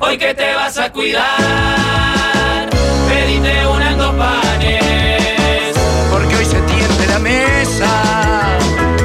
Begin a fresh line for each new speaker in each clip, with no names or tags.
Hoy que te vas a cuidar, pedite una en dos panes.
Porque hoy se tiende la mesa.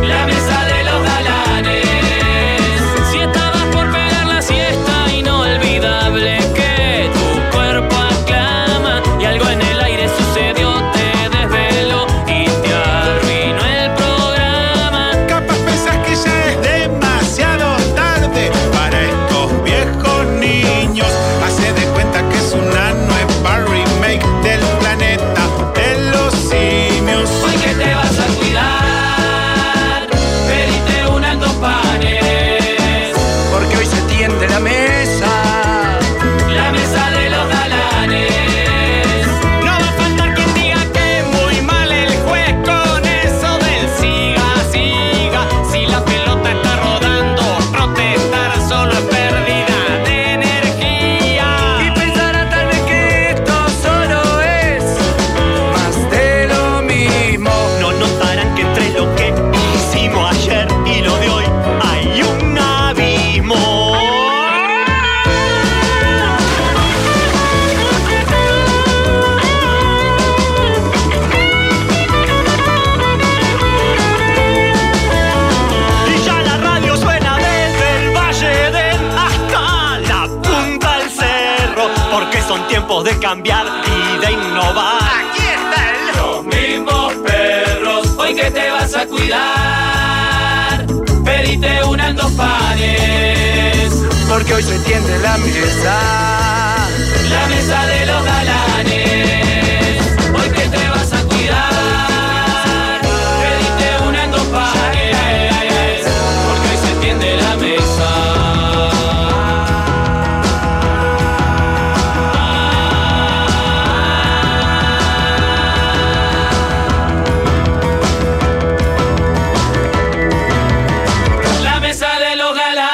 La mesa de los galanes. Si estabas por pegar la siesta, inolvidable que tu cuerpo aclama. Y algo en el aire sucedió, te desveló y te arruinó el programa.
Capaz pensás que ya es demasiado tarde para estos viejos niños. Hace de cuenta que es una nueva remake del planeta de los simios.
Hoy que te vas a cuidar, pedite una en dos panes.
Porque hoy se tiende la mesa.
La mesa de los galanes. No va a faltar quien diga que muy mal el juez con eso del siga, siga. Si la pelota está rodando, protestar solo es pérdida de
Y
energía.
pensará tal vez que esto solo es más de lo mismo.
No notarán que entre lo que hicimos ayer y lo de hoy hay un abismo. Y ya la radio suena desde el Valle del hasta la punta del cerro, porque son tiempos de cambiar y de innovar.
Los mismos perros, hoy que te vas a cuidar, pedite una en dos panes.
Porque hoy se tiende la mesa.
La mesa de los galanes, hoy que te vas a cuidar, pediste una en dos pares, porque hoy se tiende la mesa. La mesa de los galanes.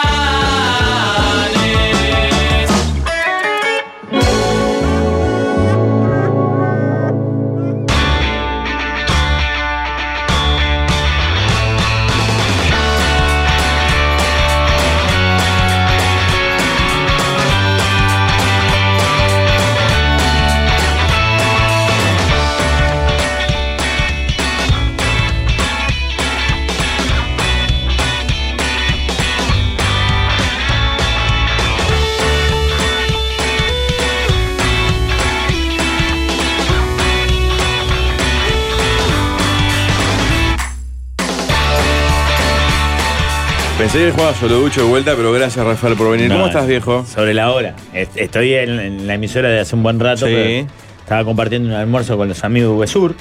Pensé que jugaba solo ducho de vuelta, pero gracias Rafael por venir. ¿Cómo
No,
estás, viejo?
Sobre la hora. Est- Estoy en, en la emisora de hace un buen rato.
Sí.
pero estaba compartiendo un almuerzo con los amigos de Uvesur,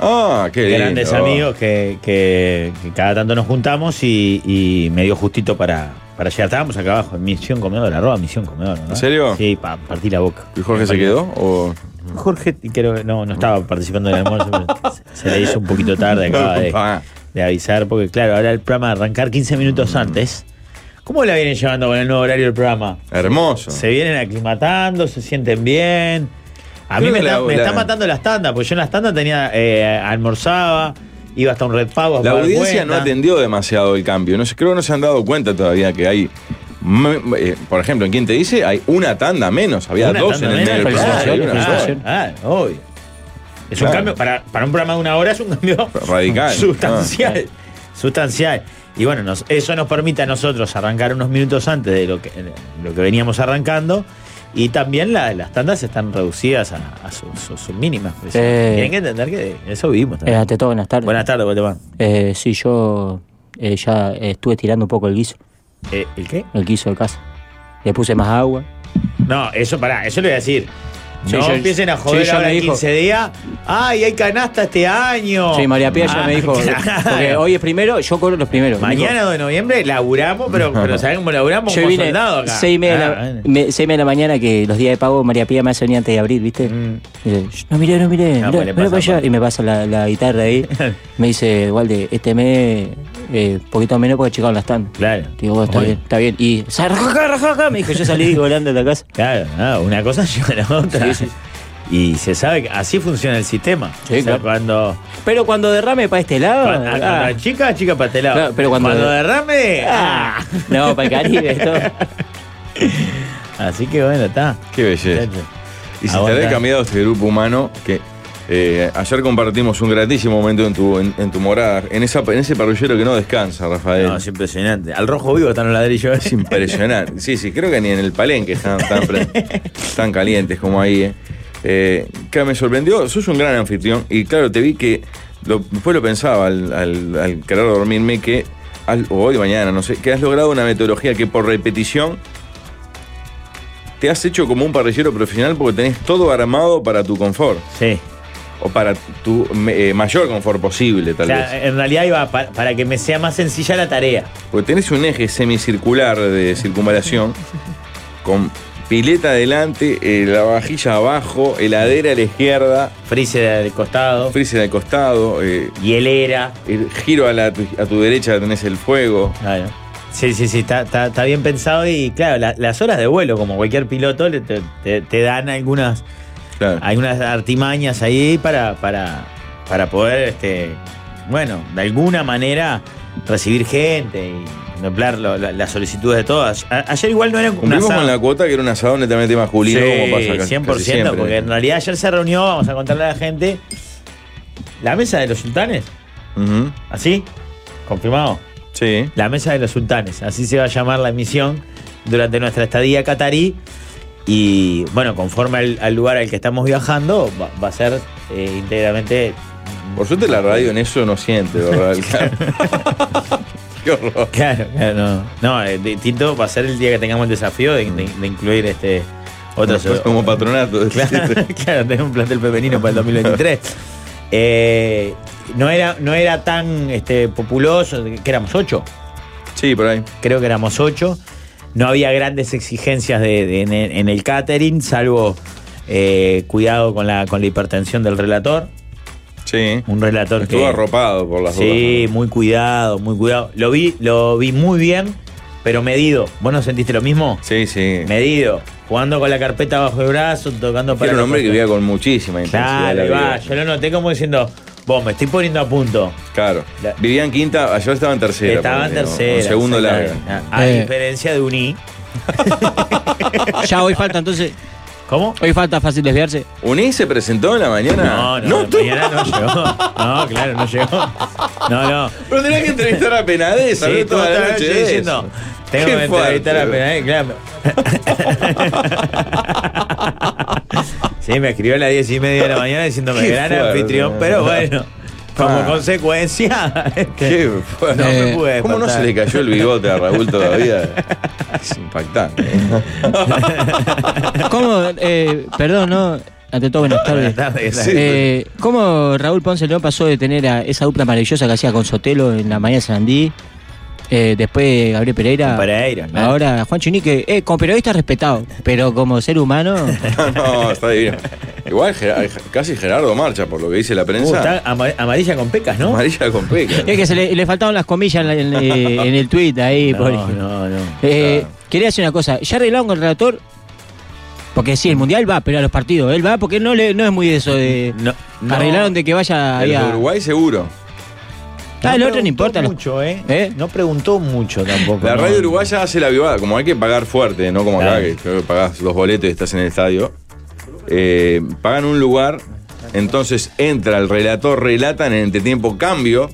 Ah, qué lindo.
grandes amigos que, que- que cada tanto nos juntamos y, y me dio justito para, para llegar. Estábamos acá abajo, en Misión Comedor, arroba Misión Comedor. ¿no?
¿En serio?
Sí, pa- partí la boca.
¿Y Jorge se quedó? ¿O
Jorge, creo que no, no estaba participando del almuerzo, pero se- se le hizo un poquito tarde, acaba de,
Ah. Mm.
de avisar, porque claro, ahora el programa de arrancar 15 minutos antes. ¿Cómo la vienen llevando con el nuevo horario del programa?
Hermoso.
Se vienen aclimatando, se sienten bien. A mí
Creo
me,
que la-
está, me
la-
está matando las tandas, porque yo en las tandas tenía, eh, almorzaba, iba hasta un red pago. a
La
pagar
audiencia no
cuenta.
atendió demasiado el cambio. No sé, creo que no se han dado cuenta todavía que hay. mm, eh, Por ejemplo, en quien te dice, hay una tanda menos. Había
Una
dos en
tanda
el medio
menos,
del programa.
claro,
Hay una
claro,
sola.
Ah,
claro, obvio. Es un
Claro.
cambio, para, para un programa de una hora es un cambio
Radical, Ah,
Sustancial. Sustancial. Y bueno, nos- eso nos permite a nosotros arrancar unos minutos antes de lo que, lo que veníamos arrancando. Y también la- las tandas están reducidas a, a sus sus- sus mínimas. pues.
Eh.
Tienen que entender que de eso vivimos.
Eh,
también.
ante todo, buenas tardes.
Buenas tardes, Guatemala.
Eh, sí, yo eh, ya estuve tirando un poco el guiso,
Eh, ¿El qué?
el guiso de casa. Le puse más agua.
No, eso pará, eso le voy a decir.
Sí,
no
yo-
empiecen a
sí,
joder
ya
ahora
me
en
dijo.
15 días. ¡Ay, hay canasta este año!
Sí, María Pía ya
Ah,
me dijo,
claro.
porque hoy es primero, yo cobro los primeros. Me dijo,
Mañana 2 de noviembre laburamos, pero, pero ¿saben cómo laburamos?
yo
Como
vine
soldado acá.
seis y media de la-
Ah, bueno.
me- seis y media de la mañana que los días de pago María Pía me hace venir antes de abrir, ¿viste?
Mm.
Y le- "Shh, no miré, no miré,
Ah,
mirá,
pues le
mirá
pasa,
para allá".
pues.
Y me pasa la, la guitarra ahí. me dice, Walde, este mes, eh, poquito menos porque checaron las tandas.
Claro.
Digo, "Oh, está
Obvio.
bien, está bien. Y, "Sa- raja, acá, raja, acá", me dijo, yo salí volando de la casa.
Claro, no, una cosa lleva a la otra.
Sí, sí.
Y se sabe que así funciona el sistema.
Sí,
o sea,
claro. Ah,
cuando,
Pero cuando derrame para este lado.
cuando,
ah,
cuando chica, chica este pastelado.
Claro, pero cuando-
derrame.
ah,
ah.
no, para el Caribe, esto.
Así que bueno, está.
Qué belleza. Y si te
Aguanta.
había cambiado este grupo humano que eh, ayer compartimos un gratísimo momento en tu, en, en tu morada, en, esa, en ese parrillero que no descansa, Rafael.
No, es impresionante. Al rojo vivo están los ladrillos. ¿eh?
Es impresionante. Sí, sí, creo que ni en el palenque están tan, pre- tan calientes como ahí. eh. Eh, que me sorprendió, sos un gran anfitrión y claro, te vi que, lo- después lo pensaba al, al- al querer dormirme, que al- o hoy mañana, no sé, que has logrado una metodología que por repetición te has hecho como un parrillero profesional porque tenés todo armado para tu confort
Sí.
o para tu eh, mayor confort posible
O
tal vez.
sea, en realidad iba pa- para que me sea más sencilla la tarea.
Porque tenés un eje semicircular de circunvalación con pileta adelante, eh, la vajilla abajo, heladera a la izquierda,
Freezer del costado,
freezer al costado, eh,
hielera.
el giro a, la- a tu derecha tenés el fuego.
Claro. Sí, sí, sí, está, está- está bien pensado y claro, la- las horas de vuelo, como cualquier piloto, le- te, te- te dan algunas,
Claro.
algunas artimañas ahí para, para, para poder, este, bueno, de alguna manera recibir gente y emplear lo- la- las solicitudes de todas. A- ayer igual no era un
Cumplimos
asado.
con la cuota que era un asado netamente masculino, como pasa acá.
Sí,
casi
100%,
siempre.
porque en realidad ayer se reunió, vamos a contarle a la gente, la mesa de los sultanes,
Ujú,
así, confirmado.
Sí.
La Mesa de los Sultanes, así se va a llamar la emisión durante nuestra estadía catarí. Y bueno, conforme al, al lugar al que estamos viajando, va, va a ser eh, íntegramente.
Por suerte la radio en eso no siente, ¿verdad? Claro. Qué horror.
Claro, claro, no. No, eh, distinto va a ser el día que tengamos el desafío de, de- de incluir este otros.
Después como patronato.
Claro, claro, tenés un plantel femenino para el 2023. Eh, no, era, no era tan este, populoso, que éramos ocho.
Sí, por ahí.
creo que éramos ocho. No había grandes exigencias de- de- en, el- en el catering, salvo eh, cuidado con la, con la hipertensión del relator.
Sí.
Un relator
Estuvo
que.
arropado por las
Sí,
dudas.
muy cuidado, muy cuidado. Lo vi, lo vi muy bien, pero medido. ¿Vos no sentiste lo mismo?
Sí, sí.
Medido. Jugando con la carpeta bajo el brazo, tocando para.
Era un
la
hombre que
costa.
vivía con muchísima intensidad.
Claro,
la
ahí va.
vida.
Yo lo noté como diciendo, vos, me estoy poniendo a punto.
Claro.
La-
Vivía en quinta, ayer estaba en tercera.
Estaba en
ponele, ¿no? Un
tercera.
segundo largo.
exactamente. A, a
Eh.
diferencia de Uní.
Ya hoy falta entonces.
¿Cómo?
Hoy falta fácil desviarse.
Uní se presentó en la mañana.
No, no,
tú.
mañana no llegó. No, claro, no llegó. No, no.
Pero tenés que entrevistar a Penades,
Sí,
hablé
tú
toda la
estabas
noche. de eso.
diciendo, tengo
Qué
que entrevistar a
fuerte.
Penades, claro. Sí, me escribió a las 10 y media de la mañana diciéndome
Qué
gran
fuerte.
anfitrión, pero bueno, como
Ah.
consecuencia, este,
Qué fuerte.
no me
Eh,
pude
¿Cómo no se
despertar.
le cayó el bigote a Raúl todavía? Es impactante.
¿Cómo? eh, perdón, ¿no? Ante todo, buenas tardes.
Buenas tardes.
Sí.
Eh, ¿Cómo Raúl Ponce León pasó de tener a esa dupla maravillosa que hacía con Sotelo en la mañana de Sarandí? eh, después Gabriel Pereira.
Con Pereira, claro.
Ahora Juan Chinique, eh, como periodista respetado, pero como ser humano.
no, está divino. Igual Gerardo- casi Gerardo marcha, por lo que dice la
Uh,
prensa.
está ama- amarilla con pecas, ¿no?
Amarilla con peca.
es que se le, le faltaban las comillas en, la- en- eh, en el tuit ahí.
No,
por-
no, no.
Eh,
Claro.
Quería decir una cosa, ya arreglaron con el relator. Porque sí, el mundial va, pero a los partidos. Él va porque no, le, no es muy de eso de.
No, no.
Arreglaron de que vaya
El
ahí
de
a.
Uruguay seguro.
Ah, el otro
preguntó
no importa. los-
mucho, ¿eh?
¿Eh?
No preguntó mucho tampoco.
La
¿no?
radio uruguaya hace la vivada, como hay que pagar fuerte, no como acá,
Claro.
que, creo que pagás los boletos y estás en el estadio. Eh, pagan un lugar, entonces entra el relator, relatan en entretiempo cambio.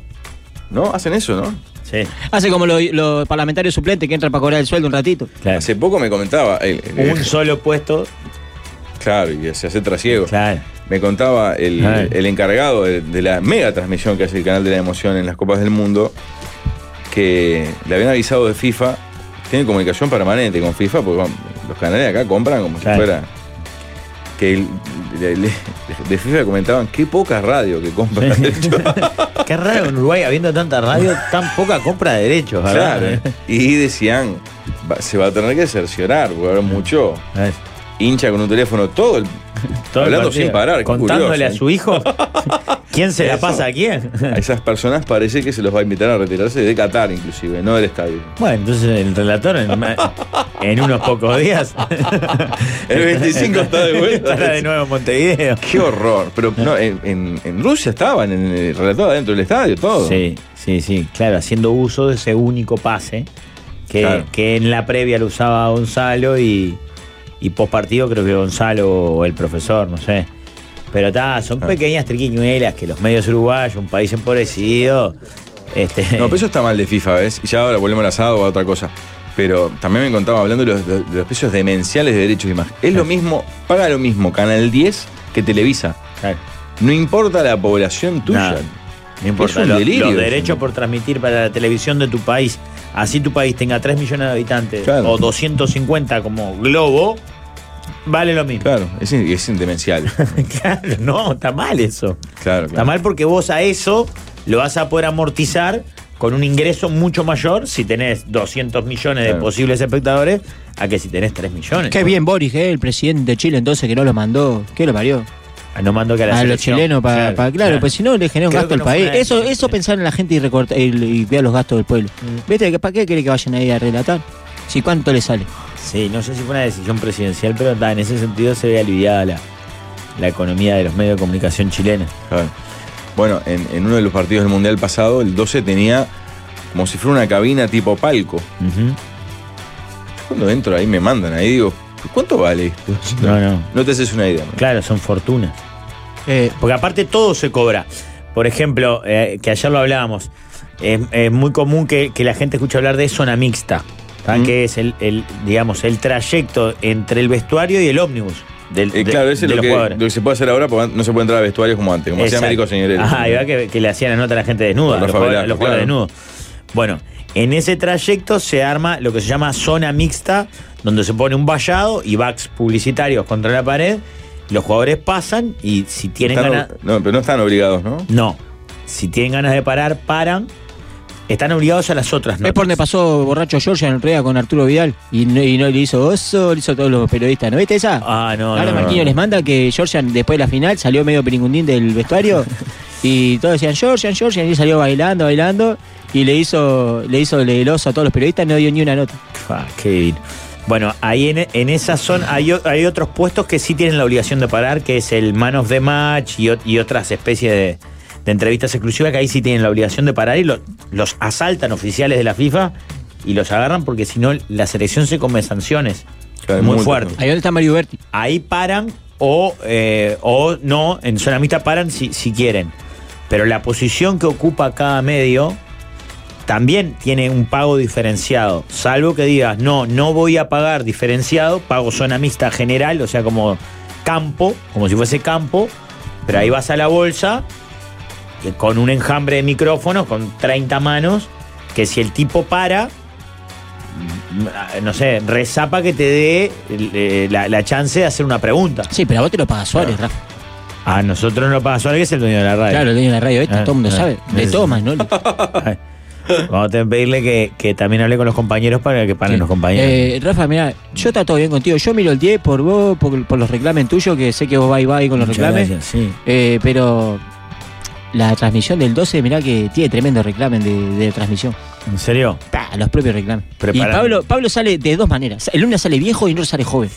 ¿No? Hacen eso, ¿no?
Sí,
Hace como los los parlamentarios suplentes que entran para cobrar el sueldo un ratito.
claro.
Hace poco me comentaba. el- el-
Un solo puesto.
claro, y se hace trasiego.
Claro.
Me contaba el,
Claro.
el encargado de, de la mega transmisión que hace el canal de la emoción en las Copas del Mundo, que le habían avisado de FIFA, tiene comunicación permanente con FIFA, porque bueno, los canales acá compran como
Claro.
si fuera. Que el- le- le- de FIFA comentaban qué poca radio que compran.
Qué raro en Uruguay, habiendo tanta radio, tan poca compra de derechos,
claro.
¿verdad?
Y decían, "Va- se va a tener que cerciorar, porque habrá mucho
Claro.
hincha con un teléfono todo el. hablando sin parar. qué
Contándole
curioso,
a
¿eh?
su hijo quién se la
Eso.
pasa a quién.
A esas personas parece que se los va a invitar a retirarse de Qatar, inclusive, no del estadio.
Bueno, entonces el relator en, en unos pocos días.
El 25 está de vuelta.
Estará de nuevo en Montevideo.
Qué horror. Pero no, en, en- en Rusia estaban, en el relator adentro del estadio, todo.
Sí, sí, sí, claro, haciendo uso de ese único pase que,
Claro.
que en la previa lo usaba Gonzalo y, Y post partido creo que Gonzalo o el profesor, no sé. Pero está, son
Ah.
pequeñas triquiñuelas que los medios uruguayos, un país empobrecido. Este,
No, pero eso está mal de FIFA, ¿ves? Y ya ahora volvemos al asado o a otra cosa. Pero también me contaba hablando de los, de los precios demenciales de derechos de imagen. Es lo mismo, paga lo mismo Canal 10 que Televisa.
claro,
No importa la población tuya.
Nada. no importa.
Es un
Lo-
delirio,
los
es un-
derechos por transmitir para la televisión de tu país, así tu país tenga 3 millones de habitantes
Claro.
o 250 como globo, vale lo mismo.
Claro, es, in- es indemencial.
Claro, no, está mal eso.
Claro,
Está
claro.
mal porque vos a eso lo vas a poder amortizar con un ingreso mucho mayor si tenés 200 millones de
Claro.
posibles espectadores a que si tenés 3 millones.
Qué bien Boris, eh, el presidente de Chile entonces que no los mandó. ¿Qué lo parió?
Ah, No mando que a la
A los
selección.
chilenos, para, claro, pues si no le genera un
Creo
gasto
que
al
no
país.
fue una
Eso,
época, Mm.
eso
sí.
pensar en la gente y recortar el- y cuidar los gastos del pueblo. ¿Viste? que ¿Para qué quiere que vayan ahí a relatar? Si cuánto le sale.
Sí, no sé si fue una decisión presidencial, pero ta, en ese sentido se ve aliviada la, la economía de los medios de comunicación chilena.
Claro. Bueno, en, en uno de los partidos del Mundial pasado, el 12 tenía como si fuera una cabina tipo palco.
Ujú.
Cuando entro ahí me mandan, ahí digo, ¿cuánto vale esto?
No, no.
No te haces una idea. ¿no?
Claro, son fortunas.
Eh,
Porque aparte todo se cobra. Por ejemplo, eh, que ayer lo hablábamos, es, es muy común que, que la gente escuche hablar de zona mixta, ¿tá?
Mm.
que es el, el, digamos, el trayecto entre el vestuario y el ómnibus del,
Eh,
de-
claro, eso
de
es lo
los
que,
jugadores.
lo que se puede hacer ahora porque no se puede entrar a vestuarios como antes, como hacía
Exacto.
Américo Señores.
Ajá, y va que, que le hacían la nota a la gente desnuda,
Con
los
Rafa
jugadores,
Velasco,
los jugadores
claro.
desnudos. Bueno, en ese trayecto se arma lo que se llama zona mixta, donde se pone un vallado y backs publicitarios contra la pared. Los jugadores pasan y si tienen
Están
ganas.
ob- no, pero no están obligados, ¿no?
No. Si tienen ganas de parar, paran. Están obligados a las otras, ¿no?
Es por donde pasó borracho George en Rueda con Arturo Vidal y no, y no le hizo oso, le hizo a todos los periodistas. ¿No viste esa?
Ah, no,
Ahora
no, no,
Marquinhos
no.
les manda que Georgian después de la final salió medio pericundín del vestuario y todos decían Georgian, Georgian y él salió bailando, bailando y le hizo le hizo el oso a todos los periodistas, no dio ni una nota.
Ah, qué divino. Bueno, ahí en, en esa zona hay, o- hay otros puestos que sí tienen la obligación de parar, que es el Man of the Match y, o- y otras especies de, de entrevistas exclusivas que ahí sí tienen la obligación de parar y lo- los asaltan oficiales de la FIFA y los agarran porque si no la selección se come sanciones
Claro,
muy
multas,
fuerte.
Ahí donde está Mario Berti.
Ahí paran o, eh, o no, en zona mixta paran si, si quieren. Pero la posición que ocupa cada medio también tiene un pago diferenciado. Salvo que digas, no, no voy a pagar diferenciado, pago zona mixta general, o sea, como campo, como si fuese campo, pero ahí vas a la bolsa y con un enjambre de micrófonos, con 30 manos, que si el tipo para, mm, no sé, rezapa que te dé eh, la, la chance de hacer una pregunta.
Sí, pero a vos te lo paga Suárez, Rafa.
A nosotros no pasa Suárez, que es el dueño de la radio.
Claro, el dueño de la radio esta,
Ah,
todo el mundo
ah,
sabe. De
sí.
todo, Magnoli.
Vamos a tener que pedirle que, que también hable con los compañeros para que paren
Sí.
los compañeros.
Eh, Rafa, mira, yo está todo bien contigo. Yo miro el 10 por vos, por, por los reclamen tuyos, que sé que vos vais, vais con los
Muchas
reclames.
gracias, sí.
Eh, pero la transmisión del 12, mirá que tiene tremendo reclamen de, de transmisión.
¿En serio?
Pa, los propios reclamen.
Preparado.
Y Pablo, Pablo sale de dos maneras. El lunes sale viejo y no sale joven.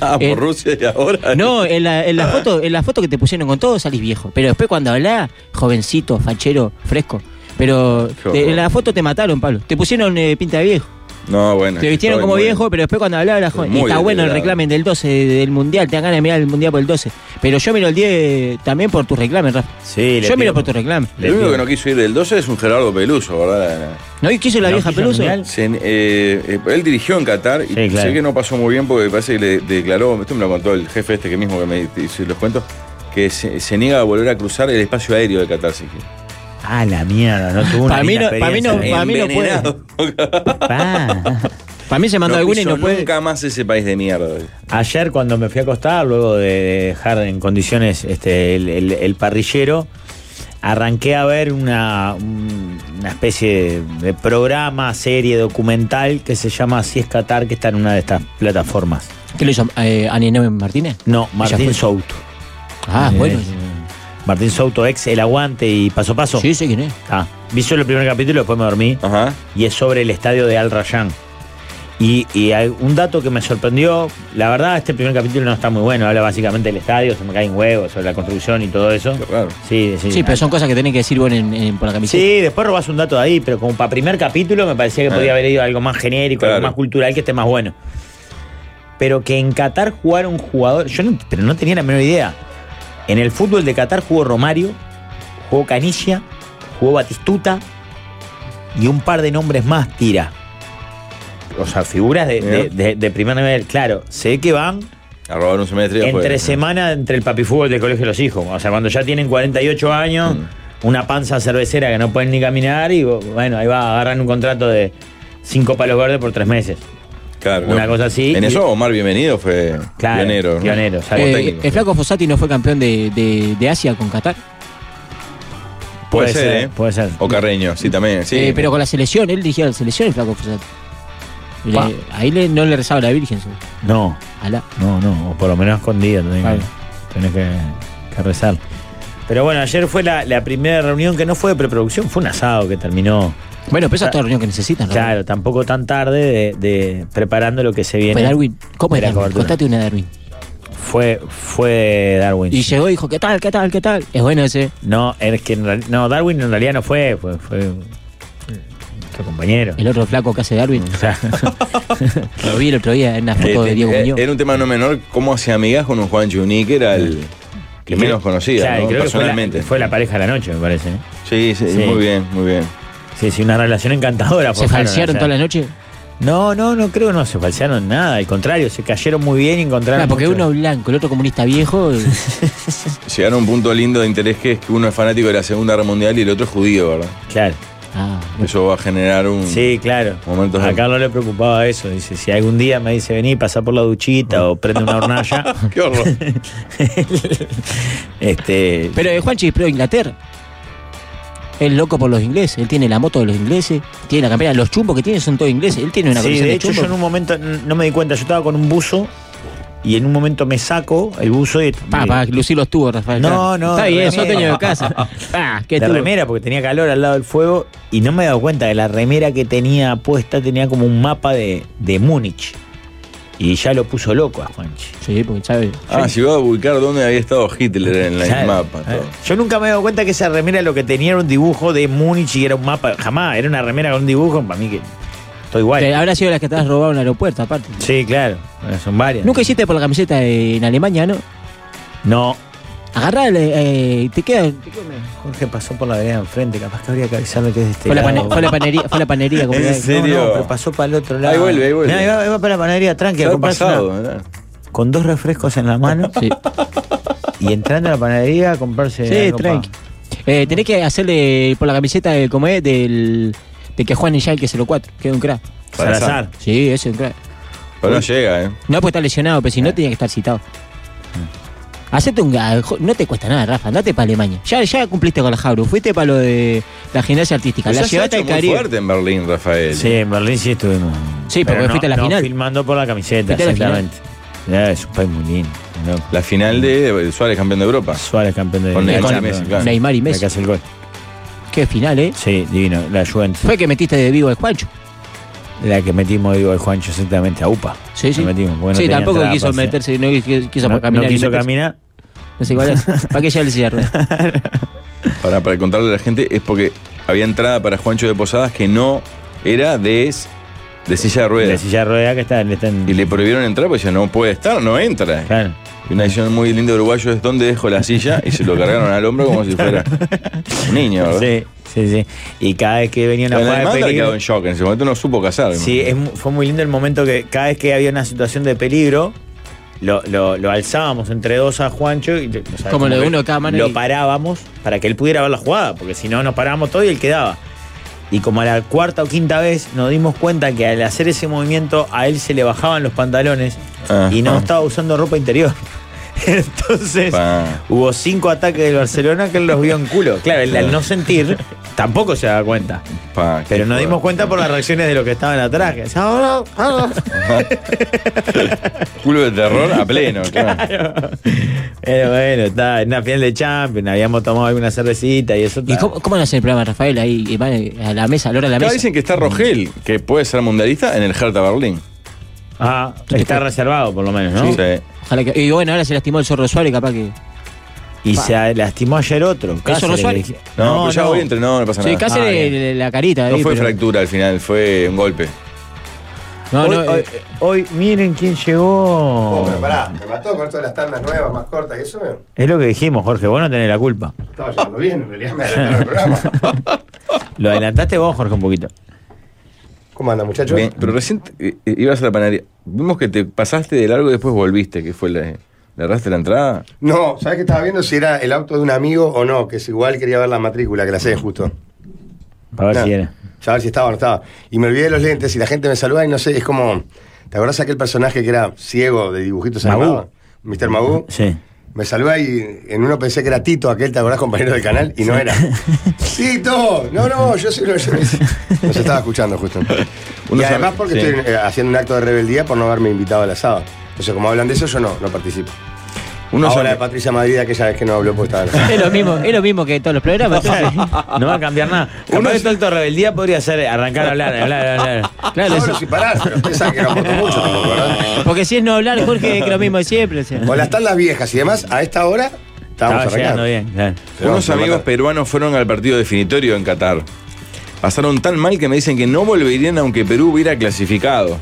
Ah, por
Eh,
Rusia y ahora.
No, en la, en la foto, en la foto que te pusieron con todo salís viejo. Pero después cuando hablás, jovencito, fachero, fresco. Pero
Qué
te-
horror.
en la foto te mataron, Pablo. Te pusieron eh, pinta de viejo.
No, bueno.
Te
es que
vistieron
estoy
como
muy-
viejo, pero después cuando hablaba la joven.
Muy
Y está bueno el
degradado.
reclamen del 12 del mundial, te dan ganas de mirar el mundial por el 12. Pero yo miro el 10 también por tu reclamen, Rafa.
Sí, le
Yo
pido-
miro por tu reclamen.
El único que no quiso ir del 12 es un Gerardo Peluso, ¿verdad?
¿No? ¿Y qué hizo la
¿No
vieja
quiso el
Peluso?
mundial?
Se- eh, eh, él dirigió en Qatar y
Sí, claro.
sé que no pasó muy bien porque parece que le declaró, esto me lo contó el jefe este que mismo que me hizo los cuentos, que se, se niega a volver a cruzar el espacio aéreo de Qatar. sí que-
Ah, la mierda, no tuvo una
Pa' mí
linda
no- pa' mí no-
experiencia,
pa' mí no puede.
Pa.
Para mí se mandó
no
alguna y
pisó
no puede.
nunca más ese país de mierda.
Ayer cuando me fui a acostar, luego de dejar en condiciones este, el, el- el parrillero, arranqué a ver una, un- una especie de, de programa, serie, documental que se llama Así es Qatar, que está en una de estas plataformas.
¿Qué lo hizo? Eh, ¿Anineo Martínez?
No, Martín
fue.
Souto.
Ah,
Eh,
bueno.
Martín Souto, ex El Aguante y Paso a Paso.
Sí, sí, quién es.
Ah, vi solo el primer capítulo, después me dormí.
Ajá.
y es sobre el estadio de Al Rayyan. Y, y hay un dato que me sorprendió, la verdad este primer capítulo no está muy bueno, habla básicamente del estadio, se me caen huevos sobre la construcción y todo eso.
Qué raro.
Sí, sí.
Sí, pero son cosas que tenés que decir vos en, en- por la camiseta.
Sí, después robás un dato de ahí, pero como para primer capítulo me parecía que
Ah.
podía haber ido algo más genérico,
Claro.
algo más cultural que esté más bueno. pero que en Qatar jugaron jugadores. Yo no, pero no tenía la menor idea. En el fútbol de Qatar jugó Romario, jugó Canilla, jugó Batistuta y un par de nombres más tira. O sea, figuras de, de- de- de primer nivel. Claro, sé que van
A robar pues. un semestre. y
entre
después-
semana entre el papifútbol del colegio de los hijos. O sea, cuando ya tienen 48 años,
Mm.
una panza cervecera que no pueden ni caminar y bueno, ahí va, agarran un contrato de cinco palos verdes por tres meses.
Claro,
Una
¿no?
cosa así.
En
Y-
eso Omar Bienvenido fue
Claro,
pionero. ¿no?
pionero,
Como
salió.
Eh,
técnico.
el flaco Fossati no fue campeón de, de- de Asia con Qatar.
Puede ser, ¿eh?
Puede ser.
O Carreño, sí, también. Sí,
Eh, pero con la selección, él dirigía la selección el flaco Fossati. Le-
Pa.
ahí le- no le rezaba la Virgen. seguro.
No,
Alá.
no, no. O por lo menos escondido. Tenés,
Claro.
que, tenés que- que rezar. Pero bueno, ayer fue la, la primera reunión que no fue de preproducción, fue un asado que terminó.
Bueno, pero esa
Claro.
es toda reunión que necesitan. ¿no?
Claro, tampoco tan tarde de, de- preparando lo que se viene.
Pero Darwin, ¿cómo es
Era
Darwin?
cobertura.
Contate una de Darwin.
Fue, fue Darwin.
Y
sí.
llegó y dijo, ¿qué tal, qué tal, qué tal? Es bueno ese.
No, es que en real- no, Darwin en realidad no fue, fue, fue nuestro compañero.
El otro flaco que hace Darwin.
O sea,
Lo vi el otro día en una
Eh,
foto
eh,
de Diego
eh,
Muñoz.
Era un tema no menor cómo hacía amigas con un Juan Juní, que era el que menos conocía,
Claro,
¿no?
creo que fue la-
personalmente.
fue la, pareja de la noche, me parece. ¿eh?
sí, sí,
Sí.
muy bien, muy bien.
Sí, sí, una relación encantadora.
¿Se
forjaron,
falsearon
o sea.
toda la noche?
No, no, no creo, no se falsearon nada. Al contrario, se cayeron muy bien y encontraron.
Claro, porque
mucho-
uno blanco, el otro comunista viejo. eh,
Llegaron a un punto lindo de interés que es que uno es fanático de la Segunda Guerra Mundial y el otro es judío, ¿verdad?
Claro.
ah,
Eso va a generar un.
Sí, claro.
Mm. Momentos
a
de-
Carlos le preocupaba eso. Dice, si algún día me dice vení, pasá por la duchita o prende una hornalla.
¡Qué horror!
este,
Pero eh, Juanchi es pro Inglaterra. Él loco por los ingleses. Él tiene la moto de los ingleses. Tiene la campera. Los chumbos que tiene son todos ingleses. Él tiene una
sí,
colección
de
de,
hecho yo
chumbos.
en un momento n- no me di cuenta, yo estaba con un buzo y en un momento me saco el buzo y...
Pa, pa, lucir los tubos, Rafael.
No,
Claro.
no,
Está
de
bien,
remera.
sos dueño de casa. Pa, ¿qué
de
tubo?
remera porque tenía calor al lado del fuego y no me he dado cuenta que la remera que tenía puesta tenía como un mapa de, de Múnich y ya lo puso loco a Juanchi.
Sí, porque sabe.
ah, si va a ubicar dónde había estado Hitler en
Ya,
el mapa.
eh,
todo.
Yo nunca me he dado cuenta que esa remera lo que tenía era un dibujo de Múnich y era un mapa. Jamás, era una remera con un dibujo. Para mí que estoy igual.
Pero habrá sido las que te has robado en el aeropuerto, aparte.
Sí, claro. Bueno, Son varias.
Nunca hiciste por la camiseta de- en Alemania, ¿no?
No.
Agarrale, eh, te queda. te queda-
Jorge pasó por la vereda de enfrente. Capaz que habría que avisarme que es de este
Fue la, pane-
lado.
fue la panería, fue la panería. como
¿En
que-
serio?
No, no, pero pasó para el otro lado.
Ahí vuelve, ahí vuelve.
Mirá, va, ahí va para la panadería tranqui, a
Está
comprarse
pasado,
una-
¿verdad?
con dos refrescos en la mano
Sí,
y entrando a la panadería a comprarse.
sí
algo pa-
tranqui. Eh, tenés que hacerle por la camiseta de como es, del, de que Juan Echal que se lo cuatro, que es un crack.
Salazar.
Sí, ese es un crack.
Pero no llega, ¿eh?
No, pues está lesionado, pero si
Ah.
no tenía que estar citado. Hacete un ga- jo- no te cuesta nada, Rafa, andate para Alemania. Ya, ya cumpliste con la Jabru, fuiste para lo de la gimnasia artística, la
Pues ya se ha
llevaste
hecho
al
muy
Caribe.
fuerte en Berlín, Rafael.
Sí, en Berlín sí estuvimos.
Sí, porque
Pero no-
fuiste a la
no
final.
filmando por la camiseta,
Fuiste a la final.
exactamente. Ya, es un país muy lindo. loco.
La final de eh, Suárez, campeón de Europa.
Suárez campeón de
Con
de-
Neymar y
Champions.
Messi, claro.
Neymar y
La que
Messi.
hace el gol.
Qué final, ¿eh?
Sí, divino. La Juventus.
Fue que metiste de vivo al Juancho.
La que metimos, digo, el Juancho exactamente a UPA.
Sí, sí.
La metimos, porque no
sí,
tenía
tampoco
entrada
quiso
para hacer-
meterse, no quiso, quiso
No-
para caminar.
No
y
quiso
meterse.
caminar.
No sé cuál es. ¿Para qué ya le cierre?
Para, para contarle a la gente, es porque había entrada para Juancho de Posadas que no era de, de silla de
La
ruedas.
silla de rueda que está, le está en-
Y le prohibieron entrar porque decía, no puede estar, no entra.
Claro.
Y una edición muy linda de uruguayo es donde dejo la silla y se lo cargaron al hombro como si fuera un niño, ¿verdad?
Sí, sí, sí. Y cada vez que venía una
Bueno,
jugada
además
de
le
peligro.
quedó en shock, en ese momento no supo casar.
Sí, es mu- fue muy lindo el momento que cada vez que había una situación de peligro, lo, lo- lo alzábamos entre dos a Juancho y le- o sea,
Como lo de
que
uno a cada mano
Lo
y-
parábamos para que él pudiera ver la jugada, porque si no nos parábamos todo y él quedaba. Y como a la cuarta o quinta vez nos dimos cuenta que al hacer ese movimiento a él se le bajaban los pantalones
Ajá.
y no estaba usando ropa interior. Entonces
Pa.
hubo cinco ataques del Barcelona que él los vio en culo. Claro, él al no sentir tampoco se daba cuenta.
Pa,
Pero
qué
nos dimos
fuerte.
cuenta por las reacciones de los que estaban atrás. que decían, "Ah, ah, ah".
Culo de terror a pleno, claro.
Pero bueno, está en una final de Champions, habíamos tomado alguna cervecita y eso.
¿Y
está.
cómo, cómo nace el programa, Rafael? Ahí y van a la mesa, a la hora de la
Acá
mesa.
dicen que está Rogel, que puede ser mundialista en el Hertha Berlín.
Ah, está reservado por lo menos, ¿no?
Sí.
Ojalá que. Y bueno, ahora se lastimó el Zorro Suárez, capaz que.
Y se lastimó ayer otro. Cáceres,
Rosuárez?
le dije-
No, pero ya hoy entrenó, no pasa
Sí,
nada.
casi
Ah,
le-
bien.
la carita.
No
ahí,
fue
pero-
fractura al final, fue un golpe.
No,
hoy,
no,
hoy-
eh,
hoy miren quién llegó.
Oh, pero pará, me mató con todas las tandas nuevas, más cortas y eso. me-
Es lo que dijimos, Jorge, vos no tenés la culpa.
Estaba llevando bien, en realidad me adelantaron el programa.
Lo adelantaste vos, Jorge, un poquito.
¿Cómo anda, muchachos?
Bien, pero recién eh, eh, ibas a la panadería. Vimos que te pasaste de largo y después volviste, que fue la, la raza de la entrada.
No, ¿sabes que estaba viendo si era el auto de un amigo o no? Que es igual, quería ver la matrícula, que la sé justo.
Para ver
Nada.
si era.
Ya a ver si estaba o no estaba. Y me olvidé de los lentes y la gente me saluda y no sé, es como. ¿Te acordás aquel personaje que era ciego de dibujitos
Magú.
animados? Mr. Magoo.
Sí.
Me saluda y en uno pensé que era Tito, aquel, ¿te acordás, compañero del canal? Y no era. ¡Tito! No, no, yo soy. Yo, nos estaba escuchando justo.
Uno
y
sabe-
además porque
sí.
estoy eh, haciendo un acto de rebeldía por no haberme invitado al asado. Entonces, como hablan de eso, yo no, no participo.
Uno
Ahora
sabe-
de Patricia Madrid, aquella vez que no habló, pues estaba.
Es lo mismo, es lo mismo que todos los programas. entonces.
No va a cambiar nada. Uno de acto de rebeldía podría ser arrancar a hablar, hablar, hablar.
Claro,
Hablo
eso.
sin parar, pero ustedes saben que no aporto mucho tampoco, ¿verdad?
Porque si es no hablar, Jorge, es que lo mismo de siempre. o sea.
O las tandas viejas y demás, a esta hora estábamos
Estaba
arrancando.
llegando bien. claro.
Unos amigos peruanos fueron al partido definitorio en Qatar. Pasaron tan mal que me dicen que no volverían aunque Perú hubiera clasificado.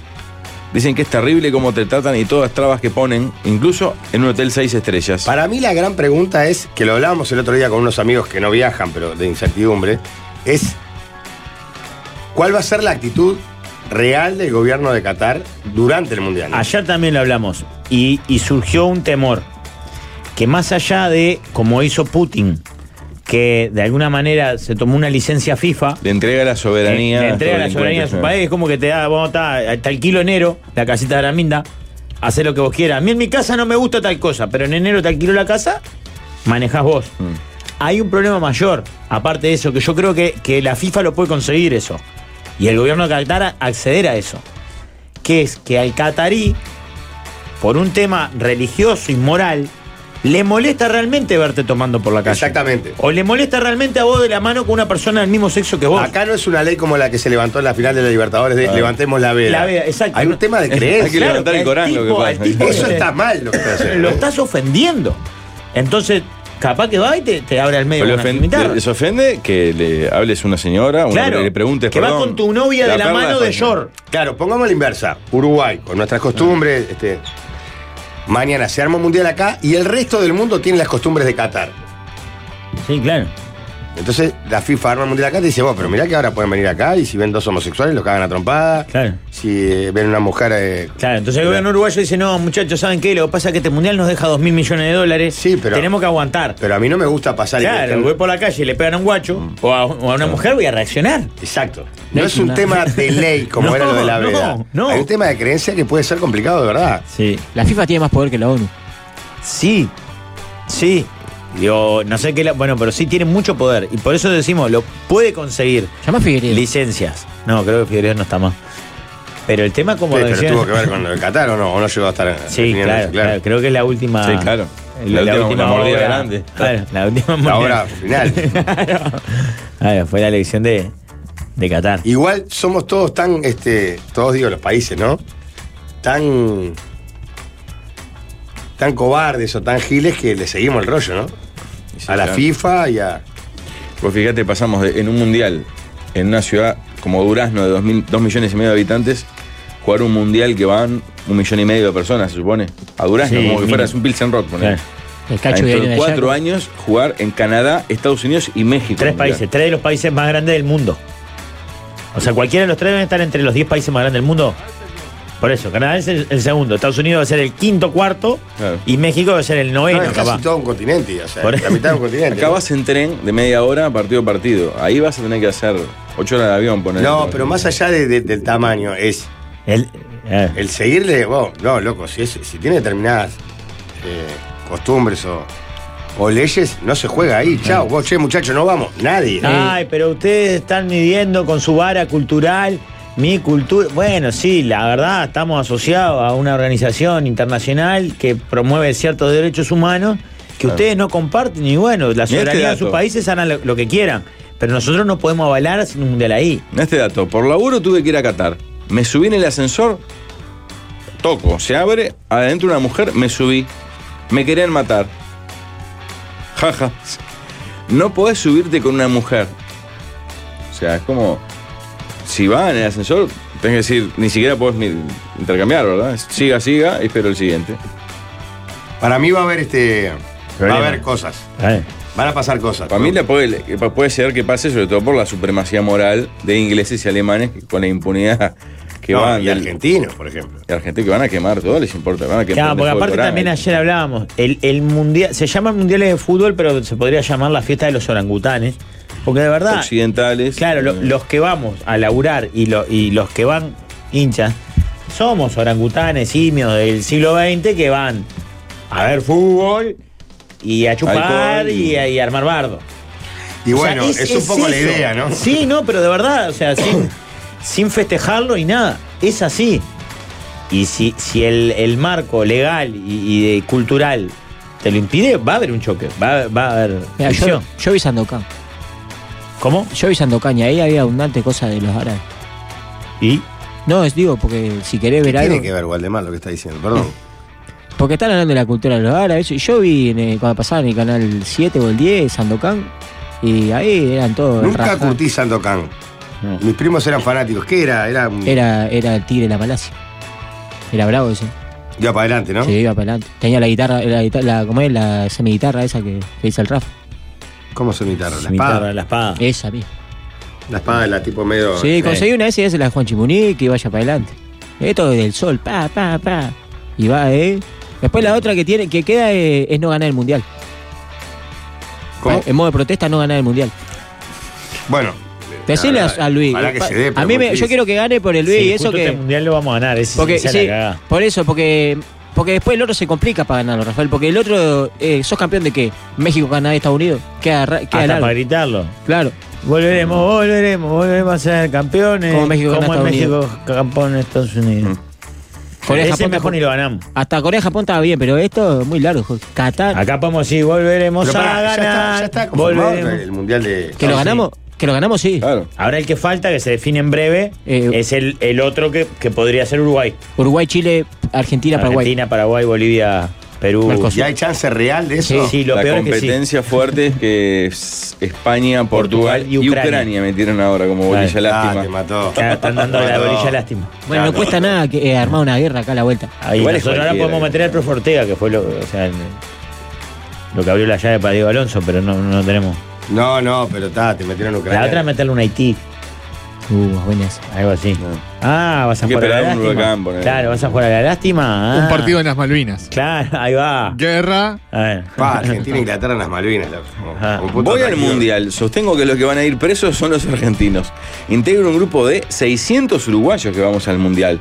Dicen que es terrible cómo te tratan y todas las trabas que ponen, incluso en un hotel seis estrellas.
Para mí la gran pregunta es, que lo hablábamos el otro día con unos amigos que no viajan, pero de incertidumbre, es ¿cuál va a ser la actitud real del gobierno de Qatar durante el Mundial?
Ayer también lo hablamos y, y surgió un temor que más allá de como hizo Putin, que de alguna manera se tomó una licencia FIFA,
Le entrega la soberanía.
eh, le entrega
sobre
la
el
soberanía a
encuentro,
su
sí.
país, es como que te da, vos ta- te alquilo enero, la casita de Araminda, hacer lo que vos quieras. A mí en mi casa no me gusta tal cosa, pero en enero te alquilo la casa, manejás vos.
Mm.
Hay un problema mayor, aparte de eso, que yo creo que, que la FIFA lo puede conseguir eso. Y el gobierno de Qatar a- acceder a eso. Que es que al catarí, por un tema religioso y moral, le molesta realmente verte tomando por la calle.
Exactamente.
O le molesta realmente a vos de la mano con una persona del mismo sexo que vos. Ah.
Acá no es una ley como la que se levantó en la final de la Libertadores de levantemos la vela.
La vela, exacto.
Hay un tema de
Hay que
creencia.
levantar el
al
Corán, lo que
tipo-
pasa.
al tipo-
Eso está mal lo que está haciendo.
lo estás ofendiendo. Entonces, capaz que va y te, te abre al medio.
Pero le
con una
ofen-
guitarra.
le- se ofende que le hables a una señora, una-
Claro,
le preguntes
que va
perdón.
con tu novia de la
perla
mano de
Jorge.
Yor.
Claro, pongamos la inversa. Uruguay, con nuestras costumbres, este, mañana se arma un mundial acá y el resto del mundo tiene las costumbres de Qatar.
Sí, claro.
Entonces la FIFA arma el mundial acá y te dice, vos, pero mirá que ahora pueden venir acá y si ven dos homosexuales los cagan a trompada.
Claro.
Si eh, ven una mujer. eh,
Claro, entonces el gobierno uruguayo dice, no, muchachos, ¿saben qué? Lo que pasa es que este mundial nos deja dos mil millones de dólares.
Sí, pero-
Tenemos que aguantar.
Pero a mí no me gusta pasar. y que
claro,
estén-
voy por la calle y le pegan a un guacho o, a, o a una mujer, voy a reaccionar.
Exacto. No es un tema de ley como
No,
era lo de la
no,
veda.
no.
Hay un tema de creencia que puede ser complicado de verdad.
Sí.
La FIFA tiene más poder que la ONU.
Sí, sí. Digo, no sé qué. la- bueno, pero sí tiene mucho poder. Y por eso decimos, lo puede conseguir.
Llama a Figueredo.
Licencias. No, creo que Figueroa no está más. Pero el tema, como
Sí, pero
decían-
tuvo que ver con el Qatar o no, o no llegó a estar.
Sí,
definido en
claro,
eso,
claro, Creo que es la última.
Sí, claro. La última- la mordida
obra-
grande.
Claro, la última
La
mordida.
obra final.
Claro, fue la elección de, de Qatar.
Igual somos todos tan, este, todos digo los países, ¿no? Tan. tan cobardes o tan giles que le seguimos el rollo, ¿no?
Sí,
a la
claro.
FIFA y a.
Pues fíjate, pasamos de- en un mundial, en una ciudad como Durazno de 2 millones y medio de habitantes, jugar un mundial que van un millón y medio de personas, se supone. A Durazno,
Sí,
como que
mínimo.
fueras un Pilsen Rock, ponele.
Claro.
El
Ah,
cacho que
dentro
viene
de
de
cuatro
allá.
años jugar en Canadá, Estados Unidos y México.
Tres
Mundial.
países, tres de los países más grandes del mundo. O sea, cualquiera de los tres deben estar entre los diez países más grandes del mundo. Por eso, Canadá es el, el segundo, Estados Unidos va a ser el quinto cuarto
Claro.
y México va a ser el noveno,
No, Ah, es
capaz.
casi todo un continente, o sea,
Por-
la mitad de un continente.
Acá vas en tren de media hora, partido a partido. Ahí vas a tener que hacer ocho horas de avión, poner.
No, pero más allá de- de- del tamaño, es
El- eh,
el seguirle. wow, no, loco, si, es- si tiene determinadas eh, costumbres o, o leyes, no se juega ahí. Chao, vos, che, muchachos, no vamos. Nadie.
Ay, pero ustedes están midiendo con su vara cultural mi cultura. Bueno, sí, la verdad, estamos asociados a una organización internacional que promueve ciertos derechos humanos que ustedes no comparten y bueno, la
este
soberanía de sus
dato.
países harán lo, lo que quieran. Pero nosotros no podemos avalar haciendo un mundial ahí.
En este dato, por laburo tuve que ir a Qatar. Me subí en el ascensor, toco, se abre, adentro una mujer, me subí. Me querían matar. Jaja. No podés subirte con una mujer. O sea, es como. Si va en el ascensor, Tenés que decir, ni siquiera podés ni intercambiar, ¿verdad? Es Siga, siga, y espero el siguiente.
Para mí va a haber este. Va
Problema.
a haber cosas.
Eh,
Van a pasar cosas.
Para mí la puede, eh, puede ser que pase, sobre todo por la supremacía moral de ingleses y alemanes que con la impunidad que
No,
van.
y
del-
argentinos, por ejemplo.
y argentinos que van a quemar todo, les importa. Van a quemar
Claro,
el
porque
fuego
aparte
Corán.
también ayer hablábamos, el, el mundial, se llaman mundiales de fútbol, pero se podría llamar la fiesta de los orangutanes, porque de verdad,
Occidentales.
claro, lo-
eh,
los que vamos a laburar y, lo- y los que van hinchas, somos orangutanes, simios del siglo XX que van a ver fútbol y a chupar
Alcohol y-
y, a, y a armar bardo.
Y
O sea,
bueno, es, un poco la
eso.
idea, ¿no?
Sí, no, pero de verdad, o sea, sin, sin festejarlo y nada, es así. Y si, si el, el marco legal y, y de- cultural te lo impide, va a haber un choque, va, a- va a haber
Mira, yo,
fricción.
yo vi Sandokan.
¿Cómo?
Yo vi Sandokan y ahí había abundante cosa de los árabes.
¿Y?
No, es digo, porque si querés ver algo.
Tiene que ver, Waldemar, lo que está diciendo, perdón.
Porque están hablando de la cultura de los árabes. y Yo vi en el- cuando pasaba en el canal 7 o el 10, Sandokan. Y ahí eran todos.
Nunca
raja.
curtí Sandokan.
No.
Mis primos eran fanáticos. ¿Qué era? Era un-
Era, era el tigre de la palacia. Era bravo ese.
Iba para adelante, ¿no?
Se iba para adelante. Tenía la guitarra, la, guita- la, ¿cómo es? La semiguitarra esa que, que dice el Rafa.
¿Cómo se imitaron? La
Mi
espada.
tarra, la espada.
Esa misma.
La espada de la tipo medio. eh,
Sí, conseguí una de esas y hace la Juan Chimunique y vaya para adelante. Esto del sol, pa, pa, pa. Y va, eh. Después la otra que tiene, que queda eh, es, no ganar el mundial. Eh,
¿Cómo?
En modo de protesta, no ganar el mundial.
Bueno.
Decirle a,
la verdad,
a Luis.
ojalá que
pa-
se dé, pero
a mí me-
Luis-
yo quiero que gane por el Luis
Sí,
y eso
justo
que.
este mundial lo vamos a ganar, ese
Porque,
sí que sea
sí,
la cagada.
por eso, porque. Porque después el otro se complica para ganarlo, Rafael. Porque el otro, eh, sos campeón de qué? México, Canadá, Estados Unidos. Queda, ra- queda
Hasta
largo.
para gritarlo.
Claro.
Volveremos, volveremos, volveremos a ser campeones.
Como México
como
gana
en
Estados
México, campeón en Estados
Mm.
Unidos.
Corea,
Ese
Japón,
mejor ni lo ganamos.
Hasta Corea Japón estaba bien, pero esto es muy largo. jo- Qatar.
Acá podemos decir, volveremos
Pero
a
pará, ya
ganar.
está, ya está confirmado el
volveremos.
mundial de.
Que lo ganamos, que lo ganamos, sí.
Claro.
Ahora el que falta, que se define en breve,
Eh,
es el, el otro que, que podría ser Uruguay.
Uruguay, Chile, Argentina, Paraguay.
Argentina, Paraguay, Bolivia, Perú.
Mercosur.
¿Ya hay chance real de
Sí,
eso?
sí, lo
la
peor es que sí.
competencia fuerte es que es España, Portugal,
Portugal y
y Ucrania.
Ucrania.
metieron ahora como bolilla
Claro.
Ah,
lástima.
te mató.
Claro, están dando la
Mató.
bolilla lástima.
Bueno, no
Claro.
cuesta nada que, eh, armar una guerra acá a la vuelta.
Ahí
Igual es
nosotros ahora
cualquiera,
podemos meter al profe Ortega, que fue lo, o sea, el- lo que abrió la llave para Diego Alonso, pero no, no tenemos.
No, no, pero está, te metieron en Ucrania.
La otra es meterle un Haití,
Uh, buenas.
algo así. Ah, vas a
Hay que
jugar a la
esperar un
lástima.
huracán, ponele.
claro, vas a jugar a la lástima. Ah,
Un partido en las Malvinas.
Claro, ahí va.
Guerra.
A ver.
Pa, Argentina, Inglaterra en las Malvinas. la-
Ah.
un puto
Voy al
atractivo.
Mundial. Sostengo que los que van a ir presos son los argentinos. Integro un grupo de 600 uruguayos que vamos al Mundial.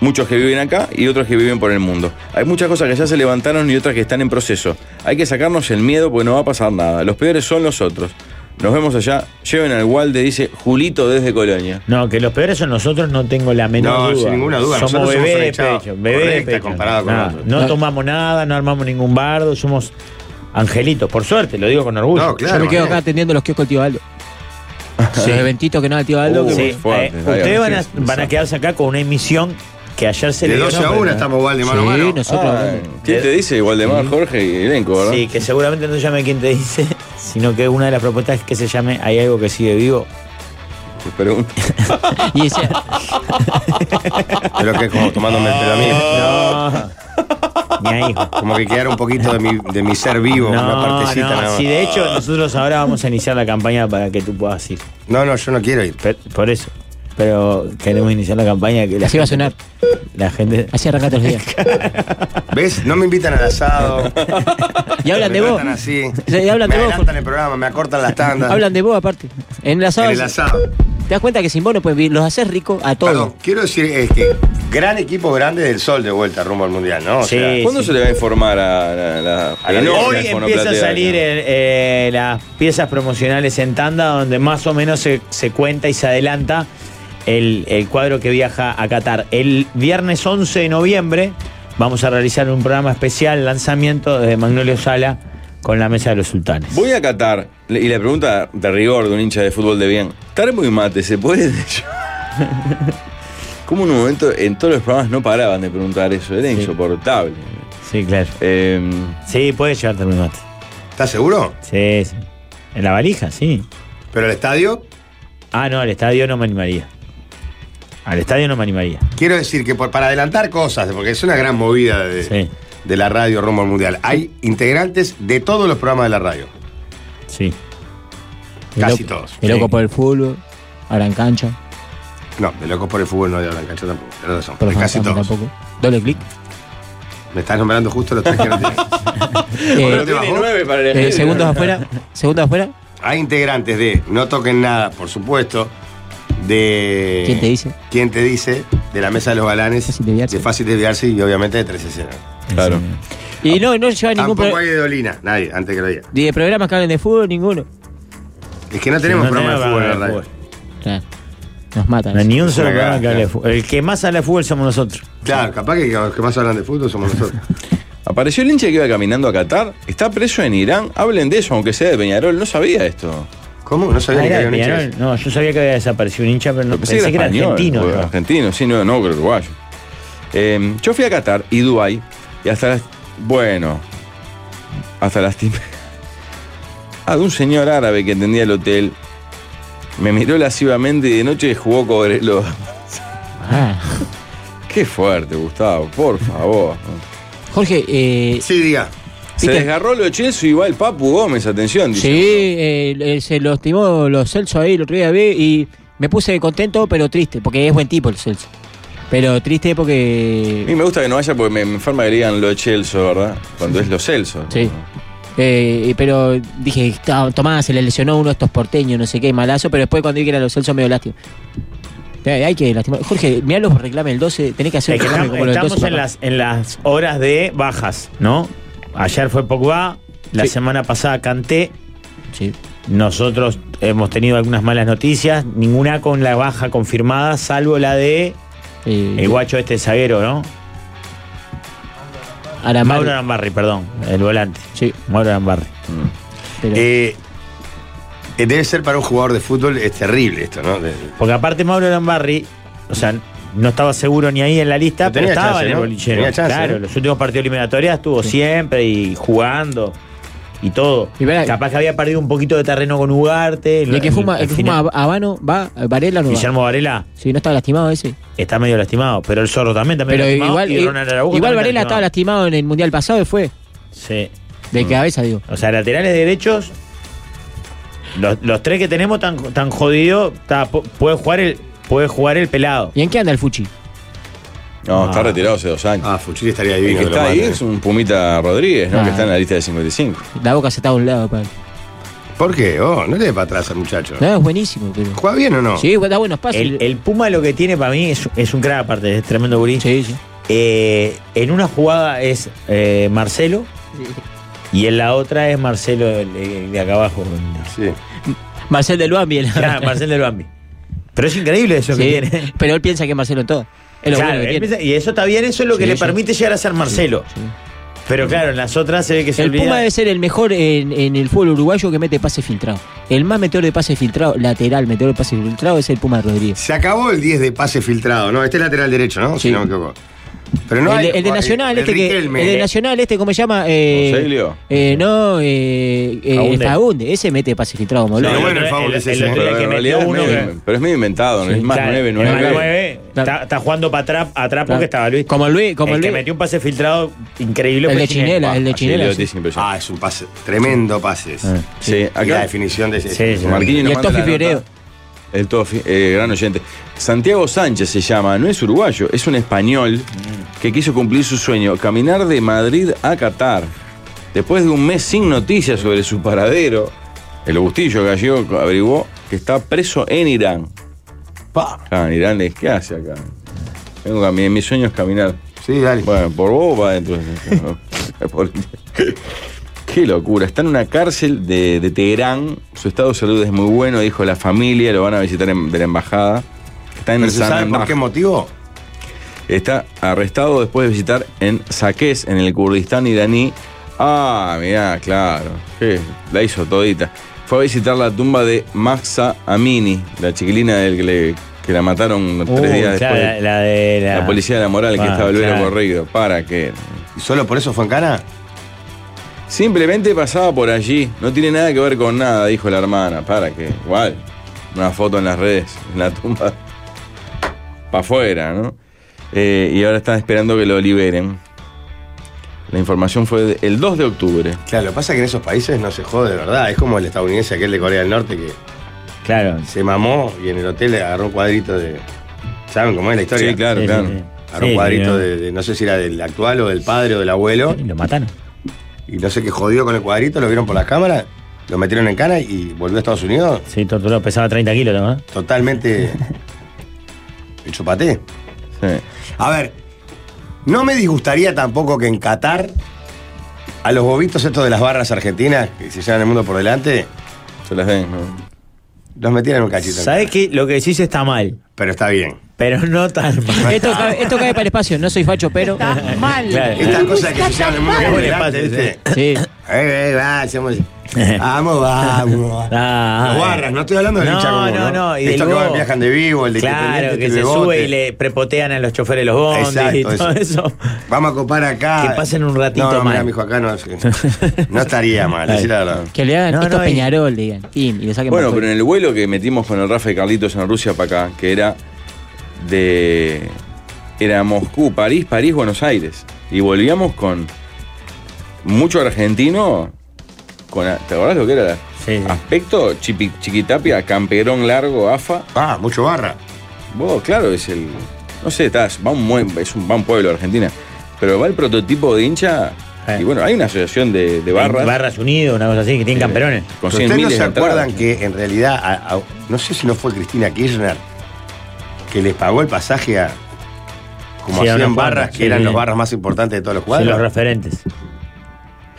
Muchos que viven acá y otros que viven por el mundo. Hay muchas cosas que ya se levantaron y otras que están en proceso. Hay que sacarnos el miedo porque no va a pasar nada. Los peores son los otros. Nos vemos allá. Lleven al Walde, dice Julito desde Colonia.
No, que los peores son nosotros, no tengo la menor
No,
duda.
sin ninguna duda,
Somos
nosotros somos
bebé
una
de
hinchada
pecho, bebé de
correcta
pecho.
comparado con
Nada,
nosotros.
no tomamos nada, no armamos ningún bardo, somos angelitos, por suerte, lo digo con orgullo.
No,
Yo
claro.
me quedo acá
man.
atendiendo los kioscos del tío Aldo. Los eventitos que no da el tío Aldo.
Uh,
que-
Sí,
Muy fuerte,
eh,
Dario,
ustedes van a,
sí,
van a
sí.
quedarse acá con una emisión que ayer se
De
le dio
12 a
nombre,
1
¿no?
estamos igual de mano a
Sí,
mano.
nosotros.
Ay, ¿Quién te dice? Waldemar, Jorge y elenco, ¿verdad?
Sí, que seguramente no se llame quien te dice, sino que una de las propuestas es que se llame Hay algo que sigue vivo.
Te pregunto.
Y ese-
Pero que como tomándome el pelo a mí.
No. Ni a hijo.
Como que quedara un poquito de mi, de mi ser vivo, una partecita
no,
nada más.
sí, de hecho, nosotros ahora vamos a iniciar la campaña para que tú puedas ir.
No, no, yo no quiero ir.
Pe- por eso. Pero queremos iniciar la campaña que la
Así va a
gente-
sonar.
La gente.
así arranca todos los días.
¿Ves? No me invitan al asado.
Y hablan de
me
vos.
tratan así.
Sí, hablan
me
de vos,
adelantan el programa, me acortan las
Ah.
tandas.
Hablan de vos aparte. En la
en
sábado.
el asado.
Te das cuenta que sin vos no puedes vivir. Los haces ricos a todos.
Perdón, quiero decir es que gran equipo grande del Sol de vuelta rumbo al mundial, ¿no? O
Sí.
sea,
¿Cuándo
sí.
se le va a informar a la, la-
A la-
enorme
Eh, Hoy empieza a
fonoplatea?
salir eh, eh, las piezas promocionales en tanda, donde más o menos se, se cuenta y se adelanta el, el cuadro que viaja a Qatar. El viernes 11 de noviembre vamos a realizar un programa especial, lanzamiento de Magnolio Sala con la Mesa de los Sultanes.
Voy a Qatar le- y la pregunta de rigor de un hincha de fútbol de bien. Tarmo y mate, ¿se puede? Como en un momento en todos los programas no paraban de preguntar eso, era insoportable.
Sí, claro.
Eh,
Sí, puedes llevarte un mate.
¿estás seguro?
Sí, sí. En la valija, sí.
Pero el estadio,
Ah, no, al estadio no me animaría. Al estadio no me animaría.
Quiero decir que por- para adelantar cosas, porque es una gran movida de,
Sí,
de la radio rumbo al mundial, hay integrantes de todos los programas de la radio.
sí.
Casi
loco-
todos.
El
Sí.
loco por el fútbol, ahora en cancha.
No, de locos por el fútbol no de la cancha tampoco. Pero son,
Pero
de casi
fantasma
todos.
tampoco. Doble clic.
Me estás nombrando justo los tres que no tienes.
Eh,
no te bajó?
para
eh, segundos afuera. Segundos afuera.
Hay integrantes de No Toquen Nada, por supuesto, de...
¿Quién te dice?
¿Quién te dice? De la Mesa de los Galanes,
Fácil desviarse.
de Fácil Desviarse y obviamente de Tres Escenas.
Claro.
Y no, no lleva ningún
Tampoco
pro-
hay de Dolina, nadie, antes que lo diga.
ni de programas que hablen de fútbol, ninguno.
Es que no tenemos
Sí, no
programa
tenemos
de fútbol en
programa
la
de
radio.
fútbol.
Claro. Nos matan.
No hay ni un
Es
solo
una
programa
cagada,
que hable de
claro.
fútbol. El que más habla de fútbol somos nosotros.
Claro, capaz que los que más hablan de fútbol somos nosotros.
Apareció el hincha que iba caminando a Qatar, está preso en Irán. Hablen de eso, aunque sea de Peñarol. No sabía esto.
¿Cómo? No sabía
Ah,
ni que
era
había un
de
hincha de
Peñarol. No, yo sabía que había desaparecido un hincha, pero no, pensé, que era
español,
argentino.
o
¿no?
Argentino, sí, no, no, creo uruguayo. Eh, yo fui a Qatar y Dubái y hasta las. Bueno. Hasta las tip- Ah, de un señor árabe que entendía el hotel. Me miró lascivamente y de noche jugó Cobrelo.
Ah.
Qué fuerte, Gustavo, por favor.
Jorge, eh,
esos. Sí, diga.
Se
¿Viste?
desgarró lo Chelso y va el Papu Gómez, atención.
Sí,
dice.
eh, eh, se los timó los Celso ahí el otro día vi y me puse contento pero triste, porque es buen tipo el Celso. Pero triste
A mí
porque
me gusta que no vaya porque me, me enferma que le digan lo Chelso, ¿verdad? Cuando es lo Celso.
Sí. eh, pero dije, "Ta- tomá, se le lesionó uno de estos porteños, no sé qué, malazo, pero después cuando vi que eran los Celso medio lástima. Eh, Hay que lastimar. Jorge, mirá los reclames del 12, tenés que hacer
Es que
un reclame
estamos,
como los del
estamos
12,
en,
papá.
las, en las horas de bajas, ¿no? Ayer fue Pogba, la
Sí.
semana pasada Canté.
Sí.
Nosotros hemos tenido algunas malas noticias, ninguna con la baja confirmada, salvo la de
Eh,
el guacho este zaguero, ¿no?
Aramar,
Mauro Arambarri, perdón, el volante.
Sí,
Mauro Arambarri.
pero-
Eh, eh, debe ser para un jugador de fútbol, es terrible esto, ¿no? De-
Porque aparte Mauro Arambarri, o sea, no estaba seguro ni ahí en la lista,
No
pero
tenía
estaba
chance,
en el
¿no?
bolichero.
Tenía chance,
claro,
¿eh?
los últimos partidos eliminatorias estuvo
Sí.
siempre y jugando y todo.
Y verá-
Capaz que había perdido un poquito de terreno con Ugarte.
Y el que fuma, el que fuma habano va, Varela no va.
Guillermo Varela
Sí, no está lastimado ese.
está medio lastimado, pero el zorro también, también
Pero
lastimado,
igual,
y
eh,
Ronald Araujo
igual
también
Varela estaba lastimado en el mundial pasado y fue.
Sí. Mm.
De cabeza, digo.
O sea, laterales derechos. Los, los tres que tenemos tan, tan jodidos, está- pu- puede jugar el puede jugar el pelado.
¿Y en qué anda el Fuchi?
No, está
Ah.
retirado hace dos años.
Ah, Fuchili estaría
el
divino.
que
que lo
está ahí
maten.
es un Pumita Rodríguez, ¿no?
Ah.
Que está en la lista de 55.
La boca se está a un lado, padre.
¿Por qué? Oh, no le dé para atrás al muchacho.
No, es buenísimo, pero.
¿Juega bien o no?
Sí, da buenos pases.
El, el Puma lo que tiene para mí es, es un crack aparte, es tremendo gurí.
Sí, sí.
Eh, en una jugada es eh, Marcelo y en la otra es Marcelo el- el de acá abajo.
Sí.
Marcel del Bambi. el-
Claro, Marcelo del Bambi. Pero es increíble eso
Sí,
que tiene.
Pero él piensa que es Marcelo en todo. Es lo
Claro,
bueno que
él
tiene.
piensa- y eso está bien, eso es lo que
Sí,
le
sí.
permite llegar a ser Marcelo.
Sí.
Pero claro, en las otras se ve que se
El
olvida.
Puma debe ser el mejor en, en el fútbol uruguayo que mete pase filtrado. El más metedor de pase filtrado, lateral metedor de pase filtrado, es el Puma Rodríguez.
Se acabó el 10 de pase filtrado, ¿no? Este es lateral derecho, ¿no?
Sí.
Si no me equivoco. Pero no
el,
hay-
de- el de Nacional,
el
este que.
Riquelme.
El de Nacional, este, ¿cómo se llama? Eh,
¿Conceglio?
eh, no, eh, eh,
Fagunde.
Fagunde. Ese mete pase filtrado, boludo.
Pero
el
bueno,
otro-
el favor
el-
es
el
ese,
otro
¿eh?
día
Pero,
que
en
metió
realidad es
uno
medio-
que-
pero es medio inventado, ¿no? es más
Claro,
9,
es
9.
más nueve,
Claro.
Está, está jugando para atrás, atrás
Claro.
porque estaba Luis.
Como Luis, como
el que
Luis.
metió un pase filtrado increíble.
El
fue
de Chinela, el de Chinela. sí. Ah,
Ah, es un pase. Tremendo pase. ese.
Sí,
Y la
acá.
definición de ese.
Sí, sí.
Marquini
Y
nos
el
manda
Tofi
la
Fioreo.
nota. El Tofi, eh, gran oyente. Santiago Sánchez se llama, no es uruguayo, es un español que quiso cumplir su sueño, caminar de Madrid a Qatar. Después de un mes sin noticias sobre su paradero, el Bustillo gallego averiguó que está preso en Irán. Ah, en Irán le ¿qué hace acá? Vengo a mi, mi sueño es caminar.
Sí, dale.
Bueno, por vos va adentro. Por- Qué locura. Está en una cárcel de, de Teherán. Su estado de salud es muy bueno, dijo la familia. Lo van a visitar en- de la embajada. Está en
¿Pero se sabe
San
por qué motivo?
Está arrestado después de visitar en Saqqez, en el Kurdistán iraní. Ah, mirá, claro. Sí, la hizo todita. Fue a visitar la tumba de Mahsa Amini, la chiquilina del que, le- que la mataron
Uh,
tres días
claro,
después.
la, la de la,
La, policía de la moral que
Ah,
estaba el velo
claro.
corrido. ¿Para qué?
¿Y solo por eso fue en Cana?
Simplemente pasaba por allí. No tiene nada que ver con nada, dijo la hermana. ¿Para qué? Igual. Una foto en las redes, en la tumba. para afuera, ¿no? Eh, y ahora están esperando que lo liberen. La información fue de- el 2 de octubre.
Claro, lo que pasa es que en esos países no se jode, de verdad. Es como el estadounidense aquel de Corea del Norte que
Claro.
se mamó y en el hotel le agarró un cuadrito de. ¿Saben cómo es la historia?
Sí, claro,
Sí,
claro.
sí, sí.
Agarró un
Sí,
cuadrito
señor.
de, de- no sé si era del actual o del padre o del abuelo.
Y lo mataron.
Y no sé qué jodió con el cuadrito, lo vieron por las cámaras, lo metieron en cana y volvió a Estados Unidos
Sí, torturado. Pesaba 30 kilos, ¿no?
totalmente. hecho paté.
Sí.
A ver, no me disgustaría tampoco que en Qatar a los bobitos estos de las barras argentinas que se llevan el mundo por delante,
Se las den, ¿no?
los metieran un cachito. en
¿Sabés
Qatar.
que lo que decís está mal?
Pero está bien.
Pero no tan mal.
Esto, cabe, esto cae para el espacio, no soy facho, pero.
Está mal.
Claro.
Estas cosas que se llevan el mundo por delante,
espacio,
¿viste?
Sí.
Eh, eh, va, hacemos- Vamos, vamos.
Ah,
Las
eh.
barras, no estoy hablando del
No,
hincha común,
no, no, y
Estos
del
que
go-
van, viajan de vivo, el de
Claro,
Independiente,
que
el
se
de
sube
Bote.
y le prepotean a los choferes de los bondis y
Exacto,
todo eso.
Vamos a copar acá.
Que pasen un ratito
no, no, mirá,
mal.
mijo, acá no, no estaría mal, decir la verdad.
Que le hagan
No,
esto
no,
es
y-
Peñarol, digan. tin, Y le saquen
Bueno,
por
pero en el vuelo que metimos con el Rafa y Carlitos en Rusia para acá, que era de. Era Moscú, París, París, Buenos Aires. Y volvíamos con mucho argentino. Con, a- ¿Te acordás lo que era?
Sí, sí.
Aspecto, chipi- chiquitapia, camperón largo, AFA.
Ah, mucho barra.
Vos, claro, es el. No sé, estás, va un buen, es un buen pueblo de Argentina. Pero va el prototipo de hincha.
Eh.
Y bueno, hay una asociación de, de barras.
Barras Unido, una cosa así, que tienen camperones.
Con
Pero ¿Ustedes
100.000
no se
entradas.
acuerdan que en realidad, a- a- no sé si no fue Cristina Kirchner que les pagó el pasaje a como
Sí, a
hacían
unos cuantos,
barras, que
sí,
eran
sí.
los barras más importantes de todos los
Sí, los
cuadros?
referentes.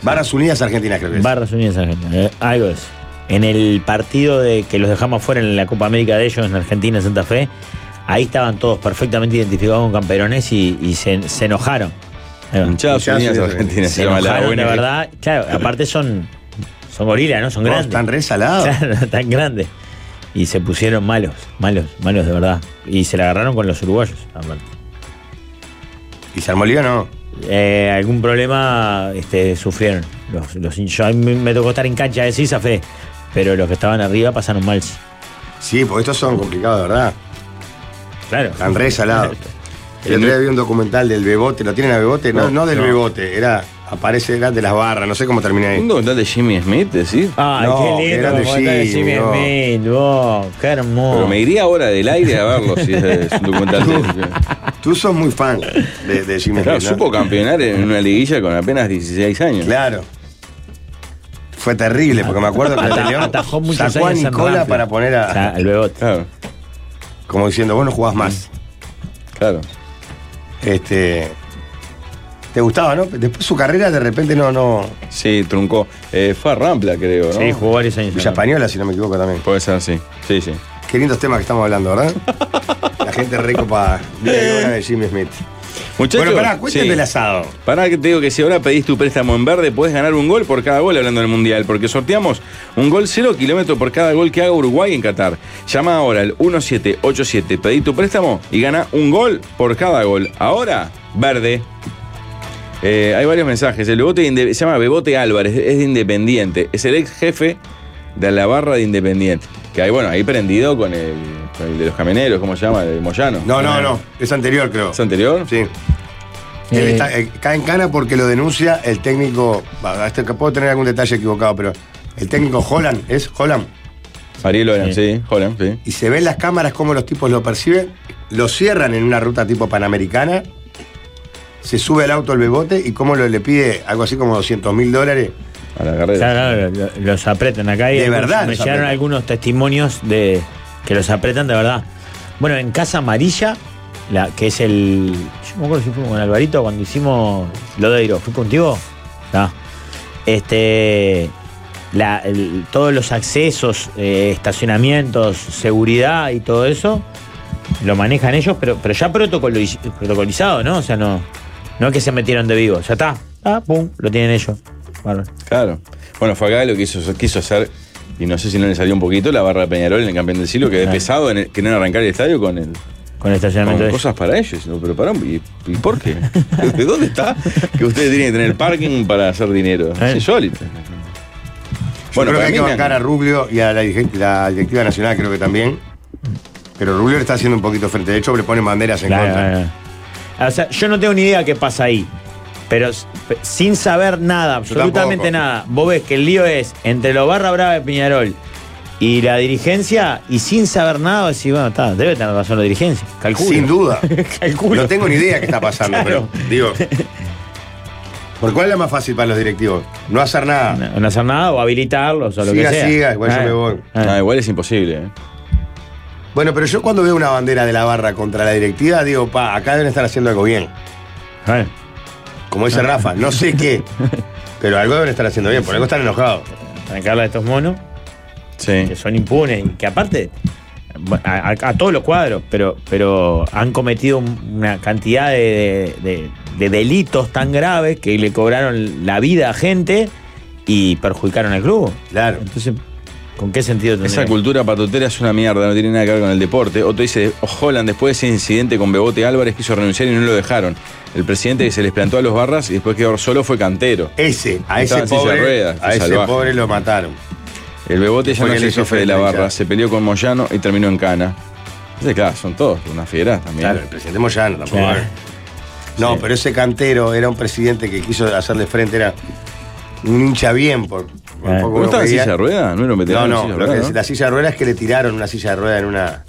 barras Unidas Argentinas, creo que es.
Barras Unidas Argentina. eh, Algo es. En el partido de que los dejamos fuera en la Copa América de ellos, en Argentina, en Santa Fe, ahí estaban todos perfectamente identificados con camperones y, y se, se enojaron. Ahí va.
Hinchadas
Hinchadas
Unidas
Unidas
Argentinas se
Se
llama la
enojaron, de
buena.
verdad. Claro, aparte son, son gorilas, ¿no? Son grandes.
Todos están re salados.
Claro, tan grandes. Y se pusieron malos, malos, malos de verdad. Y se la agarraron con los uruguayos, aparte.
Y se armó el lío, no.
Eh, algún problema este, sufrieron los, los hinchas. A mí me- me tocó estar en cancha de Sisa Fe, pero los que estaban arriba pasaron mal.
Sí, porque estos son complicados, de verdad.
Claro.
Están re salados. El otro día vi un documental del Bebote, ¿lo tienen a Bebote? No, no,
No,
del
no.
Bebote, era, aparece, era de las barras, no sé cómo terminé ahí.
¿Un documental de Jimmy Smith, decís?
Ah,
No,
qué
que
lindo.
eran de
documental de
Jimmy,
Jimmy
no.
Smith, vos, qué hermoso.
Pero me iría ahora del aire a verlo si es, es un documental. de-
Tú sos muy fan de, de Jimmy
Claro,
Smith, ¿no?
supo campeonar en una liguilla con apenas 16 años.
Claro. Fue terrible, porque me acuerdo que
Ata-
el León
atajó muchos
sacó a
años en
Nicola
Banfield.
para poner
O sea,
a. Ah.
el bebote.
Claro,
Como diciendo, vos no jugás más.
claro.
Este. Te gustaba, ¿no? Después su carrera de repente no, no.
Sí, truncó. Eh, fue a Rampla, creo, ¿no?
Sí, jugó varios años.
Villa Española, si no me equivoco también.
Puede ser, sí. Sí, sí.
Qué lindos temas que estamos hablando, ¿verdad? La gente recopa de Jimmy Smith.
Muchachos,
bueno, pará, cuéntame
sí.
el asado.
Pará que te digo que si ahora pedís tu préstamo en verde, podés ganar un gol por cada gol hablando del Mundial, porque sorteamos un gol cero kilómetro por cada gol que haga Uruguay en Qatar. Llama ahora al 1787, pedí tu préstamo y gana un gol por cada gol. Ahora, verde. Eh, hay varios mensajes. El Bebote de Inde- se llama Bebote Álvarez, es de Independiente. Es el ex jefe de la barra de Independiente. Que ahí, bueno, ahí prendido con el, con el de los camioneros, ¿cómo se llama? De Moyano.
No, no, no. Es anterior, creo.
¿Es anterior?
Sí.
Eh.
Él está- eh, cae en cana porque lo denuncia el técnico. va, este- Puedo tener algún detalle equivocado, pero el técnico Holland, ¿es Holland?
Ariel Oran,
Sí.
sí. Holland, sí.
y se ven las cámaras cómo los tipos lo perciben, lo cierran en una ruta tipo panamericana, se sube al auto el bebote y cómo lo, le pide algo así como 200 mil dólares.
A la carrera.
Claro, claro, lo- los apretan acá. y
De
algunos-
verdad
Me
los
llegaron
apretan.
algunos testimonios de que los apretan de verdad. Bueno, en Casa Amarilla, la, que es el. Yo me acuerdo si fue con Alvarito cuando hicimos Lodeiro. ¿Fui contigo? No. Este. la- el- todos los accesos, eh, estacionamientos, seguridad y todo eso lo manejan ellos, pero, pero ya protocoliz- protocolizado, ¿no? O sea, no, no es que se metieron de vivo, ya está. Ah, pum, lo tienen ellos. Bárbaro.
Claro. Bueno, fue acá lo que hizo, quiso hacer, y no sé si no le salió un poquito, la barra de Peñarol en el campeón del siglo, que había
Claro.
pesado en el- querían arrancar el estadio con, el,
Con el estacionamiento
con
de
cosas para ellos. No, pero pará, ¿y, y por qué? ¿De dónde está que ustedes tienen que tener parking para hacer dinero?
Eh.
Es insólito.
Yo creo que
para
hay que
mí me-
bancar a Rubio y a la, dirige- la directiva nacional, creo que también. Pero Ruller está haciendo un poquito frente. De hecho, le pone banderas en
Claro,
contra.
claro, claro. Ah, O sea, yo no tengo ni idea qué pasa ahí. Pero s- pe- sin saber nada, absolutamente
tampoco.
nada, vos ves que el lío es entre los barra brava de Piñarol y la dirigencia, y sin saber nada, decís, bueno, está, debe tener razón la dirigencia. Calculo.
Sin duda.
Calculo.
No tengo ni idea qué está pasando,
Claro.
pero digo. ¿Por cuál es la más fácil para los directivos? No hacer nada.
No, no hacer nada o habilitarlos o lo
Siga,
que sea.
siga, igual yo me voy.
Ah,
Ah,
igual es imposible. ¿eh?
Bueno, pero yo cuando veo una bandera de la barra contra la directiva, digo, pa, acá deben estar haciendo algo bien.
ah.
Como dice Rafa, no sé qué. Pero algo deben estar haciendo bien, por algo están enojados.
Trancarla de estos monos.
Sí.
que son impunes y que aparte a, a- a todos los cuadros, pero, pero han cometido un- una cantidad de, de- de- de delitos tan graves que le cobraron la vida a gente y perjudicaron al club.
Claro.
Entonces, ¿con qué sentido tendría?
Esa cultura patotera es una mierda, no tiene nada que ver con el deporte. Otro dice, "Oh, Holland después de ese incidente con Bebote Álvarez quiso renunciar y no lo dejaron. El presidente que se les plantó a los barras y después quedó solo fue cantero.
Ese,
Estaba
a ese
en silla de
pobre,
ruedas,
a
qué
ese
salvaje.
pobre lo mataron.
El Bebote ya
Fue
no
que
es
le
el
hizo
jefe de
frente
la
a
barra,
Chávez.
se peleó con Moyano y terminó en cana. Entonces, claro, son todos unas fieras también.
Claro, el presidente Moyano tampoco.
Claro.
No, pero ese cantero era un presidente que quiso hacerle frente, era un hincha bien. Por, por
Claro.
poco
¿No
lo
Eh, estaba en
veía.
silla de rueda? No era un
No,
veterano en
no,
silla de
lo que
rueda,
es- la silla de ruedas es que le tiraron una silla de ruedas en una.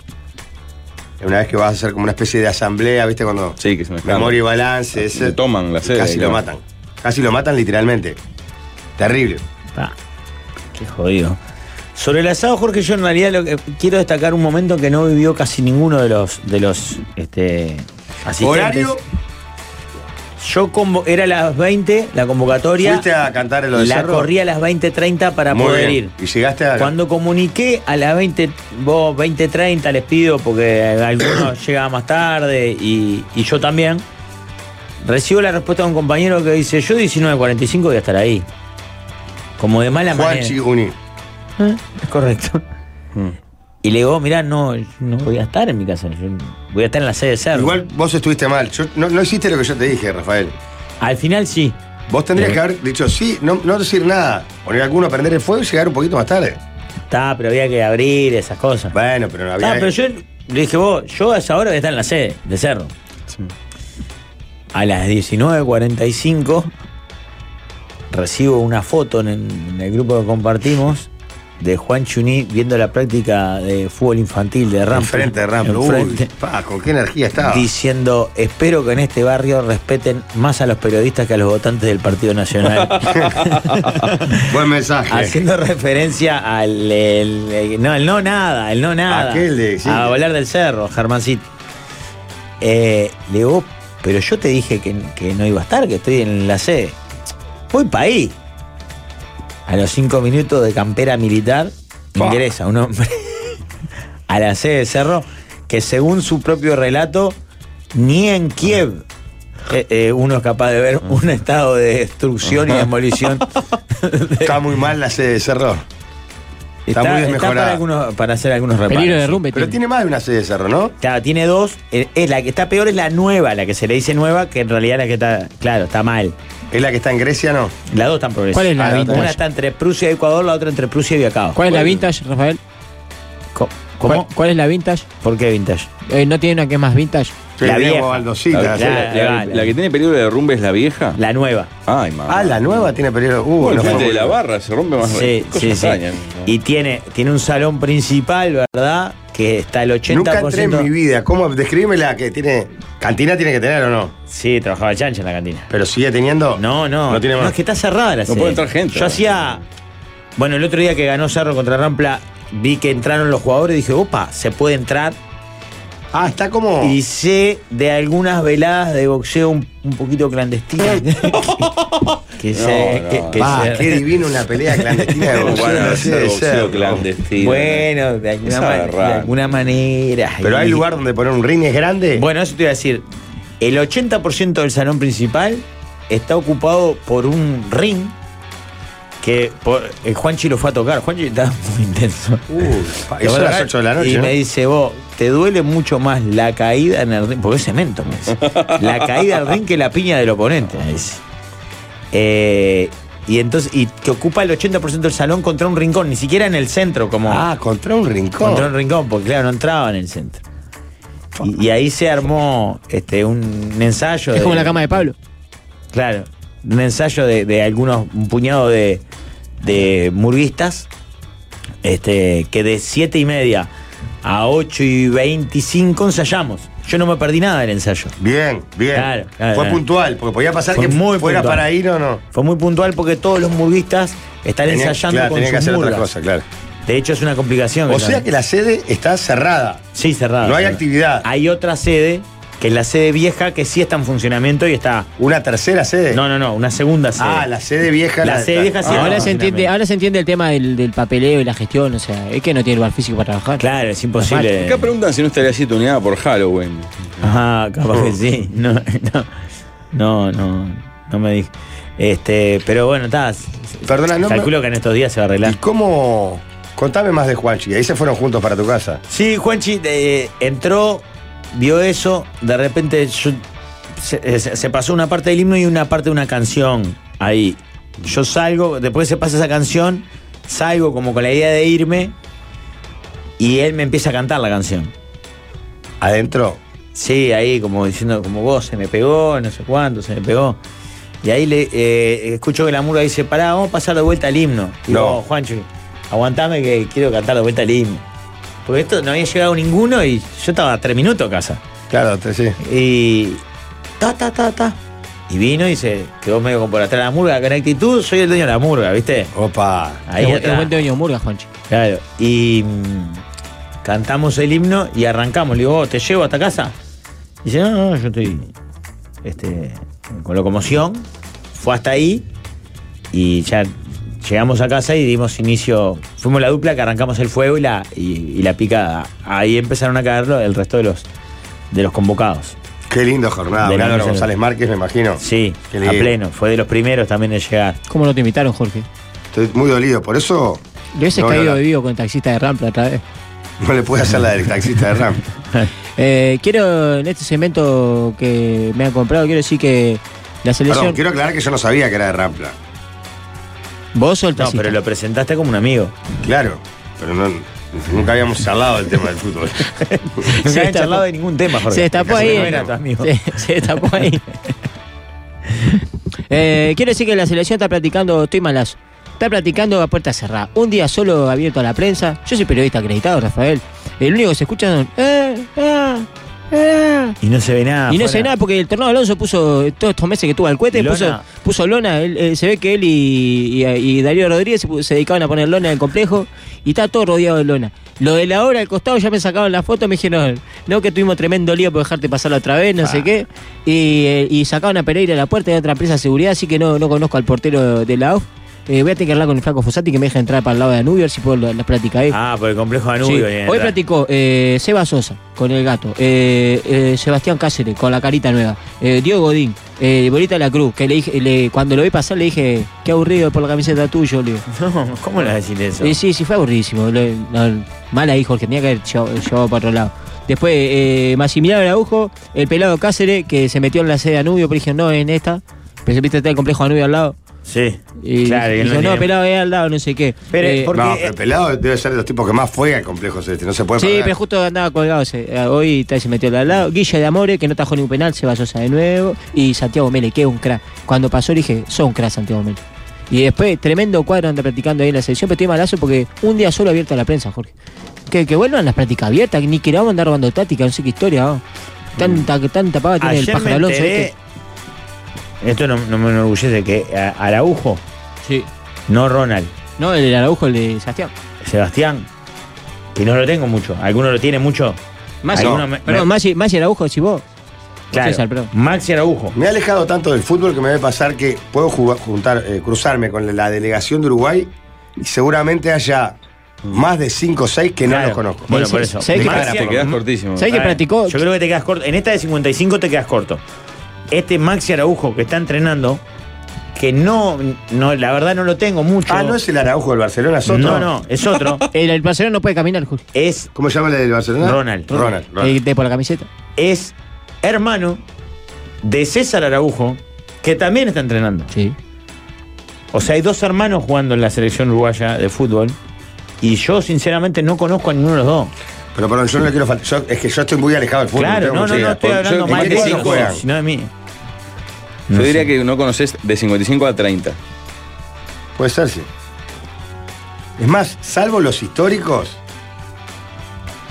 en Una vez que vas a hacer como una especie de asamblea, ¿viste? Cuando.
Sí, que es una
Memoria y balance.
Le
ese-
toman la
y
sede,
Casi
claro.
lo matan. Casi lo matan literalmente. Terrible.
Pa, qué jodido. Sobre el asado, Jorge, yo en realidad lo que- quiero destacar un momento que no vivió casi ninguno de los, de los este, asistentes.
Horario,
Yo convo- era a las 20 la convocatoria.
fuiste a cantar en lo de
la
Cerro?
corrí a las 20.30 para
Muy
poder
bien.
ir.
Y llegaste a.
Cuando comuniqué a las 20, vos 20.30 les pido porque algunos llegaban más tarde y, y yo también, recibo la respuesta de un compañero que dice, yo 19.45 voy a estar ahí. Como de mala
Juan
manera.
Chiguni.
¿Eh? Es correcto. Y le digo, "Oh, mirá, no, yo no voy a estar en mi casa, yo voy a estar en la sede de Cerro.
Igual vos estuviste mal. Yo- no, no hiciste lo que yo te dije, Rafael.
Al final sí. Eh.
Vos tendrías
Sí.
que haber dicho sí, no, no decir nada. Poner alguno a prender el fuego y llegar un poquito más tarde.
Está, pero había que abrir esas cosas.
Bueno, pero no había.
Ah, pero yo le dije vos, yo a esa hora voy a estar en la sede de Cerro. A las 19.45 recibo una foto en, en el grupo que compartimos de Juan Chuní viendo la práctica de fútbol infantil de Rampo.
Enfrente de Rampo. Uy,
Enfrente,
pa, Ah, con qué energía estaba.
diciendo, espero que en este barrio respeten más a los periodistas que a los votantes del Partido Nacional.
Buen mensaje.
Haciendo referencia al el- el- no, el no nada, el no nada.
Aquel de- sí.
A volar del cerro, Germancito. Eh, le digo, pero yo te dije que, que no iba a estar, que estoy en la sede. Voy para ahí. A los cinco minutos de campera militar, ingresa un hombre a la sede de cerro que según su propio relato, ni en Kiev. eh, eh, uno es capaz de
Mm.
ver un estado de destrucción y demolición
Está muy mal la sede de Cerro. Está muy desmejorada.
para, algunos- para hacer algunos reparos.
Peligro de
sí.
derrumbe.
Pero
tiene.
tiene más de una sede de Cerro, ¿no?
Claro, tiene dos. Eh, Es la que está peor es la nueva, la que se le dice nueva, que en realidad la que está, claro, está mal.
Es la que está en Grecia, ¿no? Ah,
Las dos están progresando.
¿Cuál es la vintage?
Una está entre Prusia y Ecuador, la otra entre Prusia y Biacao.
¿Cuál es la vintage, Rafael?
Co-
¿Cuál,
¿Cómo?
cuál es la vintage?
¿Por qué vintage?
Eh, ¿No tiene una que es más vintage?
La
Diego
vieja.
Baldosita,
La,
sí.
la-
la- la que tiene peligro de derrumbe es la vieja.
La nueva.
Ay, mamá.
Ah, la nueva tiene peligro. Uh,
Uy, el
no fue
frente de
muy
la
bueno.
barra se rompe más.
Sí,
cosas
sí, sí.
extrañas.
Y tiene, tiene un salón principal, ¿verdad? Que está el 80%.
Nunca entré en mi vida. ¿Cómo? Describime la que tiene. Cantina tiene que tener o no.
Sí, trabajaba el chancha en la cantina.
Pero sigue teniendo.
No, no.
No tiene más.
es que está cerrada la
No puede entrar gente.
Yo hacía. Bueno, el otro día que ganó Cerro contra Rampla, vi que entraron los jugadores y dije, opa, se puede entrar.
Ah, está como.
Y sé de algunas veladas de boxeo un, un poquito clandestinas. que se.
No,
que-
no.
que
Ah,
se-
qué divino una pelea clandestina de
Pero
boxeo.
bueno,
en la
hacer
sede de
boxeo
Cerro.
clandestino.
bueno, de
Es
alguna, man- de
aberrante.
alguna manera.
Pero hay
Y-
lugar donde poner un ring es grande.
Bueno, eso te iba a decir. El 80% del salón principal está ocupado por un ring que por, el Juanchi lo fue a tocar. Juanchi está muy intenso.
Uh, pa- y son las 8 de la noche.
Y
¿no?
me dice, vos, te duele mucho más la caída en el ring, porque es cemento, me dice. La caída al ring que la piña del oponente, me dice. Eh, Y entonces y que ocupa el 80% del salón contra un rincón, ni siquiera en el centro, como
Ah, contra un rincón.
contra un rincón, porque claro, no entraba en el centro. Y, y ahí se armó este un ensayo.
Es como
de-
la cama de Pablo.
Claro, un ensayo de, de algunos, un puñado de, de murguistas, este, que de 7 y media a 8 y 25 ensayamos. Yo no me perdí nada del ensayo.
Bien, bien.
Claro, claro,
Fue
claro.
puntual, porque podía pasar
Fue
que
muy
fuera
puntual.
para ir o no.
Fue muy puntual porque todos los murguistas están
Tenía-
ensayando
claro,
con
tenía que
sus
hacer otra
murgas.
cosa, claro.
De hecho, es una complicación.
O
que
sea
no-
que la sede está cerrada.
Sí, cerrada.
No hay
cerrada.
actividad.
Hay otra sede, que es la sede vieja, que sí está en funcionamiento y está...
¿Una tercera sede?
No, no, no, una segunda sede.
Ah, la sede vieja.
La sede vieja sí,
Ah,
ahora,
no,
se entiende,
finalmente.
ahora se entiende el tema del, del papeleo y la gestión, o sea, es que no tiene lugar físico para trabajar.
Claro, es imposible.
Acá preguntan si no estaría así tuneada por Halloween. Oh.
Ajá, capaz que sí. No, no, no, no, no me dije. Este, pero bueno, está.
Perdona, no.
Calculo que en estos días se va a
me- ¿Y
arreglar.
cómo? Oh, Contame más de Juanchi. Ahí se fueron juntos para tu casa.
Sí, Juanchi eh, entró, vio eso, de repente yo- se, eh, se- se pasó una parte del himno y una parte de una canción ahí. Yo salgo, después se pasa esa canción, salgo como con la idea de irme y él me empieza a cantar la canción.
Adentro.
Sí, ahí como diciendo, como vos, se me pegó, no sé cuánto, se me pegó. Y ahí le eh, escucho que la murga dice, pará, vamos a pasar de vuelta al himno. Y
No.
no, Juancho, aguantame que quiero cantar de vuelta al himno. Porque esto no había llegado ninguno y yo estaba a tres minutos a casa.
Claro, te- sí.
Y. Ta, ta, ta, ta. Y vino y se quedó medio como por atrás de la murga, con actitud, soy el dueño de la murga, ¿viste?
Opa.
Ahí
es, bu-
atrás.
es buen dueño de Murga, Juanchi.
Claro, y mm, cantamos el himno y arrancamos. Le digo, "Oh, ¿te llevo hasta casa? Y dice, no, no, yo estoy este, con locomoción. Fue hasta ahí y ya llegamos a casa y dimos inicio. Fuimos la dupla que arrancamos el fuego y la, y, y la picada. Ahí empezaron a caerlo el resto de los, de los convocados.
Qué linda jornada.
De
Un
la
Álvaro
mesa.
González Márquez, me imagino.
Sí,
Qué
a
lindo.
pleno. Fue de los primeros también en llegar.
¿Cómo no te invitaron, Jorge?
Estoy muy dolido. Por eso
Lo hubieses
No, no,
caído
no.
de vivo con taxista de Rampla otra vez.
no le puede hacer la del taxista de Ram.
Eh, quiero, en este segmento que me han comprado, quiero decir que la
Perdón,
selección.
quiero aclarar que yo no sabía que era de Rampla.
Vos o el
No,
taxista.
pero lo presentaste como un amigo.
Claro, pero no- nunca habíamos charlado del tema del fútbol.
No
Se
habían
destapó.
charlado de ningún tema, Jorge.
se destapó
casi
ahí.
no
eh.
era tu amigo.
Se, se destapó ahí. Eh, quiero decir que la selección está practicando, estoy malazo. Está practicando a puerta cerrada. Un día solo abierto a la prensa. Yo soy periodista acreditado, Rafael. El único que se escucha son. "Eh, ah,
eh.
ah".
Y no se ve nada.
y no
fuera.
sé nada porque el tornado Alonso puso eh, todos estos meses que tuvo al cohete,
¿Lona?
puso, puso lona. Él, eh, se ve que él y, y- y Darío Rodríguez se, pu- se dedicaban a poner lona en el complejo y está todo rodeado de lona. Lo de la obra al costado ya me sacaban la foto, me dijeron, no, que tuvimos tremendo lío por dejarte pasar otra vez, no
Ah.
sé qué. Y, eh, y sacaban a Pereira a la puerta de otra empresa de seguridad, así que no, no conozco al portero de la OF. Eh, voy a tener que hablar con el flaco Fosati que me deja entrar para el lado de Danubio, a ver si puedo la, la práctica ahí.
Ah, por el complejo
Sí.
Danubio. viene
Hoy
atrás.
platicó eh, Seba Sosa con el gato, eh, eh, Sebastián Cáceres con la carita nueva, eh, Diego Godín, eh, Bolita de la Cruz, que le dije, le- cuando lo vi pasar le dije, qué aburrido por la camiseta tuyo, le digo.
No, ¿cómo le vas a decir eso?
Eh, sí, sí, fue aburridísimo. le- no, mal ahí, Jorge, tenía que haber llevado, llevado para otro lado. Después, eh, Maximiliano Araujo, el pelado Cáceres, que se metió en la sede de Anubio, pero dije, no, en esta. Pero viste, está el complejo Anubio al lado.
sí.
Y
claro, y él
dijo,
no
no,
tiene-
pelado, es al lado, no sé qué.
Pero,
Eh,
¿por Porque-
no, pero Pelado debe ser de los tipos que más fue al complejo celeste. No se puede
Sí,
perder.
pero justo andaba colgado. ese. Eh, Hoy tal, se metió al lado. Guilla de Amore, que no tajó ningún penal, se va a Sosa de nuevo. Y Santiago Mele, que es un crack. Cuando pasó le dije, sos un crack, Santiago Mele. Y después, tremendo cuadro anda practicando ahí en la selección, pero estoy malazo porque un día solo abierto a la prensa, Jorge. Que, que vuelvan las prácticas abiertas, que ni queramos andar robando táctica, no sé qué historia. vamos. Tanta, que tanta pava tiene el
Mm. Ayer me
pájaro Alonso.
enteré, esto no, no me enorgullece, que a- Araujo,
Sí.
no Ronald,
No, el, Araujo, el de Santiago.
Sebastián, que no lo tengo mucho. Alguno lo tiene mucho.
Más
Alguno me-
Perdón,
me-
Masi, Masi Araujo, si vos.
Claro,
César, perdón.
Maxi Araujo.
Me he alejado tanto del fútbol que me debe pasar que puedo jugar- juntar, eh, cruzarme con la delegación de Uruguay y seguramente haya más de 5 o 6 que no
Claro.
los conozco.
Bueno,
Sí,
por
sí,
eso.
sí, hay que
Maxi
parar,
Te
Araujo.
quedás cortísimo.
¿Sabés que
Ah,
practicó?
Yo creo que te quedas corto. En esta de 55 te quedas corto. Este Maxi Araujo que está entrenando, que no, no la verdad no lo tengo mucho.
Ah, ¿no es el Araujo del Barcelona? ¿Es otro?
No, no, es otro.
El, el Barcelona no puede caminar, Julio.
es,
¿Cómo se llama el del Barcelona?
Ronald.
Ronald. Ronald.
Eh, de por la camiseta.
es hermano de César Araujo, que también está entrenando.
Sí.
O sea, hay dos hermanos jugando en la selección uruguaya de fútbol y yo sinceramente no conozco a ninguno de los dos.
Pero perdón, yo no le quiero faltar. yo- es que yo estoy muy alejado del fútbol.
claro, no,
tengo
no,
mucha
no
idea.
estoy
Yo-
hablando
¿en
mal
qué
de
equipo
ellos,
juegan?
sino de mí.
Yo
No
diría
sé.
que no conoces de 55 a 30.
Puede ser, sí. Es más, salvo los históricos,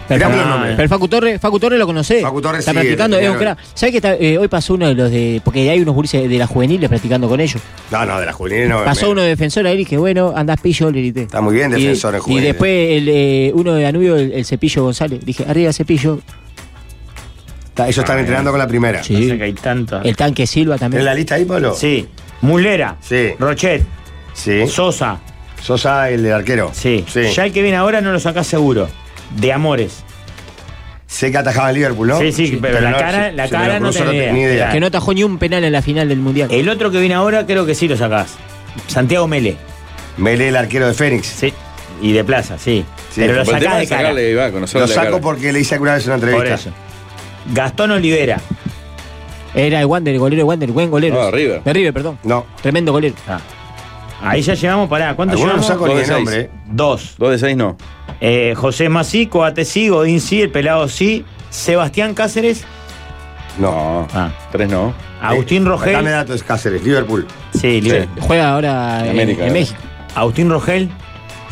Mirá los nombres.
Pero el Facu Torres, Facu Torres lo conocés.
Facu Torres
está
sí,
practicando.
el
Es un
italiano.
crack. ¿Sabés que está- eh, hoy pasó uno de los de. Porque hay unos gurises de las juveniles practicando con ellos.
No, no, de la juvenil no.
Pasó
me-
uno de defensor ahí y dije, bueno, andás pillo, le grité.
Está muy bien defensor
y,
en juvenil.
Y después el, eh, uno de Danubio, el, el Cepillo González. Dije, arriba Cepillo.
Está- ellos están entrenando con la primera.
Sí.
Ah, eh. No sé que hay tantos.
El tanque Silva
¿Tenés
también.
la lista ahí, Pablo?
Sí. Mulera.
Sí.
Rochet.
Sí.
Sosa.
Sosa, el del arquero.
Sí.
sí.
Ya el que viene ahora no lo sacás seguro. De amores.
Sé que atajaba en Liverpool, ¿no?
Sí, sí, pero la cara- la cara
pero
no
Cruzó
tenía
ni
idea.
idea.
Que no atajó ni un penal en la final del mundial.
El otro que viene ahora creo que sí lo sacás. Santiago Mele.
Mele, el arquero de Fénix.
Sí. Y de plaza, sí.
Sí,
Pero lo
Por el
sacás
tema
de
de
cara.
sacarle, va, conocerle
Lo
de
saco
cara.
porque le hice alguna vez una
Por
entrevista.
eso. Gastón Olivera.
Era el Wander, el golero de Wander, buen golero.
No, River.
De River, perdón.
No.
Tremendo golero.
Ah. Ahí ya llegamos, pará. ¿Cuánto
Algunos no
llevamos?
saco
Dos
ni
de
el
seis.
nombre. eh.
Dos.
Dos de seis no.
Eh, José Masí, Coate sí, Godín sí, el pelado sí. Sebastián Cáceres.
No.
Ah.
Tres no.
Agustín
Eh,
Rogel.
Dame datos, Cáceres, Liverpool.
Sí, Libre.
Juega ahora en,
América,
en
¿verdad?
¿eh?
México.
Agustín Rogel.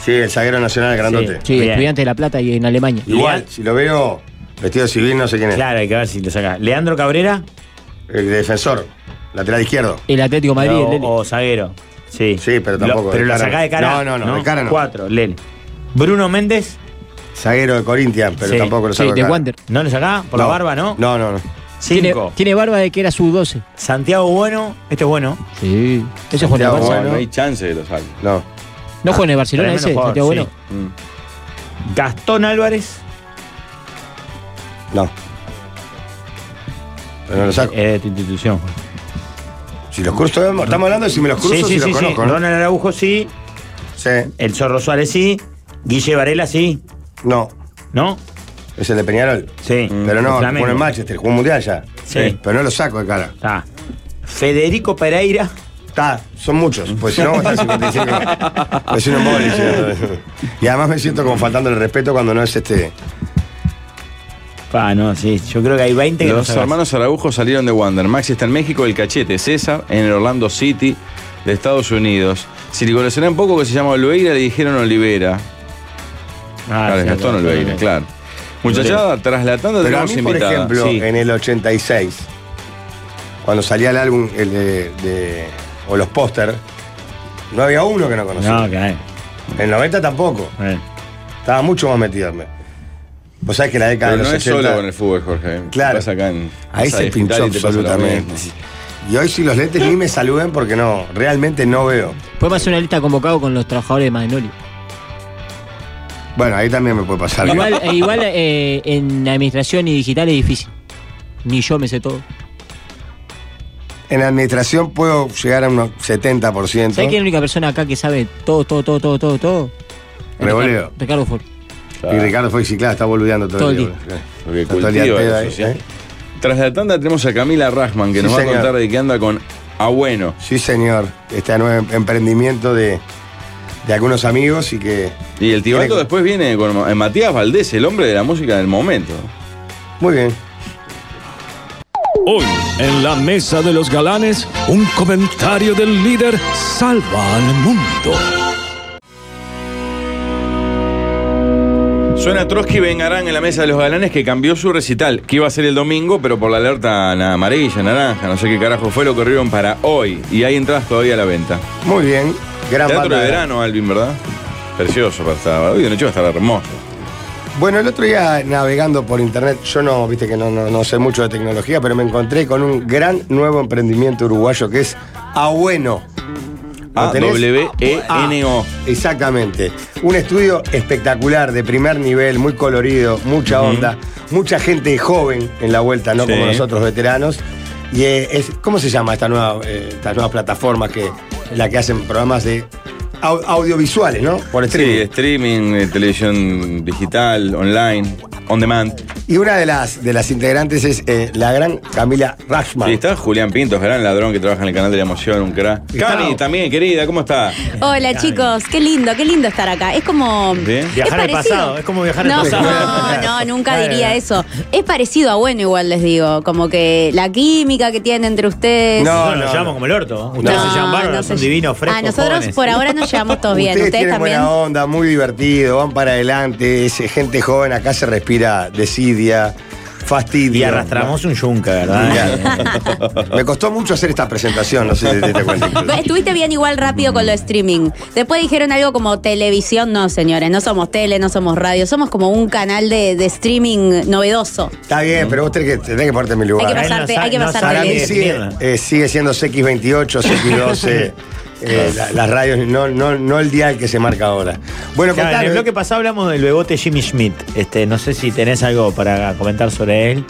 Sí, el zaguero nacional grandote.
Sí,
Bien.
estudiante de La Plata y en Alemania.
Igual,
Leal.
si lo veo vestido civil, no sé quién es.
Claro, hay que ver si lo saca. Leandro Cabrera.
El defensor, lateral izquierdo.
El Atlético de Madrid,
o,
el Lele.
o zaguero. Sí.
Sí, pero
Lo-
tampoco,
pero
de
la
cara
saca de cara.
no. No, no, de cara no.
Cuatro, Lele. Bruno Méndez.
Zaguero de Corinthians, pero
Sí,
tampoco lo
Sí,
saco.
de
acá.
Wander.
No lo saca por la
No.
barba, ¿no?
No, no, no.
Tiene,
Cinco.
tiene barba de que era su 12.
Santiago Bueno. Este es bueno.
Sí. Ese juega en el
Santiago,
Barça.
No,
Bueno.
no hay Mm. chance de lo saco.
No.
No juega en el Barcelona
Ah, Tremendo
ese,
jugador,
Santiago
sí.
Bueno.
Gastón Álvarez.
No. Pero no lo saco.
eh, de tu institución.
Si los cursos estamos hablando de si me los cruzo,
sí, sí,
si
sí,
los
sí.
conozco, ¿no?
Ronald Araujo sí.
Sí.
El Zorro Suárez sí. Guille Varela sí.
No.
¿No?
Es el de Peñarol.
Sí.
Pero no,
Flamengo.
pone en Manchester, jugó un mundial ya.
Sí.
Pero no lo saco de Pues, cara.
Está. Federico Pereira.
Está, son muchos. Pues si no, vamos a estar 55. es un embole, si no. Y además me siento como faltando el respeto cuando no es este.
Pa, no, sí. Yo creo que hay 20 que no
Los
sacas.
hermanos Araujo salieron de Wander. Maxi está en México, el cachete. César en el Orlando City de Estados Unidos. Si le conocerán un poco que se llama Oliveira, le dijeron Olivera.
Ah,
Claro,
sí,
es Gastón
Gastón
Olveira,
Olveira.
claro. Muchachada, tras la tanda
Pero a
tenemos
mí, por
invitada.
ejemplo,
Sí.
en este el 86, cuando salía el álbum el de, de- o los póster, no había uno que no conocía.
No, que
En el 90 tampoco.
eh.
Estaba mucho más metido. Vos sabés que la década
Pero
de
no
los
es
80.
solo con el fútbol, Jorge.
Claro.
Vas acá en-
Ahí
vas a
se pinchó
digital y te pasa lo
absolutamente.
mismo.
Y hoy si los lentes ni me saludan porque no, realmente no veo.
Podemos hacer una lista convocado con los trabajadores de Magnoli.
Bueno, ahí también me puede pasar.
Igual, eh, igual eh, en administración y digital es difícil. Ni yo me sé todo.
En administración puedo llegar a unos 70%.
¿Sabés quién es la única persona acá que sabe todo, todo, todo, todo, todo, todo?
Reboleo.
Ricardo- Ricardo Ford.
Y Ricardo fue ciclado, está boludeando todo,
Todo
el
el
día.
día.
boludo.
Lo que
Está todo el día
cultiva
al
la
pedo ahí,
sociedad.
¿eh?
Tras la tanda tenemos a Camila Rasman, que
Sí,
nos va a
señor.
contar de qué anda con Abueno.
Sí, señor. Este nuevo emprendimiento de, de algunos amigos y que.
Y el tibato
Tiene-
después viene con Ma- eh, Matías Valdés, el hombre de la música del momento.
Muy bien.
Hoy, en la mesa de los galanes, un comentario del líder salva al mundo.
Suena Trotsky Vengarán en la mesa de los galanes que cambió su recital, que iba a ser el domingo, pero por la alerta na- amarilla, naranja, no sé qué carajo fue, lo corrieron para hoy. Y hay entradas todavía a la venta.
Muy bien. Gran
Teatro
banda.
de verano, Alvin, ¿verdad? Precioso para estar. Hoy de noche va a estar hermoso.
Bueno, el otro día navegando por internet, yo no, viste que no, no- no sé mucho de tecnología, pero me encontré con un gran nuevo emprendimiento uruguayo que es Abueno. ¿Lo tenés? Ah,
A-W-E-N-O.
Exactamente. Un estudio espectacular, de primer nivel, muy colorido, mucha onda, mucha gente joven en la vuelta, no
Sí.
como nosotros veteranos. Y eh, es, ¿cómo se llama esta nueva, eh, estas nuevas plataformas que la que hacen programas de au- audiovisuales, ¿no? Por
Sí,
streaming.
streaming, eh, televisión digital, online, on demand.
Y una de las, de las integrantes es eh, la gran Camila Rashman.
Sí, está Julián Pintos, gran ladrón que trabaja en el canal de la emoción, un crack. Cami, también, querida, ¿cómo está?
Hola chicos, qué lindo, qué lindo estar acá. Es como.
Bien.
es
Viajar al
parecido.
pasado, es como viajar al
no,
pasado.
No, no, nunca
Bueno.
diría eso. Es parecido a bueno, igual les digo. Como que la química que tienen entre ustedes.
No,
Nosotros nos
no,
llevamos
no.
como el orto. Ustedes
No,
se llaman bárbaros,
no
son
sé.
divinos, frescos.
A nosotros
jóvenes.
por ahora nos llevamos todos bien. Ustedes,
tienen
también.
buena onda, muy divertido, van para adelante, es gente joven, acá se respira desidia, fastidio.
Y arrastramos un yunca, ¿verdad?
Ya. Me costó mucho hacer esta presentación, no sé si te diste cuenta. incluso.
Estuviste bien igual rápido con lo streaming. Después dijeron algo como televisión. No, señores, no somos tele, no somos radio. Somos como un canal de, de streaming novedoso.
Está bien, pero vos tenés que, tenés que ponerte en mi lugar.
Hay que
Ahí no
pasarte,
sa-
hay que
no
pasarte
Para
sabe
bien.
mí
Bien,
sigue,
bien.
eh, sigue siendo CX28, CX12, eh, la- las radios, no, no, no el dial que se marca ahora. Bueno,
Claro, en el
contame.
bloque pasado hablamos del bebote Jimmy Schmidt. Este, no sé si tenés algo para comentar sobre él.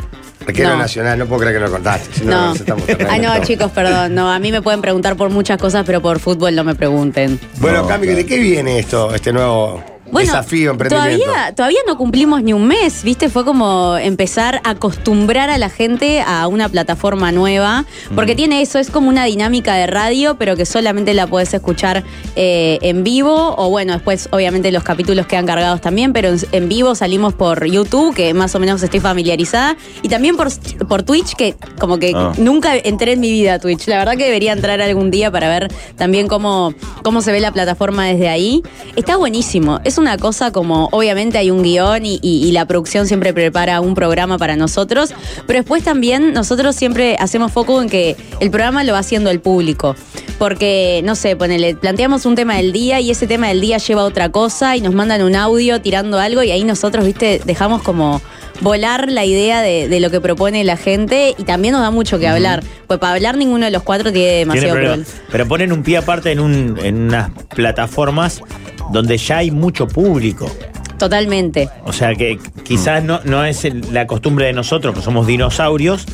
Arquero
No.
nacional, no puedo creer que lo contaste. si no,
No.
nos estamos tardando.
Ay, no, chicos, perdón. No, a mí me pueden preguntar por muchas cosas, pero por fútbol no me pregunten.
Bueno,
No,
Cami, ¿de qué viene esto, este nuevo
Bueno,
desafío, emprendimiento?
Todavía, todavía no cumplimos ni un mes, ¿viste? Fue como empezar a acostumbrar a la gente a una plataforma nueva,
Mm.
porque tiene eso, es como una dinámica de radio, pero que solamente la puedes escuchar eh, en vivo, o bueno, después obviamente los capítulos quedan cargados también, pero en, en vivo salimos por YouTube, que más o menos estoy familiarizada, y también por, por Twitch, que como que
Ah.
nunca entré en mi vida a Twitch. La verdad que debería entrar algún día para ver también cómo, cómo se ve la plataforma desde ahí. Está buenísimo. Es una cosa como, obviamente hay un guión y, y- y la producción siempre prepara un programa para nosotros, pero después también nosotros siempre hacemos foco en que el programa lo va haciendo el público. Porque, no sé, ponele, planteamos un tema del día y ese tema del día lleva a otra cosa y nos mandan un audio tirando algo y ahí nosotros, viste, dejamos como volar la idea de, de lo que propone la gente y también nos da mucho que hablar. Pues para hablar ninguno de los cuatro tiene
Tiene
demasiado
problema.
problema.
Pero ponen un pie aparte en, un, en unas plataformas donde ya hay mucho público.
Totalmente.
O sea que quizás no, no es el- la costumbre de nosotros, que somos dinosaurios,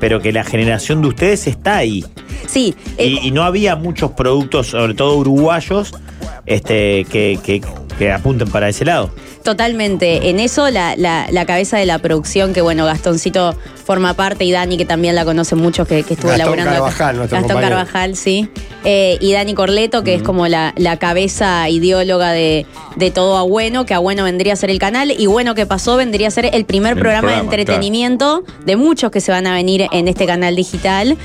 pero que la generación de ustedes está ahí.
Sí, eh,
Y, y no había muchos productos, sobre todo uruguayos, este, que, que- que apunten para ese lado.
totalmente. En eso la, la- la cabeza de la producción, que bueno, Gastoncito forma parte y Dani, que también la conocen muchos, que, que estuvo
Gastón
elaborando.
Carvajal, nuestro
Gastón
compañero.
Carvajal, sí. Eh, y Dani Corleto, que es como la, la cabeza ideóloga de, de todo a bueno, que a bueno vendría a ser el canal y bueno que pasó vendría a ser el primer
El
programa, de
programa, claro.
entretenimiento. entretenimiento de muchos que se van a venir en este canal digital.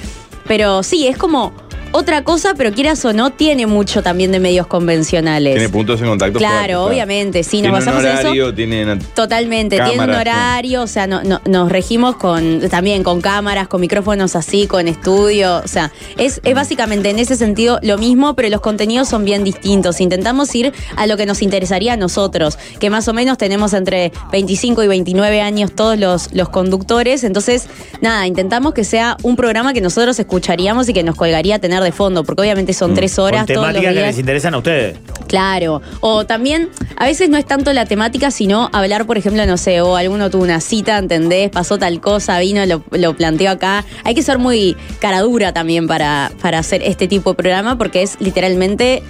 Pero sí, es como otra cosa, pero quieras o no, tiene mucho también de medios convencionales.
Tiene puntos en contacto.
Claro,
fuertes,
obviamente, sí, nos
Tiene
basamos
un
en eso.
horario, Tiene una-
Totalmente, tiene
Cámaras,
un
¿no?
horario, o sea, no, no- nos regimos con también con cámaras, con micrófonos así, con estudio, o sea, es, es básicamente en ese sentido lo mismo, pero los contenidos son bien distintos. Intentamos ir a lo que nos interesaría a nosotros, que más o menos tenemos entre 25 y 29 años todos los, los conductores, entonces, nada, intentamos que sea un programa que nosotros escucharíamos y que nos colgaría tener de fondo, porque obviamente son tres horas
Con
todos los
temáticas que
días.
les interesan a ustedes.
Claro, o también a veces no es tanto la temática, sino hablar, por ejemplo, no sé, o alguno tuvo una cita, ¿entendés? Pasó tal cosa, vino, lo, lo planteó acá. Hay que ser muy caradura también para, para hacer este tipo de programa, porque es literalmente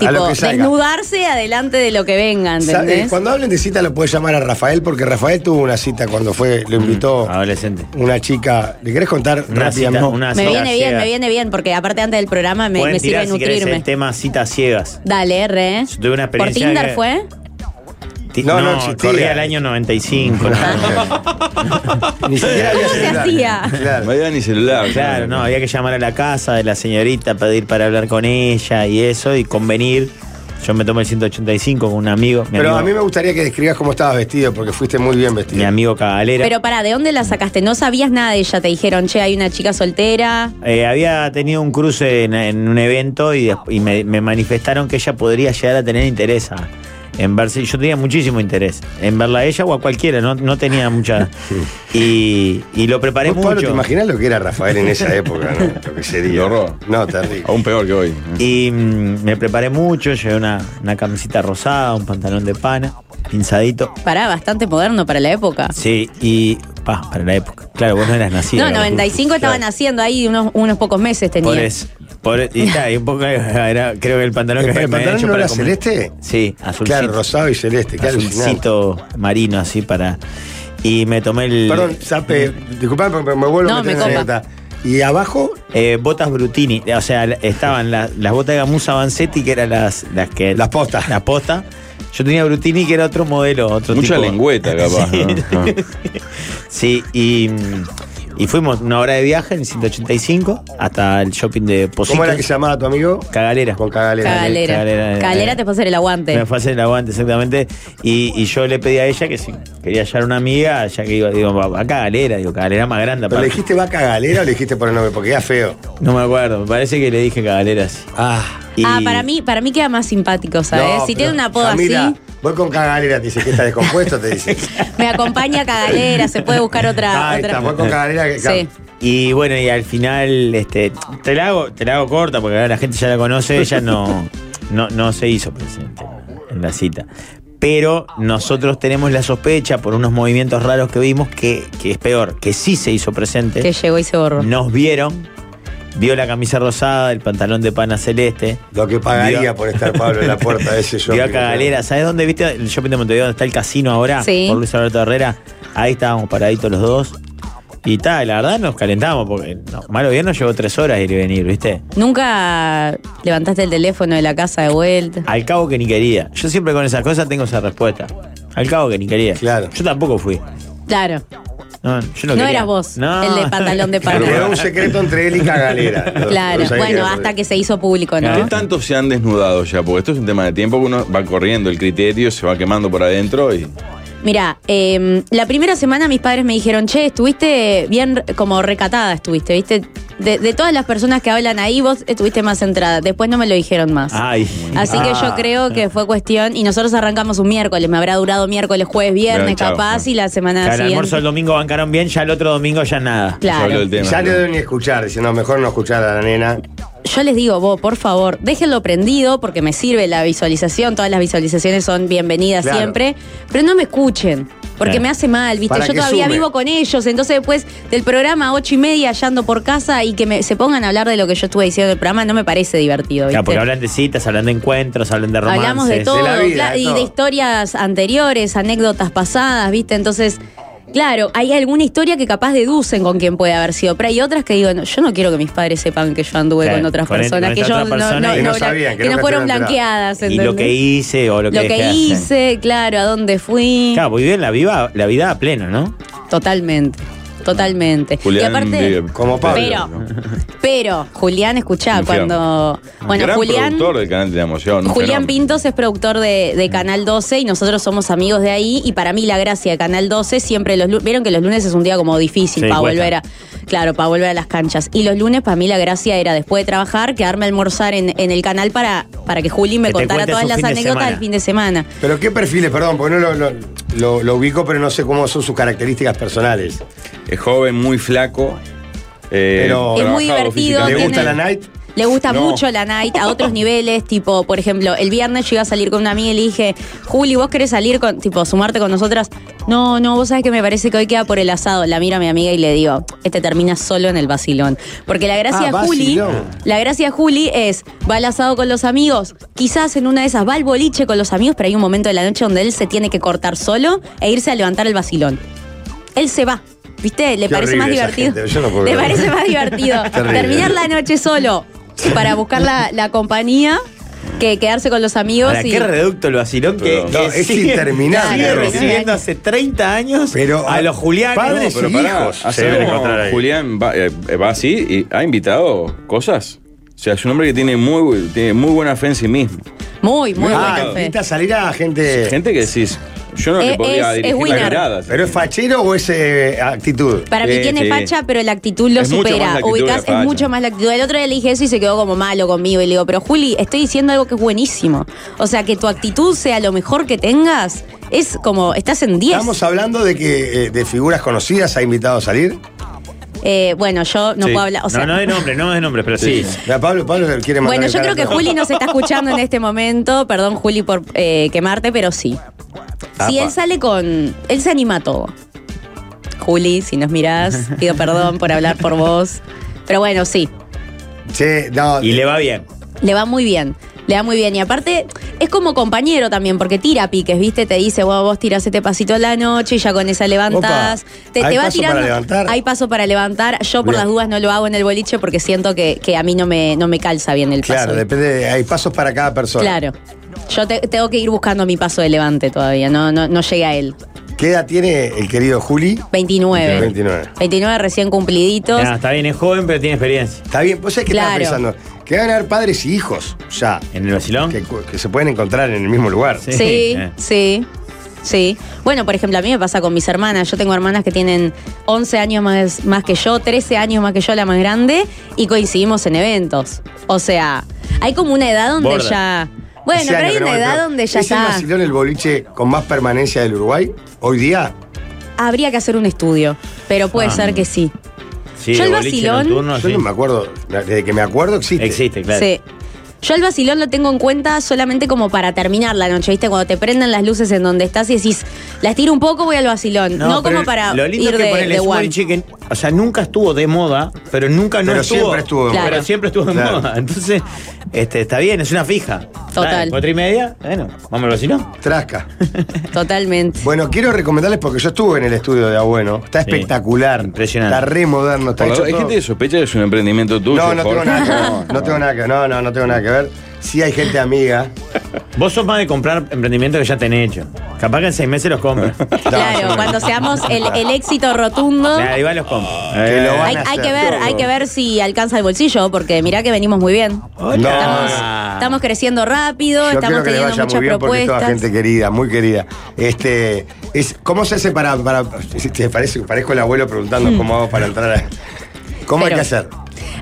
A lo
tipo
que salga.
desnudarse adelante de lo que venga,
Sa- eh,
¿entendés?
Cuando hablen de cita lo puedes llamar a Rafael, porque Rafael tuvo una cita cuando fue, lo invitó
Mm, Adolescente.
una chica. ¿Le querés contar
Una
rápidamente?
cita, una
me
cita
viene bien,
ciega.
me viene bien, porque aparte antes del programa me,
Pueden
me sirve
tirar, si querés,
nutrirme.
el tema citas ciegas.
Dale, re.
Yo tuve una
¿Por
experiencia
Tinder
que-
fue?
Ti-
No,
No,
no
no,
existía.
corría el año 95. ¿no?
Ni siquiera había
¿Cómo se
celular.
hacía?
Claro.
No había ni celular.
Claro, no, había que llamar a la casa de la señorita, pedir para hablar con ella y eso, y convenir. Yo me tomé el 185 con un amigo, mi,
Pero
amigo,
a mí me gustaría que describas cómo estabas vestido, porque fuiste muy bien vestido.
mi amigo Cabalera.
Pero pará, ¿de dónde la sacaste? No sabías nada de ella, te dijeron, che, hay una chica soltera.
Eh, había tenido un cruce en, en un evento y, des- y me, me manifestaron que ella podría llegar a tener interés a- en verse. Yo tenía muchísimo interés en verla a ella o a cualquiera, no, no tenía mucha. Y, y lo preparé
¿Vos, Pablo, ¿te
mucho.
imaginas lo que era Rafael en esa época? ¿no? Lo que
Qué
sería.
horror.
No, terrible.
Aún peor que hoy.
Y mm, me preparé mucho, llevé una, una camiseta rosada, un pantalón de pana, pinzadito.
Pará, bastante moderno para la época.
Sí, y. Pa, para la época. Claro, vos no eras nacido.
no, 95 estaban haciendo ahí unos, unos pocos meses tenía.
Por eso. Por, y está, y un poco era, creo que el pantalón
¿El
que me
pantalón
había hecho
no
para
era
comer-
celeste?
Sí, azulcito.
Claro, rosado y celeste. Qué alucinante.
azulcito marino así para. y me tomé el.
Perdón, Sape, disculpame, pero me vuelvo
No,
a meter
me
en la
copa.
anécdota. Y abajo,
eh, botas Brutini, o sea, la- estaban la- las botas de Gamusa Vanzetti, que eran las, las que.
las postas.
La posta. Yo tenía Brutini, que era otro modelo, otro
Mucha
tipo.
lengüeta, capaz.
Sí.
¿no? Ah.
Sí, y, y fuimos una hora de viaje en 185 hasta el shopping de Positos.
¿Cómo era que se llamaba tu amigo?
Cagalera.
Con cagalera.
Cagalera.
Cagalera. eh,
Cagalera, te puede hacer el aguante.
Me fue a hacer el aguante, exactamente. Y, y yo le pedí a ella que si quería hallar una amiga, ya que iba, digo, va a Cagalera, digo, Cagalera más grande.
¿Pero le
aparte.
dijiste va cagalera o le dijiste por el nombre? Porque era feo.
No me acuerdo, me parece que le dije Cagalera. sí.
Ah.
Y-
Ah, para mí, para mí queda más simpático, ¿sabes? si tiene un apodo así,
Mira, voy con cagalera, te dice que está descompuesto, te dice.
me acompaña a Cagalera, se puede buscar otra.
Ah,
otra-
está, voy con cagalera. que-
Sí.
Y bueno, y al final, este, te la hago, te la hago corta, porque ahora la gente ya la conoce, ella no, no, no se hizo presente en la cita. Pero nosotros tenemos la sospecha por unos movimientos raros que vimos que, que es peor, que sí se hizo presente.
Que llegó y se borró.
Nos vieron, vio la camisa rosada, el pantalón de pana celeste.
Lo que pagaría
Diga-
por estar Pablo en la puerta de ese show.
Vio a Cagalera, ¿sabes dónde viste el shopping de Montevideo donde está el casino ahora?
Sí.
Por Luis Alberto Herrera. Ahí estábamos paraditos los dos. Y tal, la verdad nos calentamos porque no, malo bien nos llevó tres horas ir y venir, ¿viste?
Nunca levantaste el teléfono de la casa de vuelta.
Al cabo que ni quería. Yo siempre con esas cosas tengo esa respuesta. Al cabo que ni quería.
Claro.
Yo tampoco fui.
Claro.
No, yo no
No,
quería.
eras vos,
No.
el de pantalón de pana.
Pero era un secreto entre él y cagalera. No-
Claro.
no sabía
bueno,
era por
hasta
él.
que se hizo público,
¿Qué
¿no?
tanto se han desnudado ya? Porque esto es un tema de tiempo que uno va corriendo el criterio, se va quemando por adentro y.
Mira, eh, la primera semana mis padres me dijeron, che, estuviste bien re- como recatada, estuviste, ¿viste? De, de todas las personas que hablan ahí, vos estuviste más centrada. Después no me lo dijeron más.
Ah.
Ay.
Así que yo creo que fue cuestión, y nosotros arrancamos un miércoles, me habrá durado miércoles, jueves, viernes,
Bien, chao.
capaz, y la
O
semana
sea, el
siguiente.
almuerzo el domingo bancaron bien, ya el otro domingo ya nada.
se habló
Claro.
del tema.
Ya no deben ni escuchar, dice, no, mejor no escuchar a la nena.
Yo les digo, vos, por favor, déjenlo prendido porque me sirve la visualización, todas las visualizaciones son bienvenidas
Claro.
siempre, pero no me escuchen. Porque
Claro.
me hace mal, ¿viste?
Para
Yo
que
todavía
sume.
vivo con ellos, entonces después del programa ocho y media ya ando por casa y que me, se pongan a hablar de lo que yo estuve diciendo del programa no me parece divertido, ¿viste?
Claro, porque hablan de citas, hablan de encuentros, hablan de romances.
Hablamos de todo,
la vida,
cla-
de
y
todo.
de historias anteriores, anécdotas pasadas, ¿viste? Entonces, claro, hay alguna historia que capaz deducen con quién puede haber sido, pero hay otras que digo, no, yo no quiero que mis padres sepan que yo anduve
Claro,
con otras
con el-
personas,
con
que
esta
yo
otra persona y-
Que no sabían, que
que no
nunca
fueron
estuvieron
blanqueadas,
Y lo que
¿entendés?
hice o lo que
Lo que
dejé de hacer.
hice, claro, a dónde fui.
Claro, muy bien la, viva, la vida a pleno, ¿no?
Totalmente, totalmente.
Julián
y aparte,
de-
como Pablo.
Pedro,
Pero-
¿no?
pero, Julián, escuchá,
Confiamos.
cuando. Bueno,
Gran
Julián.
productor del canal de la emoción. un
Julián
fenómeno.
Pintos es productor de, de Canal 12 y nosotros somos amigos de ahí. Y para mí la gracia de Canal 12 siempre los lunes. Vieron que los lunes es un día como difícil
Sí,
para
cuesta.
volver a. Claro, para volver a las canchas. Y los lunes para mí la gracia era después de trabajar, quedarme a almorzar en, en el canal para, para que Juli me
Que te
contara
cuente
todas
su
las
fin de
anécdotas
semana.
del fin de semana.
Pero qué perfiles, perdón, porque no lo, lo, lo- lo ubico, pero no sé cómo son sus características personales.
Es joven, muy flaco. eh,
Pero- Es
muy
trabajado
divertido,
¿Le
físicamente.
gusta la
tiene-
night?
Le gusta
No.
mucho la night a otros niveles, tipo, por ejemplo, el viernes yo iba a salir con una amiga y le dije, Juli, ¿vos querés salir con, tipo, sumarte con nosotras? No, no, vos sabés que me parece que hoy queda por el asado. La miro a mi amiga y le digo, este termina solo en el vacilón. Porque la gracia
Ah,
de Juli,
vacilón.
la gracia de Juli es, va al asado con los amigos, quizás en una de esas va al boliche con los amigos, pero hay un momento de la noche donde él se tiene que cortar solo e irse a levantar el vacilón. Él se va. ¿Viste? Le
Qué
parece más
horrible esa
divertido.
gente, yo no puedo
Le
creer.
parece más divertido
Terrible.
terminar la noche solo para buscar la, la compañía que quedarse con los amigos
Ahora,
y
qué reducto el vacilón que,
Pero-
que
No, es
sigue-
interminable.
Sigue
Claro.
recibiendo hace 30 años
Pero
a los Julianos.
padres
Pero
y
pará,
hijos.
hace
se deben
como
encontrar ahí.
e Julián va, eh, va así y ha invitado cosas. O sea, es un hombre que tiene muy, bu- tiene muy buena fe en sí mismo.
muy, muy
Ah,
buena fe.
invita a salir a gente.
Gente que decís, yo no le
Es-
podría
es- es
dirigir la
winner.
mirada.
¿Pero es fachero o es eh, actitud?
Para mí
Sí,
tiene
sí.
facha, pero la actitud lo
Es mucho más la
supera.
actitud que la
Ubicás, es
facha.
mucho más la actitud. El otro día le dije eso y se quedó como malo conmigo. Y le digo, pero Juli, estoy diciendo algo que es buenísimo. O sea, que tu actitud sea lo mejor que tengas, es como, estás en 10.
Estamos hablando de que eh, de figuras conocidas ha invitado a salir.
Eh, bueno, yo no
Sí.
puedo hablar. O sea,
no, no de nombre, no de nombre, pero sí.
Mira, Pablo, Pablo quiere mandar
Bueno,
el
yo creo
carácter.
que Juli nos está escuchando en este momento. Perdón, Juli, por eh, quemarte, pero sí. Si él sale con. Él se anima a todo. Juli, si nos mirás, pido perdón por hablar por vos. Pero bueno, sí.
Che, no, eh,
Y le va bien.
Le va muy bien. Le va muy bien. Y aparte, es como compañero también, porque tira piques, ¿viste? Te dice, "Bueno, vos tirás este pasito a la noche y ya con esa levantás.
Opa,
te,
¿hay
te va
paso
tirando.
para levantar?
Hay paso para levantar. Yo por
Bien.
las dudas no lo hago en el boliche porque siento que, que a mí no me, no me calza bien el
Claro,
paso.
depende, hay pasos para cada persona.
Claro. Yo te- tengo que ir buscando mi paso de levante todavía, no, no, no llegué a él.
¿Qué edad tiene el querido Juli?
29.
29.
29 recién cumpliditos.
Nah, está bien, es joven, pero tiene experiencia.
Está bien, pues es que
Claro.
estaba pensando que van a haber padres y hijos ya,
¿En el vacilón?
que, cu- que se pueden encontrar en el mismo lugar.
Sí.
Sí,
eh.
sí, sí. Bueno, por ejemplo, a mí me pasa con mis hermanas. Yo tengo hermanas que tienen 11 años más, más que yo, 13 años más que yo, la más grande, y coincidimos en eventos. O sea, hay como una edad donde
Borda.
ya... Bueno,
Hace
pero
años
hay
que no
una
voy,
edad
pero
donde ya
¿Es el
está...
vacilón el boliche con más permanencia del Uruguay hoy día?
Habría que hacer un estudio, pero puede
Ah.
ser que sí.
Sí,
Yo el
boliche
vacilón-
nocturno,
Yo
sí.
no me acuerdo, desde que me acuerdo existe.
Existe, claro.
Sí. Yo el vacilón lo tengo en cuenta solamente como para terminar la noche, ¿viste? Cuando te prenden las luces en donde estás y decís, las tiro un poco, voy al vacilón. No,
pero
como para
lo lindo
ir
es que
de,
ponele,
de
es un
one.
boliche que, o sea, nunca estuvo de moda, pero nunca no
Pero
estuvo.
siempre estuvo de
moda.
Pero
Claro.
siempre estuvo de
Claro.
moda. Entonces, este, está bien, es una fija.
Total.
Dale, cuatro y media, bueno, vamos al vacilón.
Trasca.
Totalmente.
Bueno, quiero recomendarles porque yo estuve en el estudio de Abueno. Está
Sí.
espectacular.
Impresionante.
Está re moderno. Está
Por la-
hecho
hay
todo.
gente que sospecha que es un emprendimiento tuyo.
No, no tengo
Jorge.
nada que ver. No tengo nada que ver. No, no, no tengo nada que ver. Sí hay gente amiga.
Vos sos más de comprar emprendimientos que ya tenés hecho. Capaz que en seis meses los compras.
Claro, cuando seamos el, el éxito rotundo.
Nah, igual los compras.
Que lo van
Hay,
a
hay
hacer
que ver,
todo.
hay que ver si alcanza el bolsillo, porque mirá que venimos muy bien.
No.
Estamos,
Ah.
estamos creciendo rápido,
Yo
estamos
creo que le
teniendo
vaya
muchas
muy bien porque es toda
propuestas.
gente querida, muy querida. Este, es, ¿Cómo se hace para. para si te parece, parezco el abuelo preguntando cómo hago para entrar a. ¿Cómo hay
Pero-
que hacer?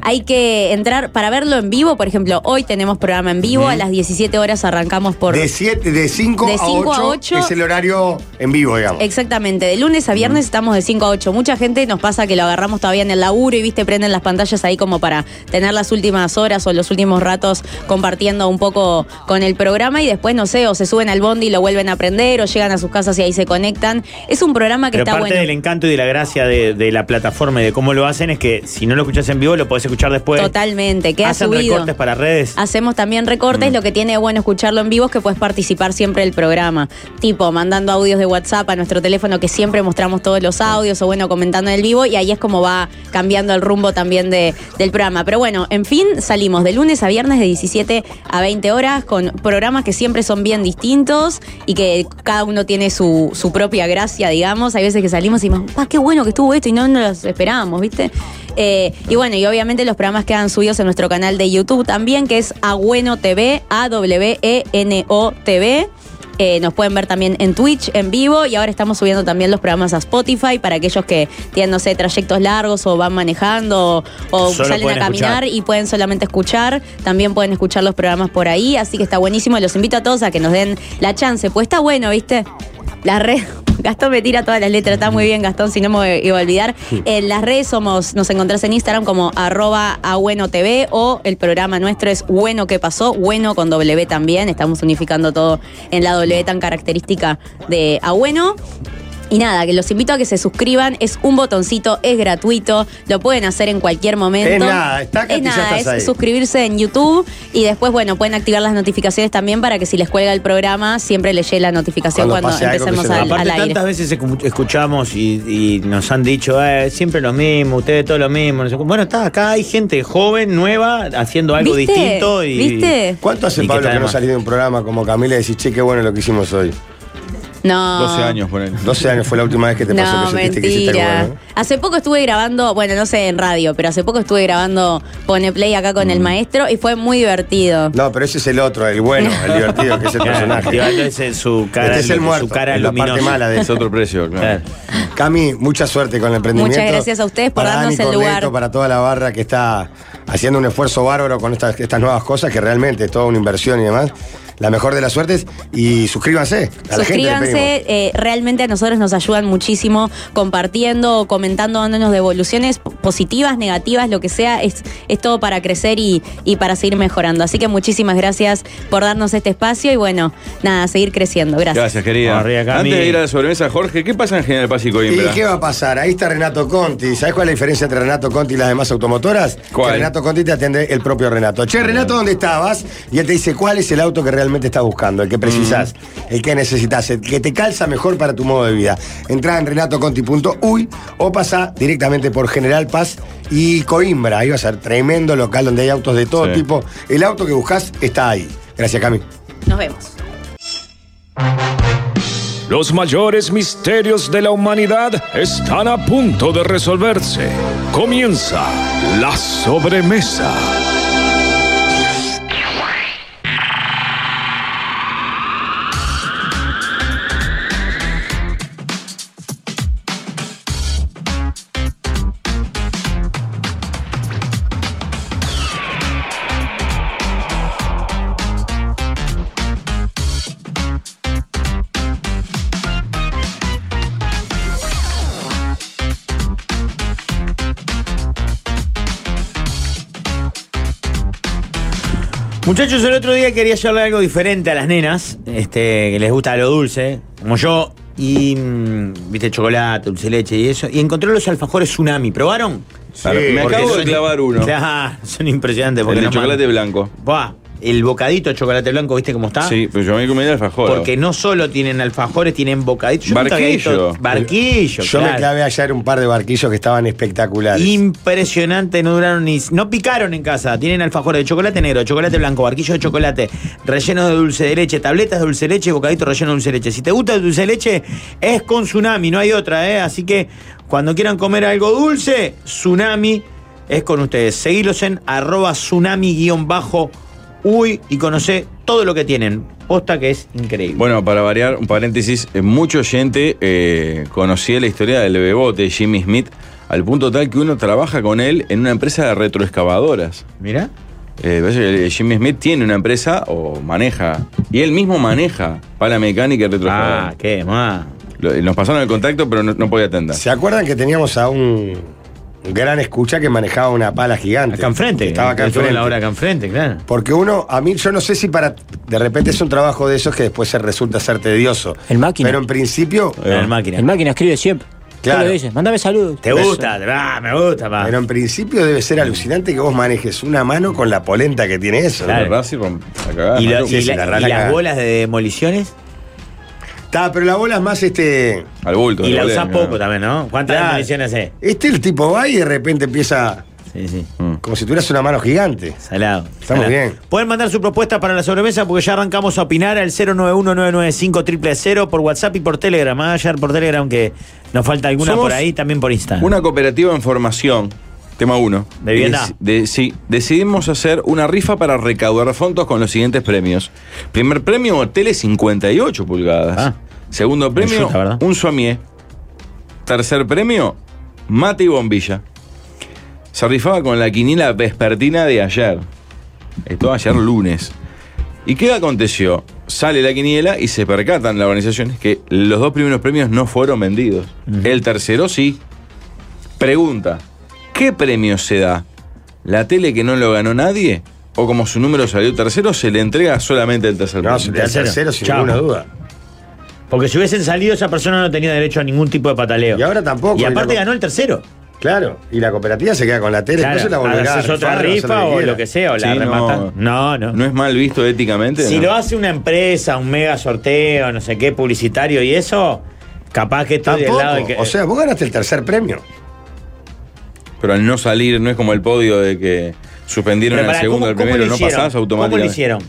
Hay que entrar para verlo en vivo, por ejemplo, hoy tenemos programa en vivo, a las 17 horas arrancamos por
De 7, de 5
De
a
cinco a
8
ocho.
es el horario en vivo, digamos.
Exactamente, de lunes a viernes estamos de 5 a 8. Mucha gente nos pasa que lo agarramos todavía en el laburo y viste, prenden las pantallas ahí como para tener las últimas horas o los últimos ratos compartiendo un poco con el programa y después, no sé, o se suben al bondi y lo vuelven a aprender o llegan a sus casas y ahí se conectan. Es un programa que
Pero
está
parte
bueno.
del encanto y de la gracia de, de la plataforma y de cómo lo hacen es que si no lo escuchás en vivo, lo podés escuchar después.
Totalmente, que ha
Hacen
subido.
recortes Mm. para redes.
Hacemos también recortes, lo que tiene de bueno escucharlo en vivo es que puedes participar siempre del programa, tipo mandando audios de WhatsApp a nuestro teléfono que siempre mostramos todos los audios o bueno, comentando en el vivo y ahí es como va cambiando el rumbo también de- del programa. Pero bueno, en fin, salimos de lunes a viernes de 17 a 20 horas con programas que siempre son bien distintos y que cada uno tiene su, su propia gracia, digamos. Hay veces que salimos y decimos, "Pa, qué bueno que estuvo esto y no nos lo esperábamos, ¿viste? Eh, y bueno, y obviamente los programas quedan subidos en nuestro canal de YouTube también, que es Agüeno TV, E A-W-E-N-O TV. Eh, nos pueden ver también en Twitch, en vivo, y ahora estamos subiendo también los programas a Spotify para aquellos que tienen, no sé, trayectos largos o van manejando o, o
Solo
salen a
pueden
caminar
escuchar.
y pueden solamente escuchar. También pueden escuchar los programas por ahí, así que está buenísimo. Los invito a todos a que nos den la chance, pues está bueno, ¿viste? La red. Gastón me tira todas las letras, está muy bien Gastón, si no me iba a olvidar. En las redes somos, nos encontrás en Instagram como arroba a bueno TV o el programa nuestro es Bueno que pasó, bueno con W también, estamos unificando todo en la W tan característica de a bueno. Y nada, que los invito a que se suscriban, es un botoncito, es gratuito, lo pueden hacer en cualquier momento.
Es nada, está acá
es
y ya
nada,
estás
es
ahí.
suscribirse en YouTube y después, bueno, pueden activar las notificaciones también para que si les cuelga el programa, siempre les llegue la notificación
Cuando
cuando,
pase algo que
empecemos
se-
al,
Aparte,
al aire.
tantas veces escu- escuchamos y, y nos han dicho, "Eh, siempre lo mismo, ustedes todo lo mismo. no sé cu- Bueno, está, acá hay gente joven, nueva, haciendo algo
¿Viste?
distinto. Y,
¿Viste?
¿Cuánto hace
Y que
Pablo
está
que,
de
no
más.
salís de un programa como Camila y decís, che, qué bueno lo que hicimos hoy?
No.
12 años, por
12 años fue la última vez que te pasó
No,
que sentiste que hiciste algo
mentira.
bueno.
Hace poco estuve grabando, bueno, no sé en radio, pero hace poco estuve grabando Pone Play acá con
Mm.
el maestro y fue muy divertido.
No, pero ese es el otro, el bueno, el divertido, que es el personaje.
Claro, ese es su cara,
este es el
su
muerto,
cara
es la parte
luminosa.
mala de
Es
eso.
otro precio, claro.
Claro.
Cami, mucha suerte con el emprendimiento.
Muchas gracias a ustedes por
Para
darnos
Dani
el
Corneto,
lugar.
Para toda la barra que está haciendo un esfuerzo bárbaro con estas, estas nuevas cosas, que realmente es toda una inversión y demás. La mejor de las suertes y suscríbanse. A la gente le pedimos.
Suscríbanse, eh, realmente a nosotros nos ayudan muchísimo compartiendo, o comentando, dándonos devoluciones p- positivas, negativas, lo que sea, es, es todo para crecer y, y para seguir mejorando. Así que muchísimas gracias por darnos este espacio y bueno, nada, seguir creciendo. Gracias.
Gracias, querida.
Arriba, Cami.
Antes de ir a la sobremesa, Jorge, ¿qué pasa en General Paz y Coimbra?
¿Y qué va a pasar? Ahí está Renato Conti. ¿Sabes cuál es la diferencia entre Renato Conti y las demás automotoras?
¿Cuál?
Que Renato Conti te atiende el propio Renato. Che, Renato, ¿dónde estabas? Y él te dice, ¿cuál es el auto que realmente estás buscando,
Mm.
el que precisás, el que necesitas, el que te calza mejor para tu modo de vida. Entrá en renatoconti.uy o pasa directamente por General Paz y Coimbra. Ahí va a ser tremendo local donde hay autos de todo
Sí.
tipo. El auto que buscas está ahí. Gracias, Cami.
Nos vemos.
Los mayores misterios de la humanidad están a punto de resolverse. Comienza la sobremesa.
Muchachos, el otro día quería llevarle algo diferente a las nenas, este, que les gusta lo dulce, como yo, y mm, viste chocolate, dulce de leche y eso, y encontré los alfajores tsunami, ¿probaron?
Claro, me
Porque
acabo de
son-
clavar uno.
Claro, son impresionantes
El
porque
de
no
chocolate
man-
blanco.
Buah, el bocadito de chocolate blanco, ¿viste cómo está?
Ah. Sí, pero yo me comí el alfajor.
Porque no solo tienen alfajores, tienen bocaditos. Yo nunca había visto-
Barquillo.
Barquillo,
Yo me
claro.
clavé ayer un par de barquillos que estaban espectaculares.
Impresionante, no duraron ni. No picaron en casa. Tienen alfajores de chocolate negro, chocolate blanco, barquillo de chocolate, relleno de dulce de leche, tabletas de dulce de leche, bocadito relleno de dulce de leche. Si te gusta el dulce de leche, es con tsunami, no hay otra, ¿eh? Así que cuando quieran comer algo dulce, tsunami es con ustedes. Seguilos en arroba tsunami-uy y conocé todo lo que tienen. Posta que es increíble.
Bueno, para variar, un paréntesis, eh, mucha gente eh, conocía la historia del bebote Jimmy Smith al punto tal que uno trabaja con él en una empresa de retroexcavadoras.
Mira.
Eh, ves, eh, Jimmy Smith tiene una empresa o maneja, y él mismo maneja pala mecánica y
Ah,
retroexcavadora.
qué más.
Lo- eh, Nos pasaron el contacto, pero no, no podía atender.
¿Se acuerdan que teníamos a un gran escucha que manejaba una pala gigante?
Acá enfrente.
Estaba acá
Estuvo
enfrente.
la hora acá enfrente, claro.
Porque uno, a mí, yo no sé si para. De repente es un trabajo de esos que después se resulta ser tedioso.
El máquina.
Pero en principio.
La máquina.
El máquina escribe siempre.
Claro.
Todos los días, Mándame saludos.
Te gusta, ah, me gusta, pa.
Pero en principio debe ser alucinante que vos manejes una mano con la polenta que tiene eso. ¿no?
Claro.
Agarrás y romp- la cagás.
¿Y, la-
sí,
y
sí,
la-
la
y
rala
las
acá.
bolas de demoliciones?
Está, pero la bola es más este.
al bulto.
Y
le
la
volé,
usás
¿no?
poco también, ¿no? ¿Cuántas
Claro.
demoliciones haces?
Este el tipo va y de repente empieza
Sí, sí.
Mm.
como si tuvieras una mano gigante.
Salado.
Estamos
salado.
bien.
Pueden mandar su propuesta para la sobremesa porque ya arrancamos a opinar al 091995000 por WhatsApp y por Telegram. Ah, Ayer por Telegram que nos falta alguna
Somos
por ahí, también por Instagram.
Una cooperativa en formación, tema 1.
De vivienda.
sí, decidimos hacer una rifa para recaudar fondos con los siguientes premios. Primer premio, tele 58 pulgadas.
Ah.
Segundo premio,
Ayuda, ¿verdad?
un somier. Tercer premio, mate y bombilla. Se rifaba con la quinila vespertina de ayer. Esto ayer lunes. ¿Y qué aconteció? Sale la quiniela y se percatan las organizaciones que los dos primeros premios no fueron vendidos. El tercero sí. Pregunta, ¿qué premio se da? ¿La tele que no lo ganó nadie? ¿O como su número salió tercero, se le entrega solamente el tercer
No,
premio?
se le hace
tercero.
cero sin
Chao.
ninguna duda.
Porque si hubiesen salido, esa persona no tenía derecho a ningún tipo de pataleo.
Y ahora tampoco.
Y
la
aparte
co-
ganó el tercero.
Claro, y la cooperativa se queda con la tele,
Claro,
entonces la volverá a
haces otra
rifar, va a hacer
rifa o
quiera.
lo que sea, o la
Sí,
remata. No, no.
¿No es mal visto éticamente?
Si
¿no?
lo hace una empresa, un mega sorteo, no sé qué, publicitario y eso, capaz que estoy del lado de
Tampoco.
que.
O sea, vos ganaste el tercer premio.
Pero al no salir, no es como el podio de que suspendieron
Pero
al
pará,
segundo,
¿cómo-
al
cómo
primero,
lo
no
hicieron?
pasás
¿Cómo lo
automáticamente.
hicieron?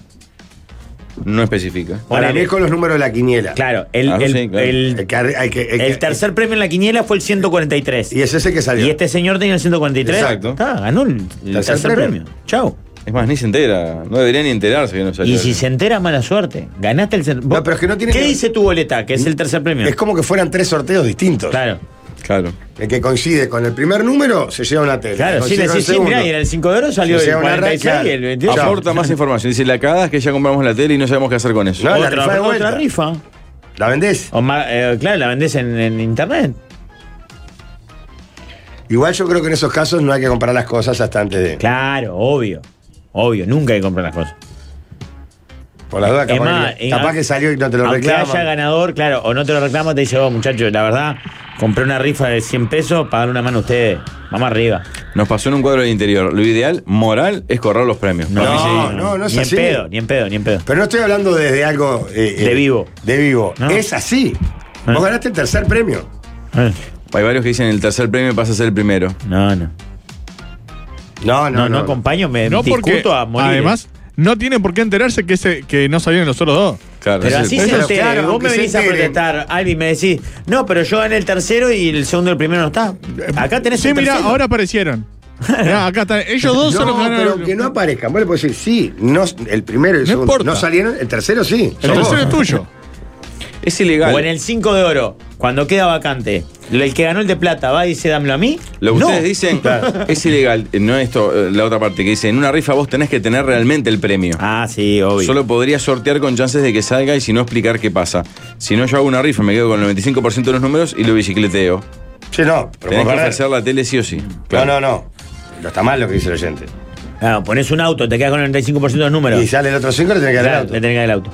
No especifica.
Para mí es con los números de la quiniela.
Claro, el,
Ah,
el-
sí, claro.
el-
El, que ar- hay que- hay que-
el tercer premio en la quiniela fue el 143.
Y
Y,
es ese que salió.
este señor tenía el 143.
Exacto.
Está, Ah, ganó el, el
Tercer
tercer,
premio.
premio. Chau.
Es más, ni se entera. No debería ni enterarse que no salió.
Y si se entera, mala suerte. Ganaste el. cer-
No, pero es que no tiene
¿Qué
que-
dice tu boleta? Que es el tercer premio.
Es como que fueran tres sorteos distintos.
Claro.
Claro.
El que coincide con el primer número se lleva una tele.
Claro, sí,
Coincide
le
con el
decís, sí, mirá,
segundo.
y era el 5 de oro salió
Si sea
el
una
46 y
racha,
el 28.
Aporta más información. Dice, la cagada es que ya compramos la tele y no sabemos qué hacer con eso.
No, la
Otra-
rifa de vuelta.
otra rifa.
¿La vendés?
O ma- eh, claro, la vendés en, en internet.
Igual yo creo que en esos casos no hay que comprar las cosas hasta antes de.
Claro, obvio. Obvio, nunca hay que comprar las cosas.
Por las dudas,
Es
capaz,
más,
que,
en-
capaz que salió y no te lo
aunque
reclama.
haya ganador, claro, o no te lo reclama, te dice, vos, muchachos, "Oh, la verdad, Compré una rifa de 100 pesos, pagar una mano a ustedes. Vamos arriba.
Nos pasó en un cuadro del interior. Lo ideal, moral, es correr los premios. Para mí
No,
sí.
no, no es
ni
así.
en pedo, ni en pedo, ni en pedo.
Pero no estoy hablando desde algo. eh, eh,
De vivo.
De vivo.
No.
Es así. Vos
Ah.
ganaste el tercer premio.
Eh,
Hay varios que dicen el tercer premio pasa a ser el primero.
No, no.
No,
No, no, acompaño, me
No
discuto
porque,
a morir.
además, no tienen por qué enterarse que, ese, que no salieron los otros dos.
Claro,
Pero
es
así
el-
se
pero
entera.
claro,
Vos
aunque
me
se
venís a
enteren.
protestar, Albi, me decís, no, pero yo gané el tercero y el segundo y el primero no está.
Eh,
Acá tenés
Sí,
el
mira,
tercero.
ahora aparecieron. Mirá, acá están. Ellos dos son los que
No,
ganaron.
pero que no aparezcan. Vos le podés decir, sí, no, el primero y el
No
segundo.
importa.
No salieron, el tercero sí.
El
sos
tercero es
vos.
tuyo.
es ilegal.
O en el 5 de oro, cuando queda vacante, el que ganó el de plata va y dice, dámelo a mí.
Lo que
no.
ustedes dicen es ilegal. Eh, No esto, eh, la otra parte que dice, en una rifa vos tenés que tener realmente el premio.
Ah, sí, obvio.
Solo podría sortear con chances de que salga y si no explicar qué pasa. Si no, yo hago una rifa, me quedo con el 95% de los números y lo bicicleteo.
Sí,
Tenés
no. Pero vos
que
ganás.
ofrecer la tele sí o sí.
No,
Claro.
no, no. No está mal lo que dice el oyente.
Claro, pones un auto, te quedas con el 95% de los números.
Y sale el otro cinco, le tiene que dar el
Claro,
auto.
le tenés que dar el auto.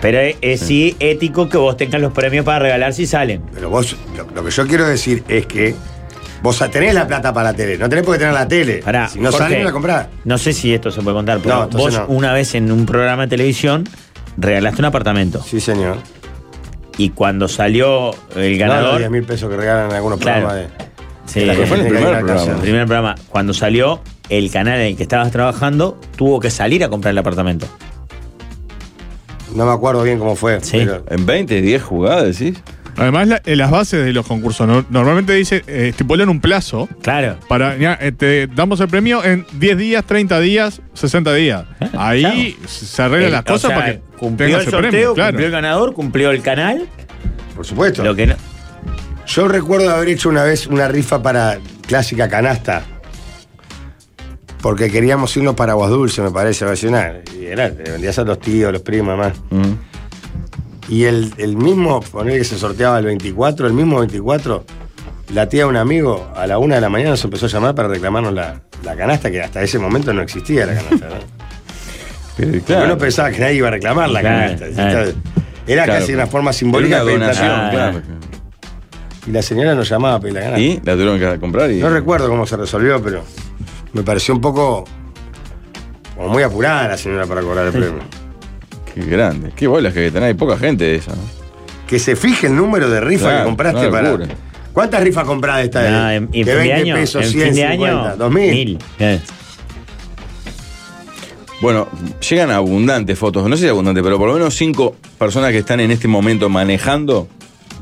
Pero es, es sí ético que vos tengas los premios para regalar si salen.
Pero vos, lo, lo que yo quiero decir es que vos tenés la plata para la tele, no tenés por qué tener la tele.
Pará,
si no
Jorge,
sale, no la comprás.
No sé si esto se puede contar,
No,
pero vos
entonces no.
una vez en un programa de televisión regalaste un apartamento.
Sí, señor.
Y cuando salió el
No, los
ganador.
10 mil pesos que regalan en algunos
Claro.
programas de.
Sí,
la
Pero fue en el
gente que
primer
hay en la casa.
programa.
el primer programa. Cuando salió, el canal en el que estabas trabajando tuvo que salir a comprar el apartamento.
No me acuerdo bien cómo fue.
Sí.
pero-
En 20, 10 jugadas, ¿sí?
Además, la- en las bases de los concursos no- normalmente dice, eh, estipulan un plazo
Claro.
para, ya, eh, te damos el premio en 10 días, 30 días, 60 días.
Ah,
Ahí se arreglan
Eh,
las
o
cosas
sea,
para que
cumplió
tengas
el
el
sorteo,
premio. Claro.
cumplió el ganador, cumplió el canal.
Por supuesto.
Lo que no-
Yo recuerdo haber hecho una vez una rifa para clásica canasta. Porque queríamos irnos para Aguas Dulce, me parece, vacacionar. Y era, le vendías a los tíos, los primos, más.
Mm.
Y el, el mismo, poner que se sorteaba el 24, el mismo 24, la tía de un amigo a la una de la mañana nos empezó a llamar para reclamarnos la, la canasta, que hasta ese momento no existía la canasta. ¿no?
Pero,
Porque
claro.
Uno pensaba que nadie iba a reclamar la
Claro,
canasta.
claro.
Era
Claro.
casi una forma simbólica
Era
de
una donación,
tentativa.
claro.
Y la señora nos llamaba a pedir la canasta.
Y la tuvieron que comprar y.
Ah. No recuerdo cómo se resolvió, pero me pareció un poco. como muy apurada la señora para cobrar el premio.
Qué grande. Qué bolas que tenés. Hay poca gente de esa. ¿no?
Que se fije el número de rifas
Claro,
que compraste
una
para.
locura.
¿Cuántas rifas compraste esta vez?
no, en, en fin
de
de
20
año,
pesos,
en
100,
fin de año,
2000.
mil. Eh.
Bueno, llegan abundantes fotos, no sé si abundantes, pero por lo menos cinco personas que están en este momento manejando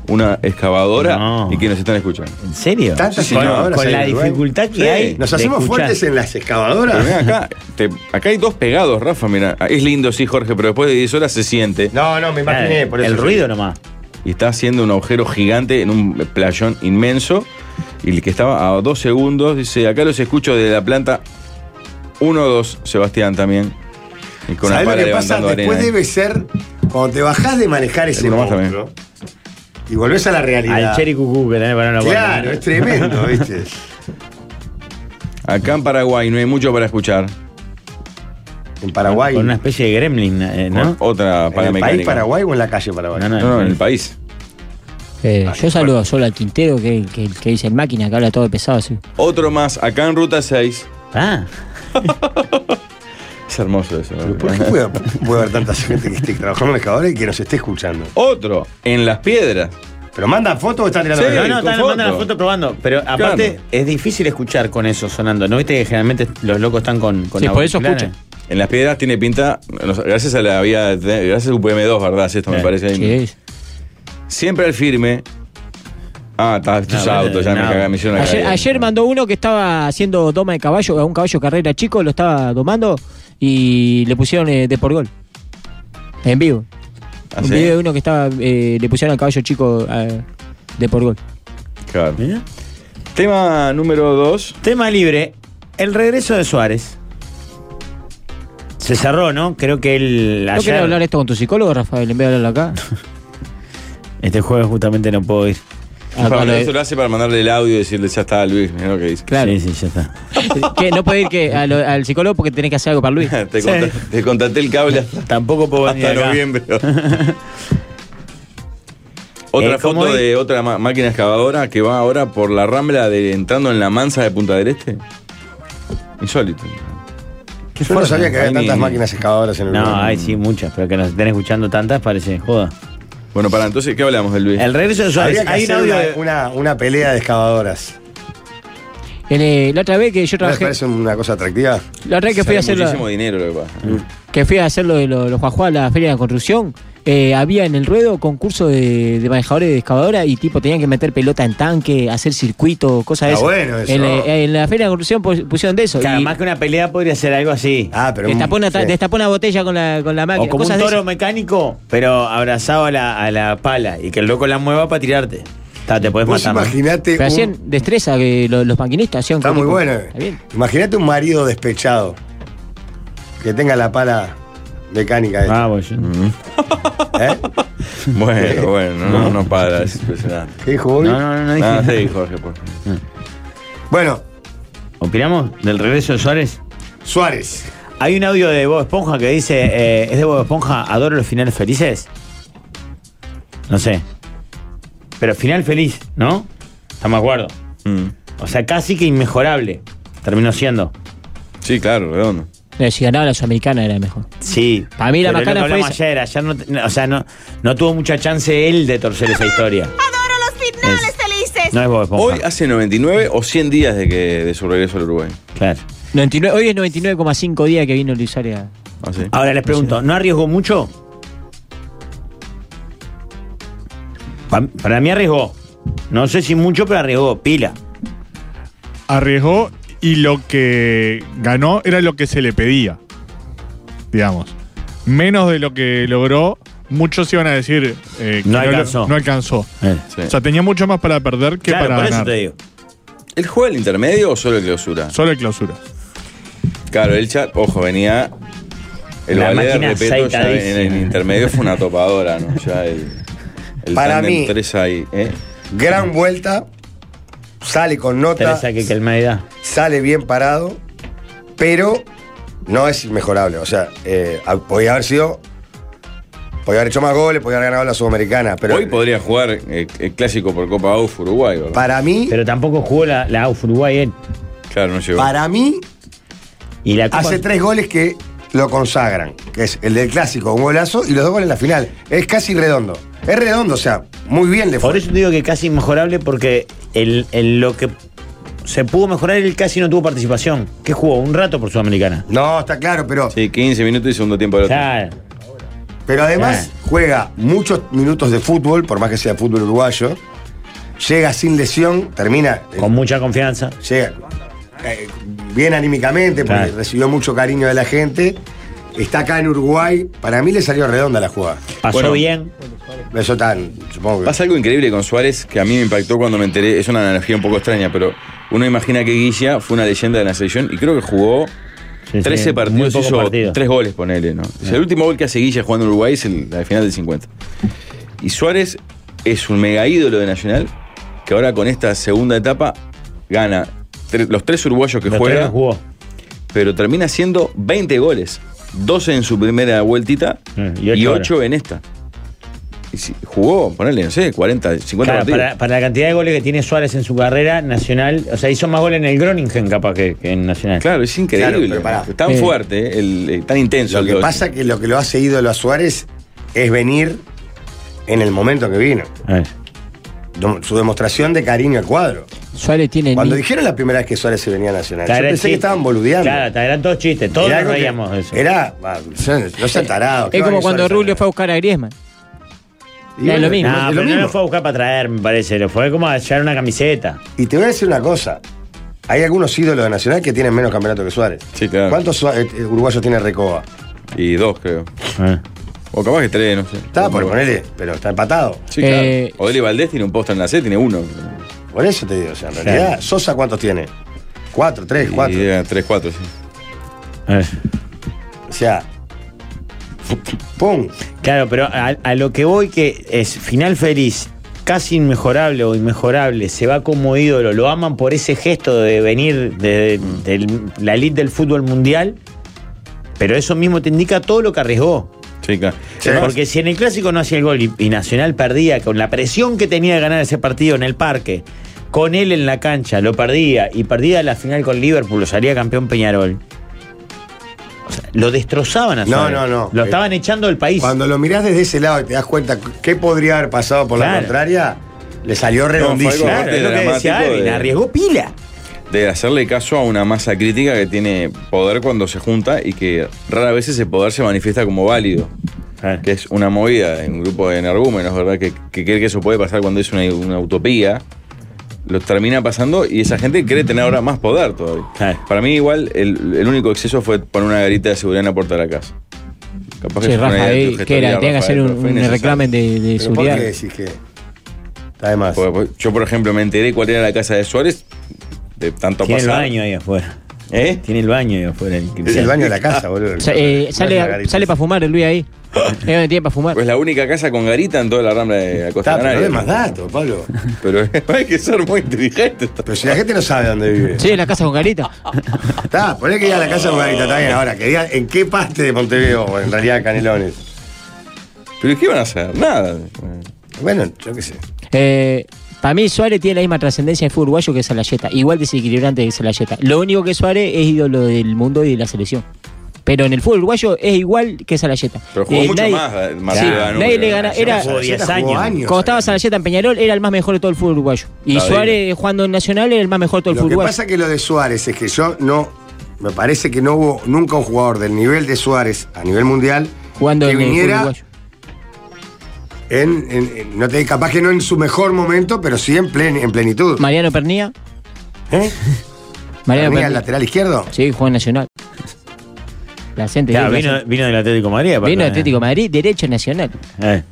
una excavadora
No.
y que nos están escuchando.
¿En serio?
Tantas
con,
excavadoras
con
hay
la
en Uruguay.
dificultad que
Sí.
hay.
Nos
de
hacemos
escuchar.
fuertes en las
Pero mirá
excavadoras.
acá, te- acá hay dos pegados, Rafa, mira, es lindo sí, Jorge, pero después de 10 horas se siente
No, no, me
Claro,
imaginé, por eso.
el ruido nomás.
y está haciendo un agujero gigante en un playón inmenso y el que estaba a dos segundos, dice, acá los escucho desde la planta 1-2, Sebastián también. Y con la
¿Sabés lo
pala
que pasa?
levantando
Después
arena. ¿eh?
debe ser cuando te bajás de manejar ese
Alguno más también.
monstruo y volvés a la realidad.
Al Cherry Cucú que tenés para una
claro, es tremendo, ¿viste?
Acá en Paraguay no hay mucho para escuchar.
En Paraguay.
Con una especie de gremlin, eh, ¿no?
Otra
¿En el
palamecánica.
país Paraguay o en la calle Paraguay?
No, no,
No, no, en el país.
Eh,
Ah,
yo saludo solo al Quintero, que, que, que dice el máquina, que habla todo pesado así.
Otro más, acá en Ruta 6.
Ah,
Es hermoso eso. ¿no?
¿Por qué puede, puede haber tanta gente que esté trabajando en excavadora y que nos esté escuchando?
Otro, en Las Piedras.
¿Pero manda fotos o está tirando
Sí.
la
no,
verdad?
no,
con
están, mandan la
foto.
foto probando. Pero aparte,
Claro.
es difícil escuchar con eso sonando. ¿No viste que generalmente los locos están con. con
Sí, por eso
auriculares?
escuchan.
En Las Piedras tiene pinta, nos- gracias a la vía, de- gracias a UPM2, ¿verdad? Sí, Esto me
Sí.
parece. ahí.
Sí, es.
Siempre al firme. Ah, está, estos
No,
autos, ya me
no.
cagaron, me hicieron una
Ayer,
cagada.
ayer mandó uno que estaba haciendo doma de caballo, a un caballo carrera chico, lo estaba domando y le pusieron eh, de por gol. En vivo.
¿Ah,
un
sí?
video de uno que estaba, eh, le pusieron al caballo chico eh, de por gol.
Claro.
Mirá.
Tema número 2.
Tema libre: el regreso de Suárez. Se cerró, ¿no? Creo que él.
¿No
ayer-
querés hablar esto con tu psicólogo, Rafael, en vez de hablarlo acá?
Este jueves justamente no puedo ir.
Ah, cuando-
Esto lo hace para mandarle el audio y decirle, ya está, Luis, mira lo que dice.
claro.
Sí, sí, ya está.
¿Qué? No puedes ir que a lo- al psicólogo porque tenés que hacer algo para Luis.
Te, conta- te contaté el cable hasta,
Tampoco puedo venir
hasta
acá.
noviembre. Otra
Eh, como
foto
hoy-
de otra ma- máquina excavadora que va ahora por la rambla de entrando en la mansa de Punta del Este. Insólito.
Yo no
fuerte,
sabía que había
ahí
tantas
ni-
máquinas excavadoras en Uruguay.
No, hay sí muchas, pero que nos estén escuchando tantas parece joda.
Bueno, para entonces, ¿qué hablamos de Luis?
El regreso de Suárez.
Habría que
Hay un
hacer
audio
una,
de-
una- una pelea de excavadoras.
El, eh, la otra vez que yo
¿No les
trabajé,
parece una cosa atractiva? Mm.
la otra vez que fui a
Sale
hacer la-
muchísimo dinero lo que pasa.
que fui a hacer lo de lo- los Juajuá a la Feria de la Construcción, eh, había en el ruedo concurso de, de manejadores de excavadora y tipo tenían que meter pelota en tanque, hacer circuito, cosas de
Está
esas.
Ah, bueno eso.
En, eh, la- en la Feria de la Construcción pus- pusieron de eso.
Claro,
y
más que una pelea podría ser algo así.
Ah, pero.
destapó una, ta-
sí.
destapó una botella con la, con la máquina.
o como
cosas
un
de
toro
esas.
mecánico, pero abrazado a la, a la pala y que el loco la mueva para tirarte. Ta, te puedes
Vos
matar. ¿no?
imaginate.
Pero
un-
hacían destreza que lo- los maquinistas hacían.
Está
con-
muy bueno.
Está bien.
Imagínate un marido despechado que tenga la pala mecánica esta,
Ah, bueno, yo-
¿eh?
Bueno, bueno, no, no para, es impresionante.
¿Qué dijo Bobby?
No, no, no, no dije
Nada,
nada. Mm.
sí, Jorge, por favor.
Bueno,
¿Opinamos del regreso de Suárez?
Suárez.
Hay un audio de Bob Esponja que dice, eh, ¿es de Bob Esponja? ¿Adoro los finales felices? No sé. Pero final feliz, ¿no? Estamos de acuerdo.
Mm.
O sea, casi que inmejorable. Terminó siendo.
Sí, claro, redondo.
Pero si ganaba la Sudamericana era mejor.
Sí.
Para mí la
Pero es lo
macana
que
fue
hablamos
esa.
ayer, ayer no, no, o sea, no, no tuvo mucha chance él de torcer esa historia.
Adoro los finales
Es-
felices.
No es Bob Esponja.
Hoy hace 99 o 100 días de que de su regreso al Uruguay.
Claro.
99, hoy es 99,5 días que vino Luis Arias.
Así.
Ahora les pregunto, ¿no arriesgó mucho? Pa- para mí arriesgó. No sé si mucho, pero arriesgó. Pila.
Arriesgó y lo que ganó era lo que se le pedía. Digamos. Menos de lo que logró, muchos iban a decir eh, que
No
lo-
alcanzó.
no alcanzó.
Sí.
O sea, tenía mucho más para perder que
eh. claro,
para
por
ganar.
eso te digo.
¿El juego el intermedio o solo el clausura?
Solo en clausura.
Claro, el chat, ojo, venía. El
La
ballet de
máquina
respeto ya en el
aceitadísima.
intermedio fue una topadora, ¿no? Ya el. el
Para
tándem
mí.
tres ahí, ¿eh?
Gran vuelta. Sale con nota.
Teresa que Calmeida.
Sale bien parado. Pero no es inmejorable. O sea, eh, a- podía haber sido. Podía haber hecho más goles, podía haber ganado la Sudamericana. Pero
Hoy podría jugar eh, el clásico por Copa AUF Uruguay, ¿verdad?
para mí,
Pero tampoco jugó la, la AUF Uruguay él.
claro, no llegó.
para mí,
Y la Copa-
hace tres goles que lo consagran, que es el del clásico, un golazo, y los dos goles en la final. Es casi redondo. Es redondo, o sea, muy bien le
Por
fue.
eso te digo que casi inmejorable porque el, el- lo que se pudo mejorar, él casi no tuvo participación. ¿Qué jugó? Un rato por Sudamericana.
No, está claro, pero,
Sí, 15 minutos y segundo tiempo del otro.
Claro.
pero además
Claro.
juega muchos minutos de fútbol, por más que sea fútbol uruguayo. Llega sin lesión, termina. eh,
Con mucha confianza.
llega eh, bien anímicamente, porque
Claro.
recibió mucho cariño de la gente. Está acá en Uruguay. Para mí le salió redonda la jugada.
Pasó
Bueno.
bien.
Eso tan, supongo que.
Pasa algo increíble con Suárez que a mí me impactó cuando me enteré. Es una analogía un poco extraña, pero uno imagina que Guilla fue una leyenda de la selección y creo que jugó
Sí,
13
sí, muy
partidos,
pocos
hizo
partidos.
3 goles, ponele, ¿no? O sea, el último gol que hace Guilla jugando en Uruguay es el, la de final del 50. Y Suárez es un mega ídolo de Nacional que ahora con esta segunda etapa gana tre- los tres uruguayos que
Los tres
juega,
no jugó.
pero termina haciendo 20 goles. 12 en su primera vueltita
Mm, y
y
ocho
8,
ahora.
en esta. Y si- jugó, ponele, no sé, 40, 50
Claro,
partidos.
para, para la cantidad de goles que tiene Suárez en su carrera nacional, o sea, hizo más goles en el Groningen capaz que, que en Nacional.
Claro, es increíble.
Claro, pero pará.
Tan
Eh.
fuerte, eh, el, eh, tan intenso.
Lo que
el-
pasa que lo que lo hace ídolo a Suárez es venir en el momento que vino.
A ver.
Dem- Su demostración de cariño al cuadro.
Suárez tiene.
Cuando
ni-
dijeron la primera vez que Suárez se venía a Nacional, yo
Claro,
pensé que
chiste.
estaban boludeando.
Claro, te eran todos chistes, todos
Era
nos
algo que-
reíamos de eso.
Era. ah, No se han tarado.
es como cuando Rubio fue a buscar a Griezmann. es lo mismo.
No, pero no lo fue a buscar para traer, me parece, lo fue como a llevar una camiseta.
Y te voy a decir una cosa. Hay algunos ídolos de Nacional que tienen menos campeonatos que Suárez.
Sí, claro.
¿Cuántos sua- eh, eh, uruguayos tiene Recoba?
Y dos, creo.
Ah.
O capaz que tres, no sé.
Está por ponerle, pero está empatado.
Sí, claro.
Eh,
Odeli Valdés tiene un posta en la C, tiene uno.
Por eso te digo, o sea, en realidad,
Claro.
¿Sosa cuántos tiene? Cuatro, tres, cuatro.
Y, eh, tres, cuatro, sí.
A ver.
O sea. ¡Pum!
Claro, pero a, a lo que voy que es final feliz, casi inmejorable o inmejorable, se va como ídolo, lo aman por ese gesto de venir de, de- de la elite del fútbol mundial, pero eso mismo te indica todo lo que arriesgó.
Sí, claro.
Sí.
Además,
Porque si en el clásico no hacía el gol y, y Nacional perdía con la presión que tenía de ganar ese partido en el parque, con él en la cancha, lo perdía y perdía la final con Liverpool, lo salía campeón Peñarol. O sea, lo destrozaban a
No,
Suárez.
no, no. Eh,
Lo estaban echando del país.
Cuando lo mirás desde ese lado y te das cuenta qué podría haber pasado por la
Claro.
contraria, le salió redondísimo.
fue algo
Claro, es lo que
Dramático
decía Alvin,
de-
arriesgó pila.
de hacerle caso a una masa crítica que tiene poder cuando se junta y que rara vez ese poder se manifiesta como válido.
Ah.
Claro.
Que es una movida en un grupo de energúmenos, ¿verdad? Que, que cree que eso puede pasar cuando es una, una utopía. Lo termina pasando y esa gente cree tener ahora más poder todavía.
Ah.
Claro.
Para mí, igual, el, el único exceso fue poner una garita de seguridad en la puerta de la casa. Capaz
Che,
fue una
Rafa,
idea de tu
eh, que era,
gestoría,
tenía que hacer
Rafael,
un,
pero fue
un
innecesario.
reclamen de, de
Pero ¿Por
seguridad.
qué decís que está de más?
Porque, pues, Yo, por ejemplo, me enteré cuál era la casa de Suárez de tanto
Tiene el
pasar.
baño ahí afuera.
¿Eh?
Tiene el baño ahí afuera. el
Es el
cristiano.
baño de la casa, boludo.
Sa- eh,
No es la
sale
garita.
sale para fumar el Luis ahí. Es donde tiene para fumar.
Pues la única casa con garita en toda la rambla de la Costa
Está, pero no
Canaria.
es más datos, Pablo.
Pero hay que ser muy inteligente.
Pero si la gente no sabe dónde vive.
Sí, en la casa con carita.
Está, poné que diga la casa de Margarita,
Oh.
está bien. Ahora, que diga en qué parte de Montevideo, o en realidad Canelones.
Pero ¿qué van a hacer? Nada.
Bueno, yo qué sé.
Eh, para mí Suárez tiene la misma trascendencia en fútbol uruguayo que Salayeta, igual desequilibrante que Salayeta. Lo único que Suárez es ídolo del mundo y de la selección. Pero en el fútbol uruguayo es igual que Salayeta.
Pero jugó
Eh,
mucho
nadie-
más eh, Marcelo
Sí,
Danubio.
nadie le gana- Era-
Jugó 10
Jugó
años.
años.
Cuando estaba Salayeta en Peñarol era el más mejor de todo el fútbol uruguayo. Y
Está bien.
Suárez jugando en Nacional era el más mejor de todo el
Lo
fútbol
que
uruguayo.
pasa que lo de Suárez es que yo no. Me parece que no hubo nunca un jugador del nivel de Suárez a nivel mundial
jugando
que
en el fútbol
viniera
uruguayo.
en, en- en- no te capaz que no en su mejor momento, pero sí en, plen- en plenitud.
Mariano Pernía.
¿Eh?
Mariano
Venía al
Pernía.
lateral izquierdo.
Sí, juega en Nacional. Placente.
Claro,
Eh, sí,
vino,
Placente.
vino del Atlético de Madrid. aparte,
Vino
¿eh?
Atlético de Madrid, derecho Nacional.
Eh.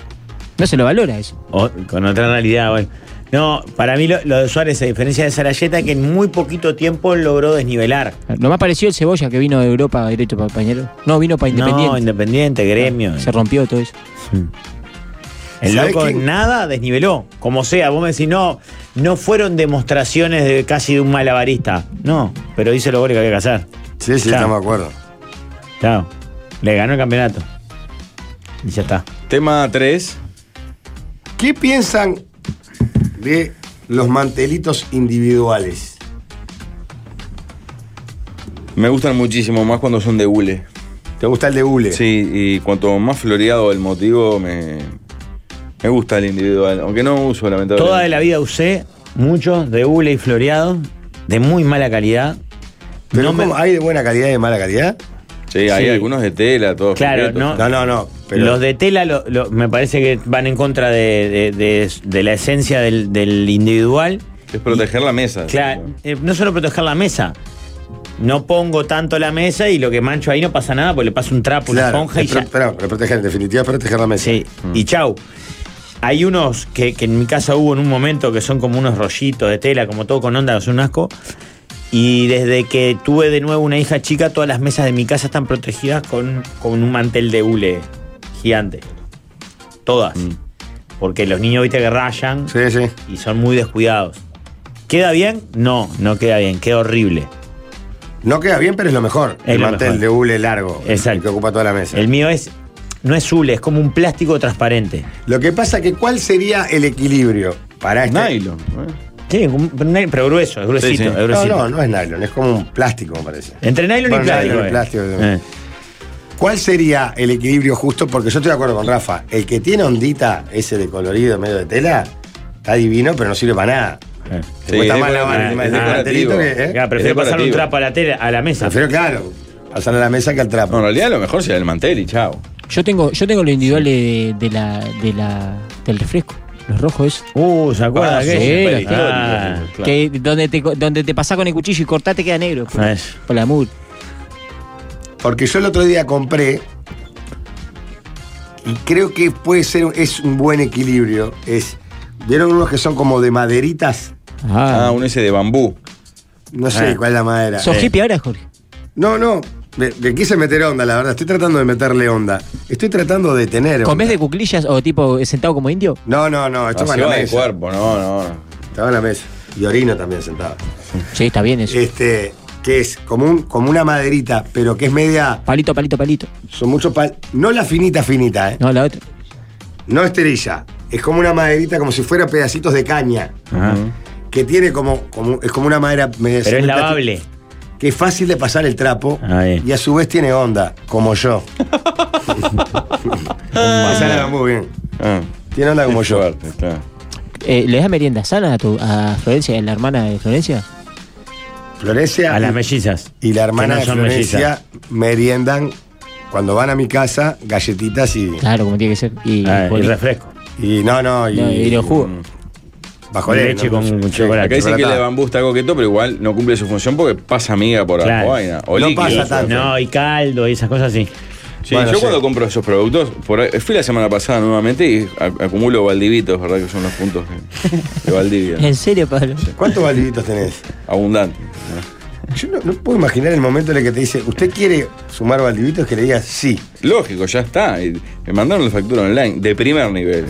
No se lo valora eso.
O- con otra realidad, bueno. No, para mí lo, lo de Suárez, a diferencia de Sarayeta, que en muy poquito tiempo logró desnivelar.
Lo más parecido el Cebolla que vino de Europa derecho para Pañero. No, vino para
No,
Independiente.
Independiente, gremio.
Se rompió todo eso.
El
¿Sabés
loco
quién?
nada desniveló. Como sea, vos me decís, no, no fueron demostraciones de casi de un malabarista. No, pero hizo los goles que había que hacer.
Sí, sí,
Claro.
estamos de acuerdo.
Claro. Le ganó el campeonato. Y ya está.
Tema 3.
¿Qué piensan de los mantelitos individuales?
Me gustan muchísimo más cuando son de hule.
¿Te gusta el de Ule?
Sí, y cuanto más floreado el motivo, me, me gusta el individual. Aunque no uso, lamentablemente.
Toda de la vida usé muchos de hule y floreado, de muy mala calidad.
Pero
No me-
¿cómo? ¿Hay de buena calidad y de mala calidad?
Sí, hay
Sí.
algunos de tela, todos.
Claro,
completos.
no.
No, no, no. Pero
Los de tela lo- lo- me parece que van en contra de, de- de- de la esencia del, del individual.
Es proteger la mesa.
Claro, eh, no solo proteger la mesa. No pongo tanto la mesa y lo que mancho ahí no pasa nada porque le paso un trapo,
claro,
una esponja y
es pro-
ya.
pero, pero proteger, en definitiva, proteger la mesa.
Sí, y chau. Hay unos que, que en mi casa hubo en un momento que son como unos rollitos de tela, como todo con onda, son un asco. Y desde que tuve de nuevo una hija chica, todas las mesas de mi casa están protegidas con, con un mantel de hule gigante. Todas. Porque los niños, viste, que rayan
Mm. Sí, sí.
y son muy descuidados. ¿Queda bien? No, no queda bien, queda horrible.
No queda bien, pero es lo mejor.
Es
el
lo
mantel
mejor.
de hule largo.
Exacto.
Que ocupa toda la mesa.
El mío es, no es hule, es como un plástico transparente.
Lo que pasa que ¿cuál sería el equilibrio para este?
Nylon. ¿eh?
Sí, como- pero grueso, es
sí.
gruesito, es
No,
gruesito.
no, no es nylon, es como un plástico, me parece.
Entre nylon
Bueno,
y plástico.
nylon y
eh.
plástico, sí.
Eh.
¿Cuál sería el equilibrio justo? Porque yo estoy de acuerdo con Rafa. El que tiene ondita, ese de colorido medio de tela, está divino, pero no sirve para nada.
Eh.
Te
Sí,
cuesta
es
más lavar
decorativo,
el
es
mantelito que.
decorativo.
¿eh?
Claro,
Es
prefiero pasarle un
decorativo.
trapo a la tela, a la mesa.
Prefiero, claro, pasar a la mesa que al
No, en
trapo.
realidad lo mejor será el mantel y chao.
Yo tengo, yo tengo lo individual de, de la, de la, del refresco. Los rojos es.
Uh, ¿se acuerdan
Ah,
de
sí,
aquello?
pero histórico,
Ah.
sí, sí, claro.
Que donde te, co- donde te pasás con el cuchillo y cortás te queda negro.
Ah, es.
Por la mur.
Porque yo el otro día compré. Y creo que puede ser, es un buen equilibrio. Es, ¿Vieron unos que son como de maderitas?
Ah,
Ah.
uno ese de bambú.
No sé
Ah.
cuál es la madera.
¿Sos
Eh.
hippie ahora, Jorge?
No, no. Le, le quise meter onda, la verdad. Estoy tratando de meterle onda. Estoy tratando de tener. onda.
¿Comés de cuclillas o tipo sentado como indio?
No, no, no. Esto
Así
va en la
Ah, va de
mesa.
cuerpo, no, no. no.
Estaba en la mesa. Y orino también sentado.
Sí, está bien eso.
Este, que es como, un, como una maderita, pero que es media.
Palito, palito, palito.
Son muchos pal. No la finita, finita, ¿eh?
No, la otra.
No esterilla. Es como una maderita, como si fuera pedacitos de caña. Que tiene como. como- es como una madera. media-
Pero es lavable.
Que es fácil de pasar el trapo.
Ah, bien.
Y a su vez tiene onda, como yo. Esa la va muy bien.
Ah,
Tiene onda como yo.
fuerte, claro.
Eh, ¿Le das merienda sana a, tu, a Florencia, a la hermana de Florencia?
Florencia.
A las
y-
mellizas.
Y la
Que
hermana
no
de
son
Florencia meriendan cuando van a mi casa galletitas y.
Claro, como tiene que ser. Y,
Ah,
y-
y refresco.
Y no, no, y. Mm.
no, y los jugos.
bajo
y leche con chocolate.
Acá dicen que el de
chocolate.
bambú está coqueto, pero igual no cumple su función porque pasa miga por la
Claro.
vaina. O
No
líquido.
pasa tanto.
No, y caldo y esas cosas así.
Sí,
Bueno,
yo
sí.
cuando compro esos productos, por ahí- fui la semana pasada nuevamente y a- acumulo valdivitos, ¿verdad? Que son los puntos de, de Valdivia.
¿En serio, Pablo?
¿Cuántos baldivitos tenés?
Abundante.
Yo no, no puedo imaginar el momento en el que te dice, ¿usted quiere sumar baldivitos? Que le digas sí.
Lógico, ya está. Y me mandaron la factura online de primer nivel.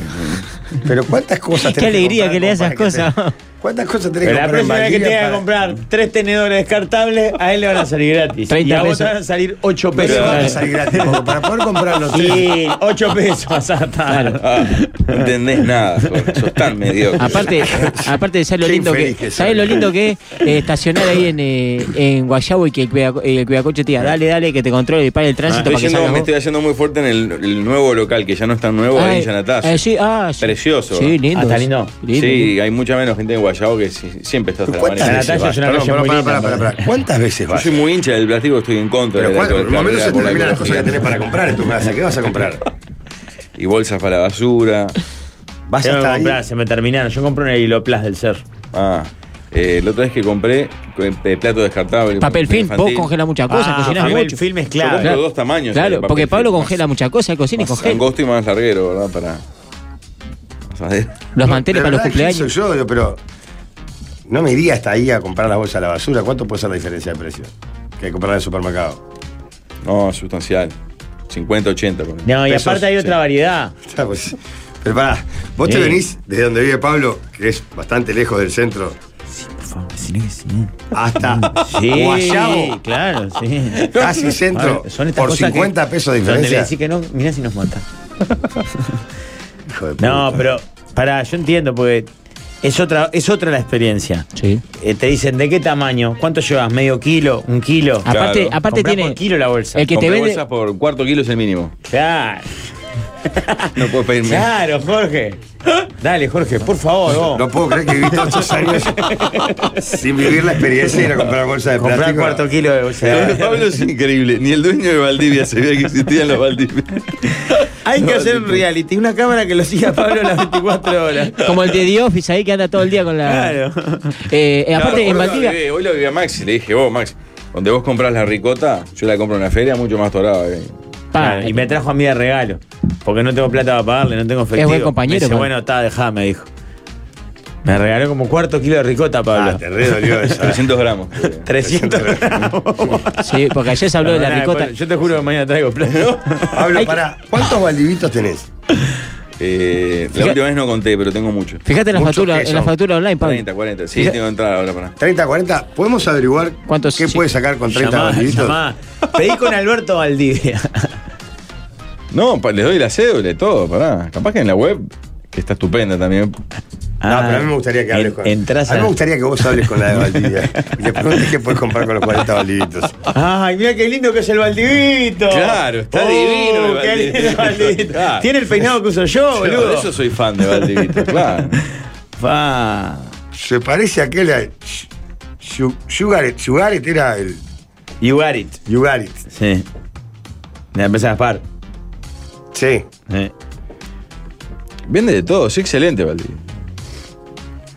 Pero ¿cuántas cosas
Qué
tenés
alegría que le das
como
esas
para que
cosas.
te- ¿Cuántas cosas
Pero
tenés que
la
comprar en
próxima vez que
Valdivia
tenga que
para-
comprar tres tenedores descartables, a él le van a salir gratis.
30
y a vos te
pesos.
van a salir 8
Pero
pesos.
van a salir gratis, como para poder comprar los tres.
Sí, 8 pesos vas a estar.
Ah, no entendés nada, Jorge, sos tan mediocre.
Aparte, aparte ¿sabes lo
Qué
lindo que,
infeliz que
¿sabes
soy.
lo lindo que es Eh, estacionar ahí en, eh, en Guayabo y que el, cuidaco- el cuidacoche te diga, dale, dale, que te controle y pare el tránsito
Ah, Estoy
para que
yendo-
salgas
me
vos?
estoy haciendo muy fuerte en el, el nuevo local, que ya no es tan nuevo, ahí en
Ay,
Yanatazo.
eh, sí, ah, sí.
Precioso.
Sí, lindo.
Ah, está lindo.
Lindo,
sí,
lindo.
hay mucha menos gente en Guayabo que si- siempre está hasta la
¿Cuántas
mañana.
La
veces
Natalia
vas?
es una calle
Perdón, perdón,
muy
pará,
linda.
pará, pará, pará. ¿Cuántas veces
Yo
vas?
soy muy hincha del plástico, estoy en contra
Pero
de la
cuando, en un momento se
carrera por la
terminan las cosas que
ecología.
tenés para comprar en tu casa. ¿Qué vas a comprar?
Y bolsas para la basura.
Vas
Yo no
hasta ahí.
compré, se me terminaron. Yo compré un Hiloplas del Ser.
Ah, eh, la otra vez que compré, eh, plato descartable.
Papel film, vos
infantil.
congela muchas cosas,
Ah,
cocinás
papel
mucho.
film es
Yo
clave.
compro dos tamaños. eh,
Claro,
papel
porque Pablo
film.
congela muchas cosas, cocina y
Más
congela.
angosto y más larguero, ¿verdad? Para. Más adentro.
Los manteles
La
para los
verdad es que
cumpleaños.
Soy yo, digo, pero no me iría hasta ahí a comprar las bolsas a la basura. ¿Cuánto puede ser la diferencia de precio? Que comprar en el supermercado.
No, sustancial. 50, 80. por ahí.
No, y
Pesos,
aparte hay otra
sí.
variedad.
O sea, pues, pero pará, vos te
Sí.
venís desde donde vive Pablo, que es bastante lejos del centro,
Por favor, que sí.
hasta
Sí,
Guayabo,
claro, sí.
casi centro,
Ahora, son estas
por
cosas que-
50 pesos de
Donde le
diferencia.
decís que no, mirá si nos mata.
Hijo de puta.
No, pero pará, yo entiendo, porque es otra, es otra la experiencia.
Sí.
Eh, te dicen, ¿de qué tamaño? ¿Cuánto llevas? ¿Medio kilo? ¿Un kilo?
Ah,
Aparte,
Claro.
aparte
Comprás
tiene.
por kilo la bolsa.
El que te
Compré
vende.
bolsas por cuarto kilo es el mínimo.
Claro,
No puedo pedirme.
claro, Jorge. Dale, Jorge, por favor, vos.
No puedo creer que viviste 8 años sin vivir la experiencia de ir a comprar bolsas de
Comprar
plástico.
cuarto kilo de
Lo de
bolsa.
Pablo es increíble. Ni el dueño de Valdivia sabía que existían los Valdivia.
Hay que
No,
hacer un
tipo-
reality, una cámara que lo siga a Pablo las 24 horas.
Como el de The Office ahí que anda todo el día con la.
Claro.
Eh, eh, aparte, en
Claro, hoy lo
Valdivia.
avivé, Hoy lo vi a Maxi, le dije, vos, Max, donde vos compras la ricota, yo la compro en la feria mucho más torada. que-
pa,
Claro, y me trajo a mí de regalo. Porque no tengo plata para pagarle, no tengo efectivo.
buen compañero,
Me dice,
Pablo.
bueno, está, dejá, me dijo. Me regaló como cuarto kilo de ricota,
Ah,
Pablo.
te re dolió eso.
300 gramos.
300 gramos.
sí, porque ayer se habló de la
Perdona,
ricota.
Pablo, pues, Yo te juro que mañana traigo plata.
Pablo,
Hay que-
pará, ¿cuántos baldivitos tenés?
Eh, la
Fija-
última vez no conté, pero tengo mucho.
Fíjate en la,
Muchos
factura,
que
en la
son
factura online, Pablo.
30, 40. Sí,
Fija-
tengo que entrar ahora para.
30, 40, ¿podemos averiguar
¿Cuántos-
qué
sí.
puedes sacar con 30
Llamá,
baldivitos?
llamá. Pedí con Alberto Valdivia.
No, pa- les doy la cédula y todo, pará. Capaz que en la web, que está estupenda también.
No, pero a mí me gustaría que hables
en-
con.
Entras
a mí me
a-
gustaría que vos hables con la de Valdivia. y le preguntes qué puedes comprar con los 40 baldivitos.
Ay, mira qué lindo que es el Valdivito. Oh,
Claro, está divino el
Qué lindo el
Valdivito.
Valdivito.
Claro.
Tiene el peinado que uso yo,
Yo,
boludo.
Por eso soy fan de Valdivito, claro.
Pa.
Se parece a aquel. a- Yu- Yugaret. Yugaret era el.
You got it.
Yugaret.
Sí. Me empezás a par.
Sí.
Eh.
Vende de todo, es excelente Valdivito.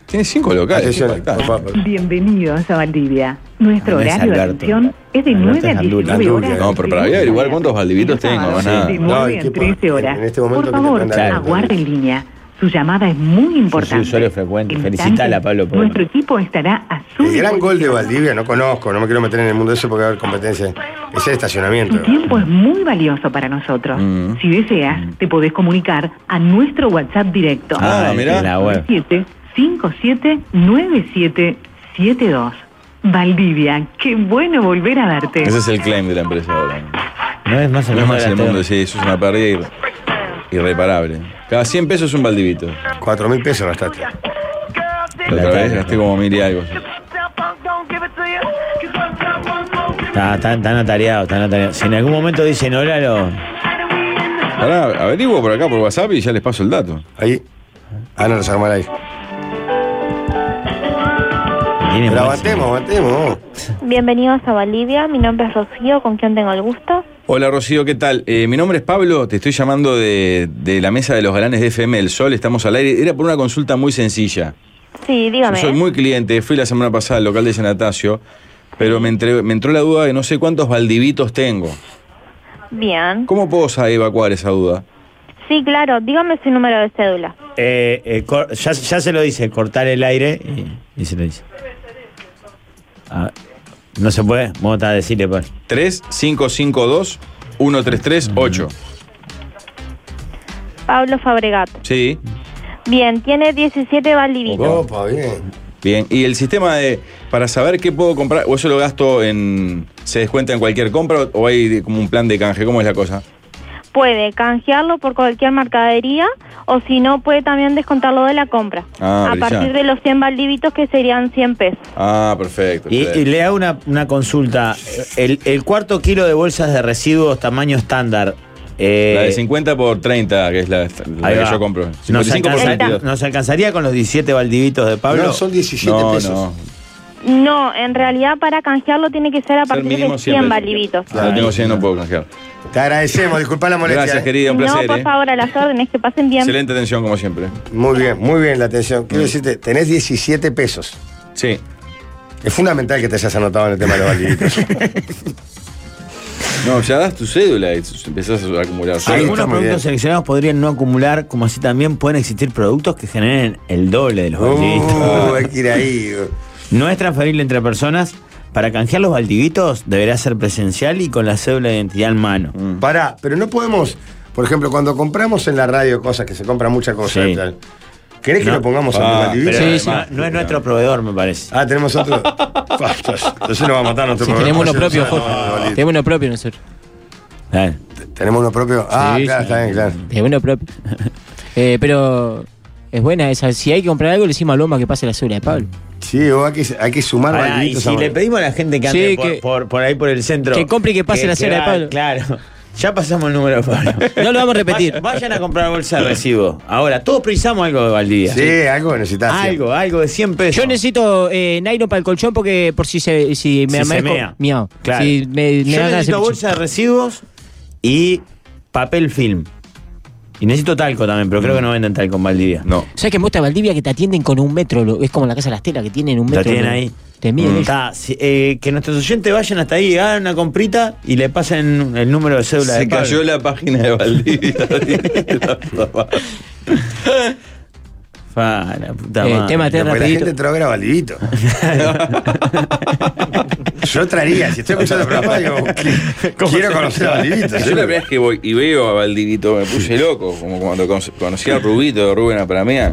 Tiene cinco locales.
Atención.
qué impactante.
Bienvenidos a Valdivia. Nuestro
No es
horario de
Alberto.
atención es de
Alberto
9
es
a
Aldulia.
19 horas.
No, pero para averiguar cuántos Valdivitos
Y los
tengo,
sábados
más nada.
De
No,
9
y qué
a 13
por-
horas.
en este momento
por
que te
favor,
mandan
a Alberto.
aguarde en línea. Su llamada es muy importante.
usuario frecuente.
En
Felicitala,
instantes,
Pablo, por-
Nuestro equipo estará a su
El gran gol de
disposición.
Valdivia, no conozco, no me quiero meter en el mundo de eso porque va a haber competencia. Es el estacionamiento.
Tu tiempo es muy valioso para nosotros.
Mm.
Si deseas, te podés comunicar a nuestro WhatsApp directo.
Ah, mirá.
En la web.
7 57 97 72. Valdivia, qué bueno volver a verte.
Ese es el claim de la empresa ahora.
No es más
el
el
mundo. No es
mundo
más
de
el
la
mundo, sí, eso es una pérdida irre- irreparable. Cada 100 pesos es un Valdivito.
4 mil pesos gastaste.
La otra vez gasté como mil y algo.
Está, está- están atareados, están atareados. Si en algún momento dicen, hola, lo...
Ahora averiguo por acá por WhatsApp y ya les paso el dato.
Ahí. Ah, no, los armar ahí. Pero aguantemos, aguantemos.
Bienvenidos a Bolivia, mi nombre es Rocío, con quien tengo el gusto.
Hola Rocío, ¿qué tal? Eh, mi nombre es Pablo, te estoy llamando de, de la mesa de los galanes de FM El Sol, estamos al aire. Era por una consulta muy sencilla.
Sí,
Yo
dígame.
¿eh?
soy muy cliente, fui la semana pasada al local de San Atasio, pero me, entre- me entró la duda de no sé cuántos Valdivitos tengo.
Bien.
¿Cómo puedo sa- evacuar esa duda?
Sí, claro, dígame su número de cédula.
Eh, eh, cor- ya, ya se lo dice, cortar el aire y, y se lo dice. Ah, no se puede, vamos a decirle, pues. Mm.
3552-1338.
Pablo Fabregat.
Sí,
Bien, tiene 17 Valdivitos.
Opa, bien.
bien. ¿Y el sistema de para saber qué puedo comprar, o eso lo gasto en... ¿Se descuenta en cualquier compra o hay de- como un plan de canje? ¿Cómo es la cosa?
Puede canjearlo por cualquier mercadería o si no, puede también descontarlo de la compra.
Ah,
a
brillante.
partir de los 100 Valdivitos que serían 100 pesos.
Ah, perfecto.
Y, y le hago una, una consulta. El, el cuarto kilo de bolsas de residuos tamaño estándar. eh,
la de 50 por 30, que es la, la
ahí
que
va.
yo compro.
¿Nos,
55 por
alcanza-
22.
nos alcanzaría con los 17 baldivitos de Pablo?
No, son 17 No, pesos. no.
No, en realidad para canjearlo tiene que ser a partir
mínimo
de
100
100
pesos.
Valdivitos.
Ah, no tengo 100, no puedo canjear.
Te agradecemos, disculpa la molestia.
Gracias, querida, un placer.
no, por
eh.
favor, a las órdenes, que pasen bien.
Excelente atención, como siempre. Mm.
Muy bien, muy bien la atención. Quiero decirte, tenés 17 pesos.
Sí.
Es fundamental que te hayas anotado en el tema de los valdivitos.
No, ya das tu cédula y empezás a acumular.
Algunos productos
en
seleccionados podrían no acumular, como así también pueden existir productos que generen el doble de los
Uh,
baldivitos.
hay que ir ahí.
No es transferible entre personas. Para canjear los baldivitos deberá ser presencial y con la cédula de identidad en mano.
Pará, pero no podemos. Por ejemplo, cuando compramos en la radio cosas que se compran muchas cosas.
Sí.
y tal, ¿Querés que
No.
lo pongamos
Ah,
a Valdivito?
pero Sí, sí. además, no es nuestro proveedor, me parece.
Ah, tenemos otro. Fa, Entonces nos va a matar nuestro
Sí,
proveedor.
tenemos uno propio,
Entonces, no, no,
Jorge.
no, Valdivito.
Tenemos uno propio nosotros.
Tenemos uno propio. Ah,
Sí,
claro,
sí.
está bien, claro.
Tenemos uno propio. Eh, pero es buena esa. Si hay que comprar algo, le decimos a Loma que pase la cédula de Pablo.
Sí, o hay que, hay que sumar
Pará, y si le pedimos a la gente que ande
Sí,
por,
que-
por- por ahí por el centro.
que compre y que pase la cena de
va-
Pablo.
Claro. Ya pasamos el número de Pablo.
No lo vamos a repetir.
Vayan, vayan a comprar bolsa de residuos. Ahora, todos precisamos algo de Valdivia.
Sí, algo necesitas.
Algo, algo de 100 pesos.
Yo necesito eh, nylon para el colchón porque por si se si me
Si se
amanezco-
mea.
miau.
Claro.
Si me, me
Yo
dan ganas de hacer
necesito
pichín.
bolsa de residuos y papel film. Y necesito talco también, pero creo que
Mm.
no venden talco en Valdivia.
No.
¿Sabes que me gusta Valdivia que te atienden con un metro? lo- es como la casa de las telas que tienen un metro.
La tienen
lo-
ahí.
Te miden
Mm.
ellos.
Está, si- eh, que nuestros oyentes vayan hasta ahí, hagan una comprita y le pasen el número de cédula de
Se
Pablo.
cayó la página de Valdivia. La puta madre.
Fa, la puta
Eh,
madre.
tema
Pero
Ten
la
rapidito.
gente traga Valdivito. Yo traería, si estoy escuchando el programa, digo, quiero conocer a Valdivito.
Yo la verdad es que voy y veo a Valdivito, me puse loco, como cuando con- conocí a Rubito de Rubén Apramea.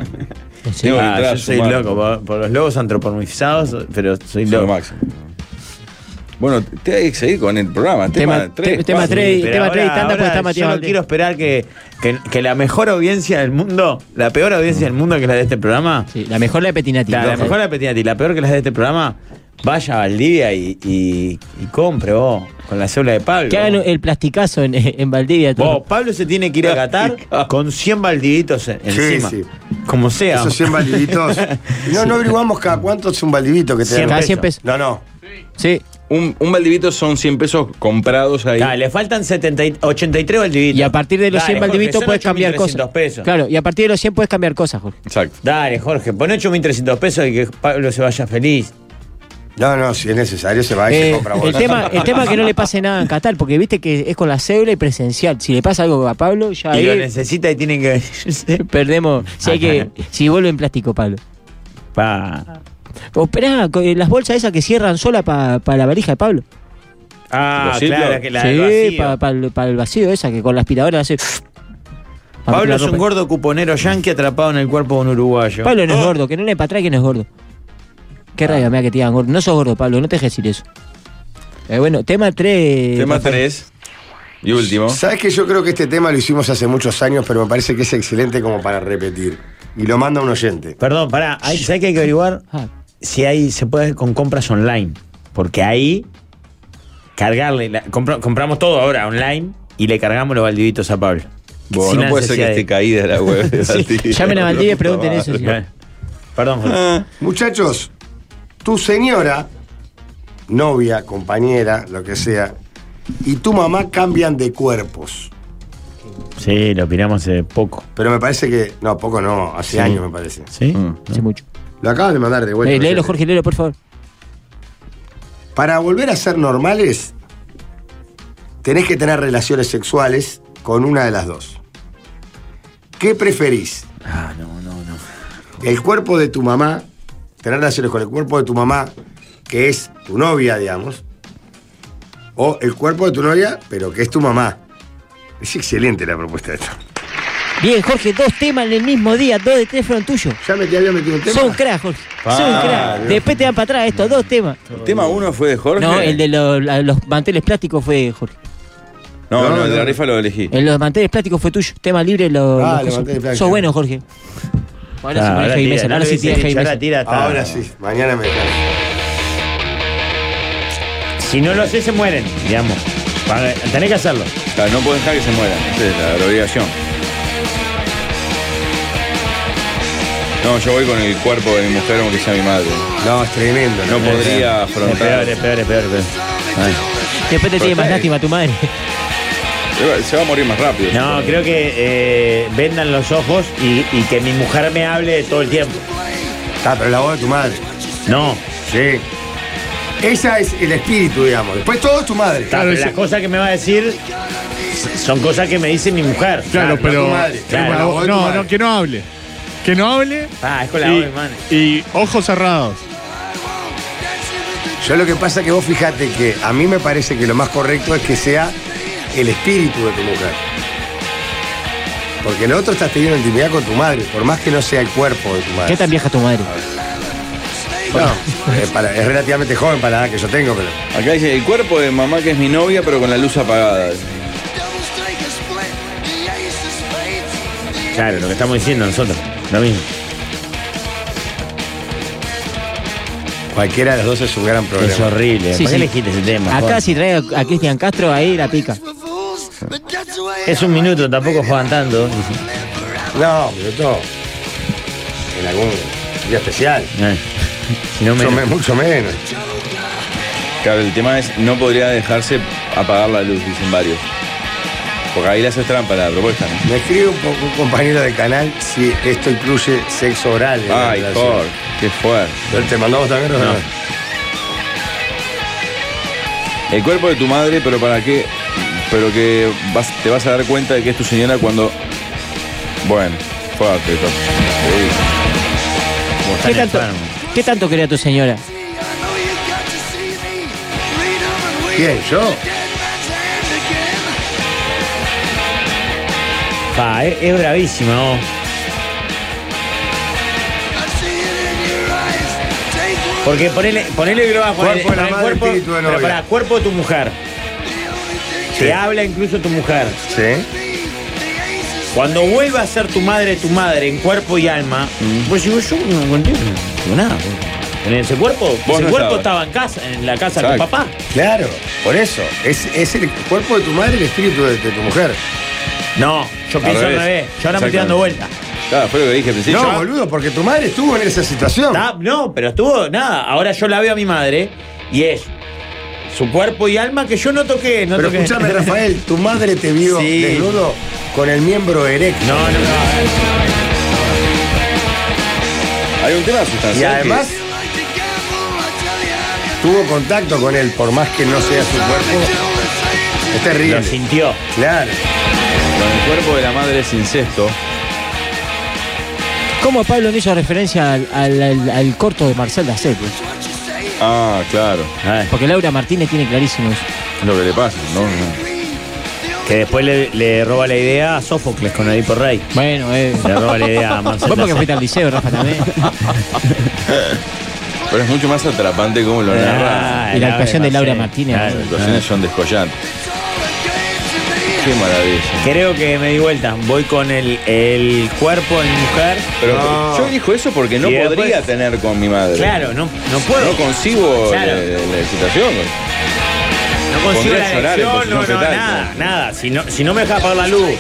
Sí.
Tengo que
Ah,
entrar a
yo soy
sumar.
loco por, por los logos antropomorfizados, pero soy
Soy lo
loco.
máximo. Bueno, te hay que seguir con el programa. Tema
Tema- te-
3.
tema tres.
Pero
tema tres y
ahora-
tanda, porque
ahora
está Matías
Yo no
Valdés.
quiero esperar que, que, que la mejor audiencia del mundo, la peor audiencia del mundo que es la de este programa,
Sí, la mejor la de Petinati.
la, la
Ojo.
mejor la de Petinati, la peor que la de este programa, vaya a Valdivia y, y, y compre vos, con la cédula de Pablo.
Que hagan el plasticazo en, en Valdivia.
Vos,
todo.
Pablo se tiene que ir a Qatar con 100 baldivitos en-
Sí,
encima.
sí.
Como sea.
Esos 100 Valdivitos. No, no averiguamos cada cuánto es un Valdivito que te
Cien
dan.
Cada 100 ah, pesos.
No, no.
Sí.
Un, un Valdivito son 100 pesos comprados ahí.
Ah, le faltan 70 y- 83 baldivitos.
Y a partir de los
Dale,
100
Jorge,
Valdivitos
son
puedes cambiar
8.300
cosas.
pesos.
Claro, y a partir de los 100 puedes cambiar cosas, Jorge.
Exacto.
Dale, Jorge, pon 8.300 pesos y que Pablo se vaya feliz.
No, no, si es necesario se va y se
Eh,
compra
el,
bolsa.
tema, el tema es que no le pase nada en Catal, porque viste que es con la cédula y presencial. Si le pasa algo a Pablo, ya
Y lo
ahí
necesita y tiene que venirse.
perdemos. Si, hay que, si vuelve en plástico, Pablo.
Pa.
O esperá, co- eh, las bolsas esas que cierran sola para la valija de Pablo.
Ah,
¿Los ciclos?
claro, que la del
sí,
vacío.
para el vacío, esa que con la aspiradora hace. Pa' meter
Pablo
la
es un
ropa.
gordo Oh. cuponero yanqui atrapado en el cuerpo de un uruguayo.
Pablo no es gordo, que no le para atrás que no es gordo. Qué rabia me da que te digan gordo. No sos gordo, Pablo, no te dejes decir eso. Eh, bueno, Eh, tema 3.
Tema 3. Y último.
Sabes que yo creo que este tema lo hicimos hace muchos años, pero me parece que es excelente como para repetir. Y lo manda un oyente.
Perdón, pará, hay, ¿sabes que hay que averiguar? Si hay, se puede con compras online. Porque ahí, cargarle, la- compro- compramos todo ahora online y le cargamos los baldivitos a Pablo.
Bueno,
Sin
no puede ser que
necesidad de-
esté caída la web. de
Sí,
Valdivia,
llamen a
no,
Valdivia y
puta
pregunten
madre.
eso, sí. Perdón,
Muchachos, tu señora, novia, compañera, lo que sea, y tu mamá cambian de cuerpos.
Sí, lo opinamos hace poco.
Pero me parece que. No, poco no, hace
Sí.
años me parece.
¿Sí?
Mm, Hace mucho.
Lo acabas de mandar de vuelta.
Eh, léelo,
oyente.
Jorge, léelo, por favor.
Para volver a ser normales, tenés que tener relaciones sexuales con una de las dos. ¿Qué preferís?
Ah, no, no, no.
El cuerpo de tu mamá, tener relaciones con el cuerpo de tu mamá, que es tu novia, digamos, o el cuerpo de tu novia, pero que es tu mamá. Es excelente la propuesta de esto.
Bien, Jorge, dos temas en el mismo día, dos de tres fueron tuyos.
Ya me te había metido un
tema. Son crack, Jorge.
Ah,
Son crack.
Dios.
Después te dan para atrás estos dos temas.
¿El tema 1 fue de Jorge?
No, el de los, la- los manteles plásticos fue de Jorge.
No,
No,
no, el de la
no.
rifa lo elegí.
El de los manteles plásticos fue tuyo. Tema libre, lo, los
Ah, los
cosas.
manteles plásticos.
Sos bueno, Jorge. Ahora sí,
ahora
tiene Jaime
tira,
Mesa.
no
Ahora
lo
sí
hubiese
tiene
dicho,
Jaime
ahora
Mesa.
tira hasta-
Ahora sí, mañana me
Si no lo haces, se mueren, digamos. Para- Tenés que hacerlo.
Claro, Ah, no puedo dejar que se mueran. Esa es la, la obligación. No, yo voy con el cuerpo de mi mujer aunque sea mi madre.
No, es tremendo.
No
Es
podría
peor.
afrontar.
Es peor, es peor, es peor.
Después te
Pero
tiene más
está-
lástima tu madre.
pues. Se va a morir más rápido.
No, creo que eh, vendan los ojos y, y que mi mujer me hable todo el tiempo.
Está, pero la voz de tu madre.
No.
Sí. Esa es el espíritu, digamos. Después todo es tu madre.
Está, pero las cosas que me va a decir son cosas que me dice mi mujer.
Claro, pero.
Claro.
pero no, no, que no hable. Que no hable.
Ah, es con la
y,
voz de madre.
Y ojos cerrados.
Yo lo que pasa es que vos fijate que a mí me parece que lo más correcto es que sea el espíritu de tu mujer. Porque el otro estás teniendo intimidad con tu madre, por más que no sea el cuerpo de tu madre.
¿Qué tan vieja es tu madre?
No, es, para- es relativamente joven para la edad que yo tengo, pero.
Acá dice el cuerpo de mamá que es mi novia, pero con la luz apagada.
Claro, lo que estamos diciendo nosotros. Lo mismo.
Cualquiera de las dos es un gran problema.
Es horrible.
Sí,
¿Por qué
sí.
elegiste ese tema?
Acá
Juan?
si trae a Cristian Castro, ahí la pica.
Es un minuto, tampoco juegan tanto.
No, pero todo. En algún día especial.
Eh.
mucho, menos.
mucho menos.
Claro, el tema es no podría dejarse apagar la luz, dicen varios. Porque ahí le haces trampa a la propuesta, ¿no?
Me escribe un poco un compañero del canal si esto incluye sexo oral. en la
Ay,
relación.
Jorge, qué fuerte.
Pero ¿Te mandamos también o no?
El cuerpo de tu madre, pero para qué, pero que vas- te vas a dar cuenta de que es tu señora cuando. Bueno, fuerte esto.
¿Qué tanto, ¿Qué tanto quería tu señora?
¿Quién? ¿Yo?
Pa, es, es bravísimo. ¿no? Porque ponele, ponele que lo vas a poner
Cuerpo de la
poner
madre, espíritu de
pero
novia.
para cuerpo de tu mujer. Te habla incluso tu mujer.
Sí.
Cuando vuelva a ser tu madre, tu madre en cuerpo y alma,
Mm.
pues digo, yo no contigo no tengo nada. En ese cuerpo,
Vos
ese
no
cuerpo estaba
estabas.
en casa, en la casa
Exacto.
con papá.
Claro, por eso. Es, es el cuerpo de tu madre y el espíritu de, de tu mujer.
No, yo pienso al revés. Yo ahora me estoy dando vuelta.
Claro, Ah, fue lo que dije al principio.
No, boludo, porque tu madre estuvo en esa situación.
no, pero estuvo, nada. Ahora yo la veo a mi madre y es su cuerpo y alma que yo no toqué. No
Pero
toqué.
escúchame, Rafael, tu madre te vio
Sí.
desnudo con el miembro erecto.
No, no,
Hay un tema
Y
sustancial. que-
además, tuvo contacto con él, por más que no sea su cuerpo. Es terrible.
Lo sintió.
Claro.
Con el cuerpo de la madre es incesto.
¿Cómo Pablo no hizo referencia al, al- al- al corto de Marcel Dacet? pues?
Ah, claro.
Porque Laura Martínez tiene clarísimo eso.
Lo que le pasa, ¿no?
Que después le, le roba la idea a Sófocles con Edipo Rey.
Bueno, eh.
Le roba la idea a Marcelo.
Vos porque fuiste al liceo, Rafa, también.
Pero es mucho más atrapante como lo
Ah,
narra.
y la actuación de Laura Martínez.
Las actuaciones son descollantes. Qué maravilla.
Creo que me di vuelta. Voy con el, el cuerpo de mi mujer.
Pero
No.
yo dijo eso porque no
Y
podría
después-
tener con mi madre.
Claro, no, no puedo.
No concibo
Claro.
la, la excitación.
No consigo
Pondría
la
a llorar en
elección, no,
posición
no,
fetal,
nada, nada. Si no, si no me deja apagar la luz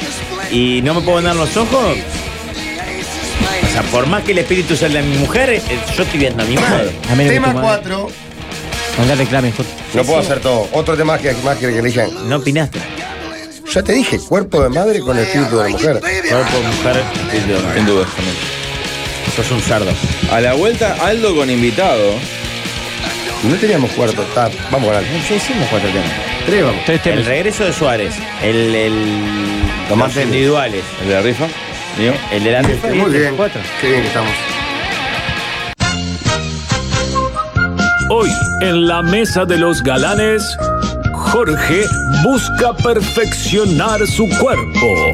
y no me puedo andar los ojos, o sea, por más que el espíritu sea el de mi mujer, eh, yo estoy viendo a mi madre.
A menos que
Tema
tu madre-
4.
No le reclames, Jorge.
No puedo hacer todo. Otro tema que, más que que elijan.
No opinaste.
Ya te dije, cuerpo de madre con el espíritu de la mujer.
Cuerpo, mujer, espíritu de
Sin
madre.
duda. también.
Sos un sardo.
A la vuelta, Aldo con invitado.
No teníamos cuarto, está. Vamos a ganar.
Ya hicimos cuatro temas.
Tres vamos.
Tres
El
temas.
regreso de Suárez, el, el
Tomás
los
Tevez.
individuales,
El de la rifa. mío.
el de la
Muy bien. Qué bien que estamos.
Hoy, en la mesa de los galanes, Jorge busca perfeccionar su cuerpo.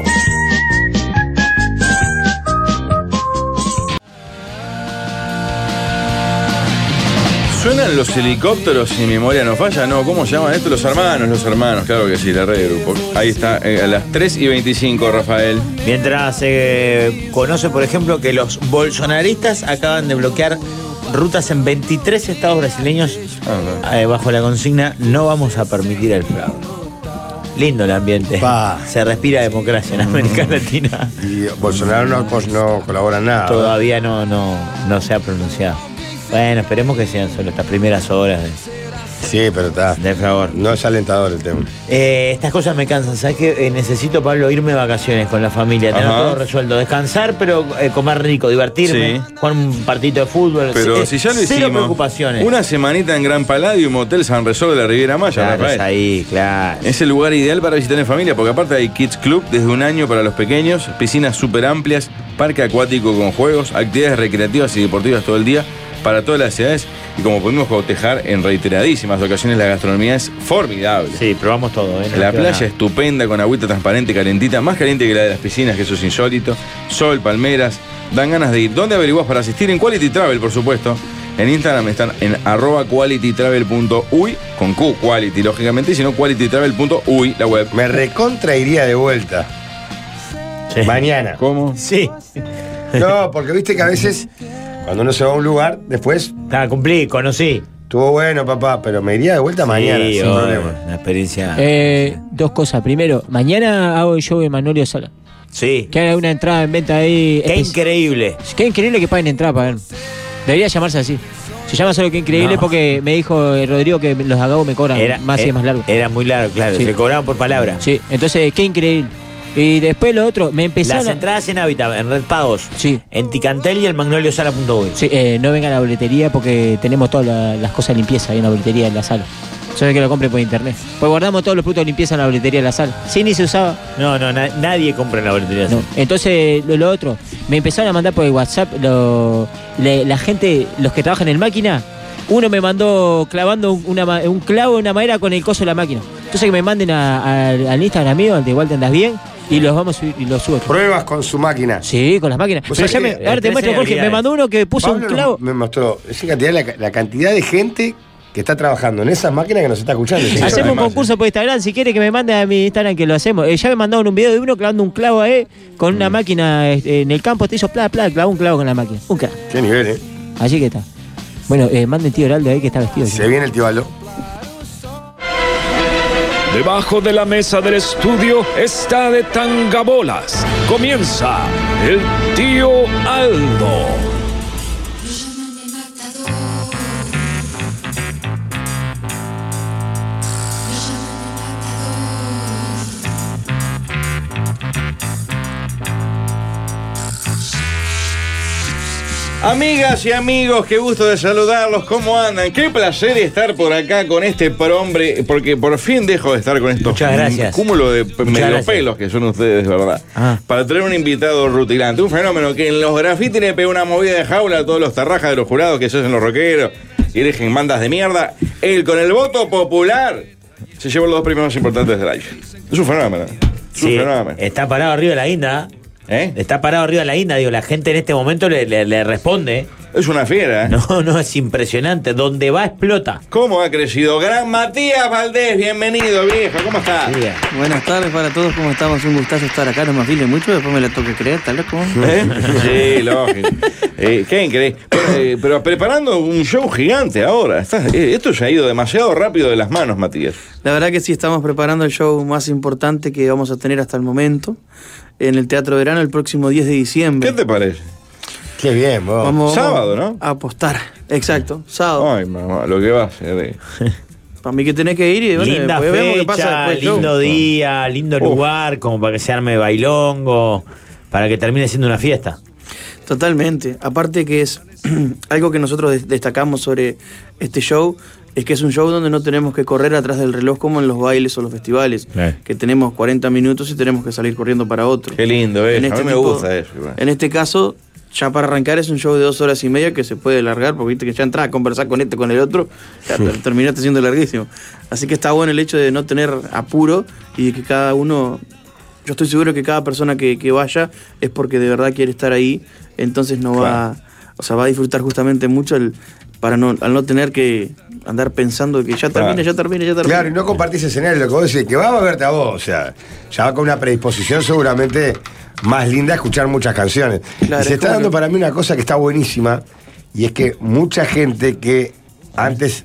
Suenan los helicópteros si mi memoria no falla, ¿no? ¿Cómo se llaman esto? Los hermanos, los hermanos, claro que sí, la red de grupo. Ahí está, eh, a las 3 y 25, Rafael.
Mientras se conoce, por ejemplo, que los bolsonaristas acaban de bloquear rutas en 23 estados brasileños
Ah,
eh, bajo la consigna no vamos a permitir el fraude. Lindo el ambiente.
Pa.
Se respira democracia en América Latina.
Y Bolsonaro no, cos- no colabora en nada.
Todavía no, no, no se ha pronunciado. Bueno, esperemos que sean solo estas primeras horas de,
Sí, pero está.
de favor.
No es alentador el tema.
Eh, estas cosas me cansan, ¿sabes qué? Eh, necesito, Pablo, irme de vacaciones con la familia, tener
Ajá.
todo resuelto, descansar, pero eh, comer rico, divertirme,
Sí.
jugar un partidito de fútbol.
Pero
Eh,
si ya lo
cero
hicimos.
preocupaciones.
Una semanita en Gran Paladio, un hotel San Resort de la Riviera Maya,
Claro, es
Rafael.
ahí, claro.
Es el lugar ideal para visitar en familia, porque aparte hay Kids Club desde un año para los pequeños, piscinas súper amplias, parque acuático con juegos, actividades recreativas y deportivas todo el día para todas las edades. Y como pudimos cotejar en reiteradísimas ocasiones, la gastronomía es formidable.
Sí, probamos todo, ¿eh? No
La
queda
playa
nada.
estupenda con agüita transparente, calentita, más caliente que la de las piscinas, que eso es insólito. Sol, palmeras, dan ganas de ir. ¿Dónde averiguás para asistir? En Quality Travel, por supuesto. En Instagram están en arroba qualitytravel.uy, con Q, quality, lógicamente, y si no, qualitytravel.uy, la web.
Me recontra iría de vuelta.
Sí.
Mañana.
¿Cómo?
Sí,
No, porque viste que a veces, cuando uno se va a un lugar, después
está, Ah, cumplí, conocí.
estuvo bueno, papá, pero me iría de vuelta mañana,
Sí,
sin
oh,
problema.
Una experiencia.
Eh, dos cosas. Primero, mañana hago el show de Manolio Sala.
sí.
Que hay una entrada en venta ahí.
Qué
especi-
increíble.
Qué increíble que paguen entrada para ver. Debería llamarse así. Se llama solo que increíble
No.
porque me dijo eh, Rodrigo que los agabos me cobran
Era
más y
eh,
es más largo.
Era muy largo, claro.
Sí.
Se cobraban por palabra.
Sí, entonces qué increíble. Y después lo otro, me
Las
empezaron. a-
entradas en Habitat, en Red Pagos,
Sí.
en Ticantel y el Magnolio Sala.uy.
Sí, eh, no venga a la boletería porque tenemos todas la- las cosas de limpieza ahí en la boletería en la sala. Solo que lo compre por internet. Pues guardamos todos los productos de limpieza en la boletería de la sala. Sí, ni se usaba.
No, no, na- nadie compra en la boletería.
No. Entonces, lo, lo otro, me empezaron a mandar por el WhatsApp lo- le- la gente, los que trabajan en máquina. Uno me mandó clavando un, una ma- un clavo en una madera con el coso de la máquina. Entonces, que me manden a- a- al Instagram mío, al de Igual te andas bien, y los vamos a subir y los subo. aquí.
Pruebas con su máquina.
Sí, con las máquinas.
Pues
Pero
es
ya
que,
me,
eh,
ahora te
tres
muestro, Jorge, me
celebridades.
mandó uno que puso
Pablo
un clavo.
me mostró esa cantidad, la, la cantidad de gente que está trabajando en esas máquinas que nos está escuchando.
Sí,
Hacemos un
además,
concurso por Instagram, si quiere que me mande a mi Instagram que lo hacemos. Eh, ya me mandaron un video de uno clavando un clavo ahí con
Mm.
una máquina eh, en el campo, te hizo pla, pla, clavó un clavo con la máquina. Un clavo.
Qué nivel, ¿eh?
Así que está. Bueno, eh, manden tío Heraldo ahí que está vestido.
Se viene el tíbalo.
Debajo de la mesa del estudio está de tangabolas. Comienza el tío Aldo.
Amigas y amigos, qué gusto de saludarlos, ¿cómo andan? Qué placer estar por acá con este hombre, porque por fin dejo de estar con estos
Muchas gracias.
cúmulo de p-
Muchas
medio
gracias.
pelos que son ustedes, ¿verdad?
Ah.
Para traer un invitado rutilante, un fenómeno que en los grafitis le pegó una movida de jaula a todos los tarrajas de los jurados que se hacen los rockeros y eligen bandas de mierda. Él con el voto popular se llevó los dos premios más importantes del año. Es un fenómeno. Es un
Sí,
fenómeno.
está parado arriba de la guinda.
¿Eh?
Está parado arriba de la guinda. Digo, la gente en este momento le, le- le responde.
Es una fiera, ¿eh?
No, no, es impresionante. Donde va, explota.
¿Cómo ha crecido? Gran Matías Valdés, bienvenido, viejo. ¿Cómo estás?
Buenas tardes para todos, ¿cómo estamos? Un gustazo estar acá, no me afile mucho, después me la toque creer, tal vez como.
¿Eh? Sí, lógico. Eh, ¿Qué increíble? Pero, eh, pero preparando un show gigante ahora. Estás- eh, esto se ha ido demasiado rápido de las manos, Matías.
La verdad que sí, estamos preparando el show más importante que vamos a tener hasta el momento en el Teatro Verano el próximo 10 de diciembre. ¿Qué
te parece?
Qué bien, vos.
Sábado, ¿no?
A apostar, exacto, sábado.
Ay, mamá, lo que va a ser. eh.
Para mí que tenés que ir y bueno,
Linda
después vemos qué
fecha,
pasa después del show.
lindo día, lindo lugar, como para que se arme bailongo, para que termine siendo una fiesta.
Totalmente. Aparte que es algo que nosotros des- destacamos sobre este show, es que es un show donde no tenemos que correr atrás del reloj como en los bailes o los festivales, que tenemos 40 minutos y tenemos que salir corriendo para otro.
Qué lindo es.
En
Eh, a
este
mí me
tipo-
gusta eso. igual.
En este caso, ya para arrancar es un show de dos horas y media que se puede largar, porque viste que ya entras a conversar con este, con el otro, ya ter- terminaste siendo larguísimo. Así que está bueno el hecho de no tener apuro y de que cada uno, yo estoy seguro que cada persona que, que vaya es porque de verdad quiere estar ahí, entonces no va, o sea, va a disfrutar justamente mucho el, para no, al no tener que andar pensando que ya termina, ya termina, ya termina.
Claro, y no compartís escenario, lo que vos decís, que va a verte a vos, o sea, ya va con una predisposición seguramente más linda a escuchar muchas canciones.
Claro,
y se
es
está
como
dando
que-
para mí una cosa que está buenísima, y es que mucha gente que antes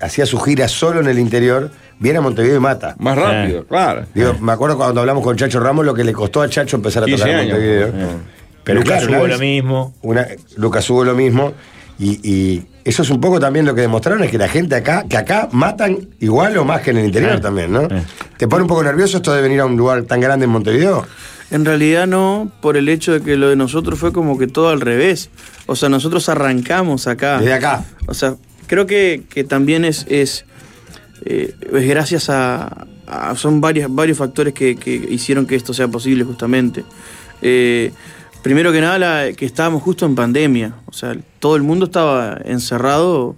hacía su gira solo en el interior, viene a Montevideo y mata.
Más rápido,
Eh.
claro.
Digo, me acuerdo cuando hablamos con Chacho Ramos lo que le costó a Chacho empezar a
15
tocar en
años.
Montevideo.
Eh.
Pero
Lucas
claro, una
Hugo
vez-
lo mismo.
una, Lucas hubo lo mismo. Y, y eso es un poco también lo que demostraron es que la gente acá, que acá matan igual o más que en el interior
Eh.
también, ¿no? ¿Te pone un poco nervioso esto de venir a un lugar tan grande en Montevideo?
En realidad no, por el hecho de que lo de nosotros fue como que todo al revés. O sea, nosotros arrancamos acá.
Desde acá.
O sea, creo que, que también es, es, eh, es gracias a, a- Son varias, varios factores que, que hicieron que esto sea posible justamente. Eh, primero que nada, la- que estábamos justo en pandemia. O sea, todo el mundo estaba encerrado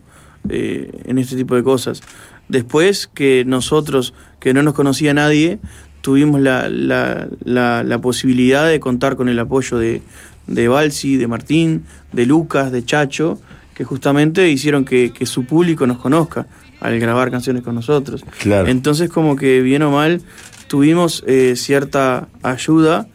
eh, en este tipo de cosas. Después que nosotros, que no nos conocía nadie, tuvimos la, la- la- la posibilidad de contar con el apoyo de, de Balsi, de Martín, de Lucas, de Chacho, que justamente hicieron que, que su público nos conozca al grabar canciones con nosotros.
Claro.
Entonces como que bien o mal tuvimos eh, cierta ayuda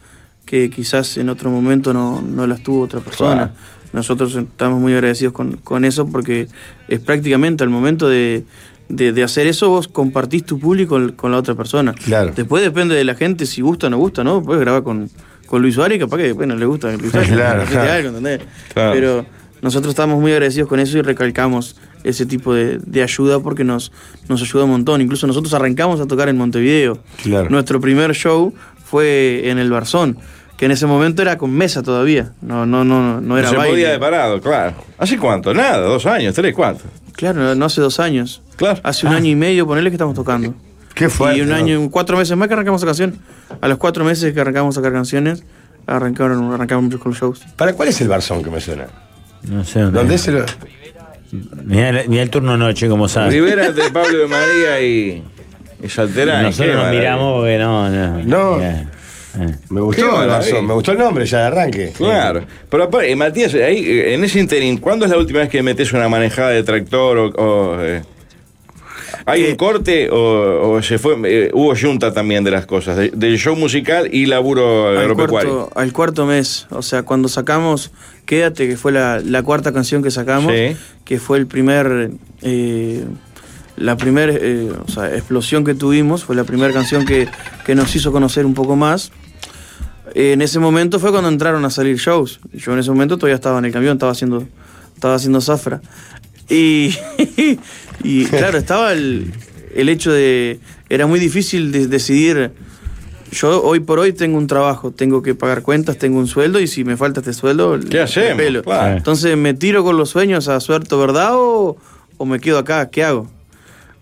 que quizás en otro momento no, no las tuvo otra persona.
Claro.
Nosotros estamos muy agradecidos con, con eso porque es prácticamente al momento de, de- de hacer eso vos compartís tu público con- con la otra persona.
Claro.
Después depende de la gente si gusta o no gusta, ¿no? Puedes grabar con, con Luis Suárez, capaz que después no le gusta a Luis Suárez.
Claro,
hacete
claro.
algo, ¿entendés?
Claro.
Pero nosotros estamos muy agradecidos con eso y recalcamos ese tipo de, de ayuda porque nos, nos ayuda un montón. Incluso nosotros arrancamos a tocar en Montevideo.
Claro.
Nuestro primer show fue en el Barzón, que en ese momento era con mesa todavía. No, no, no, no
No
era
se
baile.
podía de parado, claro. ¿Hace cuánto? Nada, dos años, tres, cuatro.
Claro, no- no hace dos años.
Claro.
Hace un año y medio, ponele que estamos tocando.
¿Qué
fue? Y un
¿no?
año, cuatro meses más que arrancamos la canción. A los cuatro meses que arrancamos a sacar canciones, arrancaron, arrancamos con los shows.
¿Para cuál es el Barzón que me suena?
No sé dónde.
¿Dónde es el.?
Mirá, el- mirá el turno noche, como sabes.
Rivera de Pablo de María y, y Salterán.
Nosotros
Qué
nos
maravilla.
miramos porque no. No. Eh, eh.
Me gustó el Barzón, me gustó el nombre ya de arranque.
Claro. Pero aparte, eh, Matías, ahí, eh, en ese interín, ¿cuándo es la última vez que metes una manejada de tractor o. o, eh, ¿Hay un corte o, o se fue? eh, hubo junta también de las cosas, de- del show musical y laburo
Al
agropecuario.
cuarto, al cuarto mes, o sea, cuando sacamos Quédate, que fue la, la cuarta canción que sacamos,
Sí.
que fue el primer. eh, la primera explosión que tuvimos, fue la primera canción que, que nos hizo conocer un poco más. Eh, en ese momento fue cuando entraron a salir shows. Y Yo en ese momento todavía estaba en el camión, estaba haciendo, estaba haciendo zafra. Y, y claro, estaba el, el hecho de. Era muy difícil de- decidir. Yo hoy por hoy tengo un trabajo, tengo que pagar cuentas, tengo un sueldo y si me falta este sueldo,
¿Qué
me
hacemos?
pelo.
Claro.
Entonces, ¿me tiro con los sueños a suerte, verdad? O, o me quedo acá? ¿Qué hago?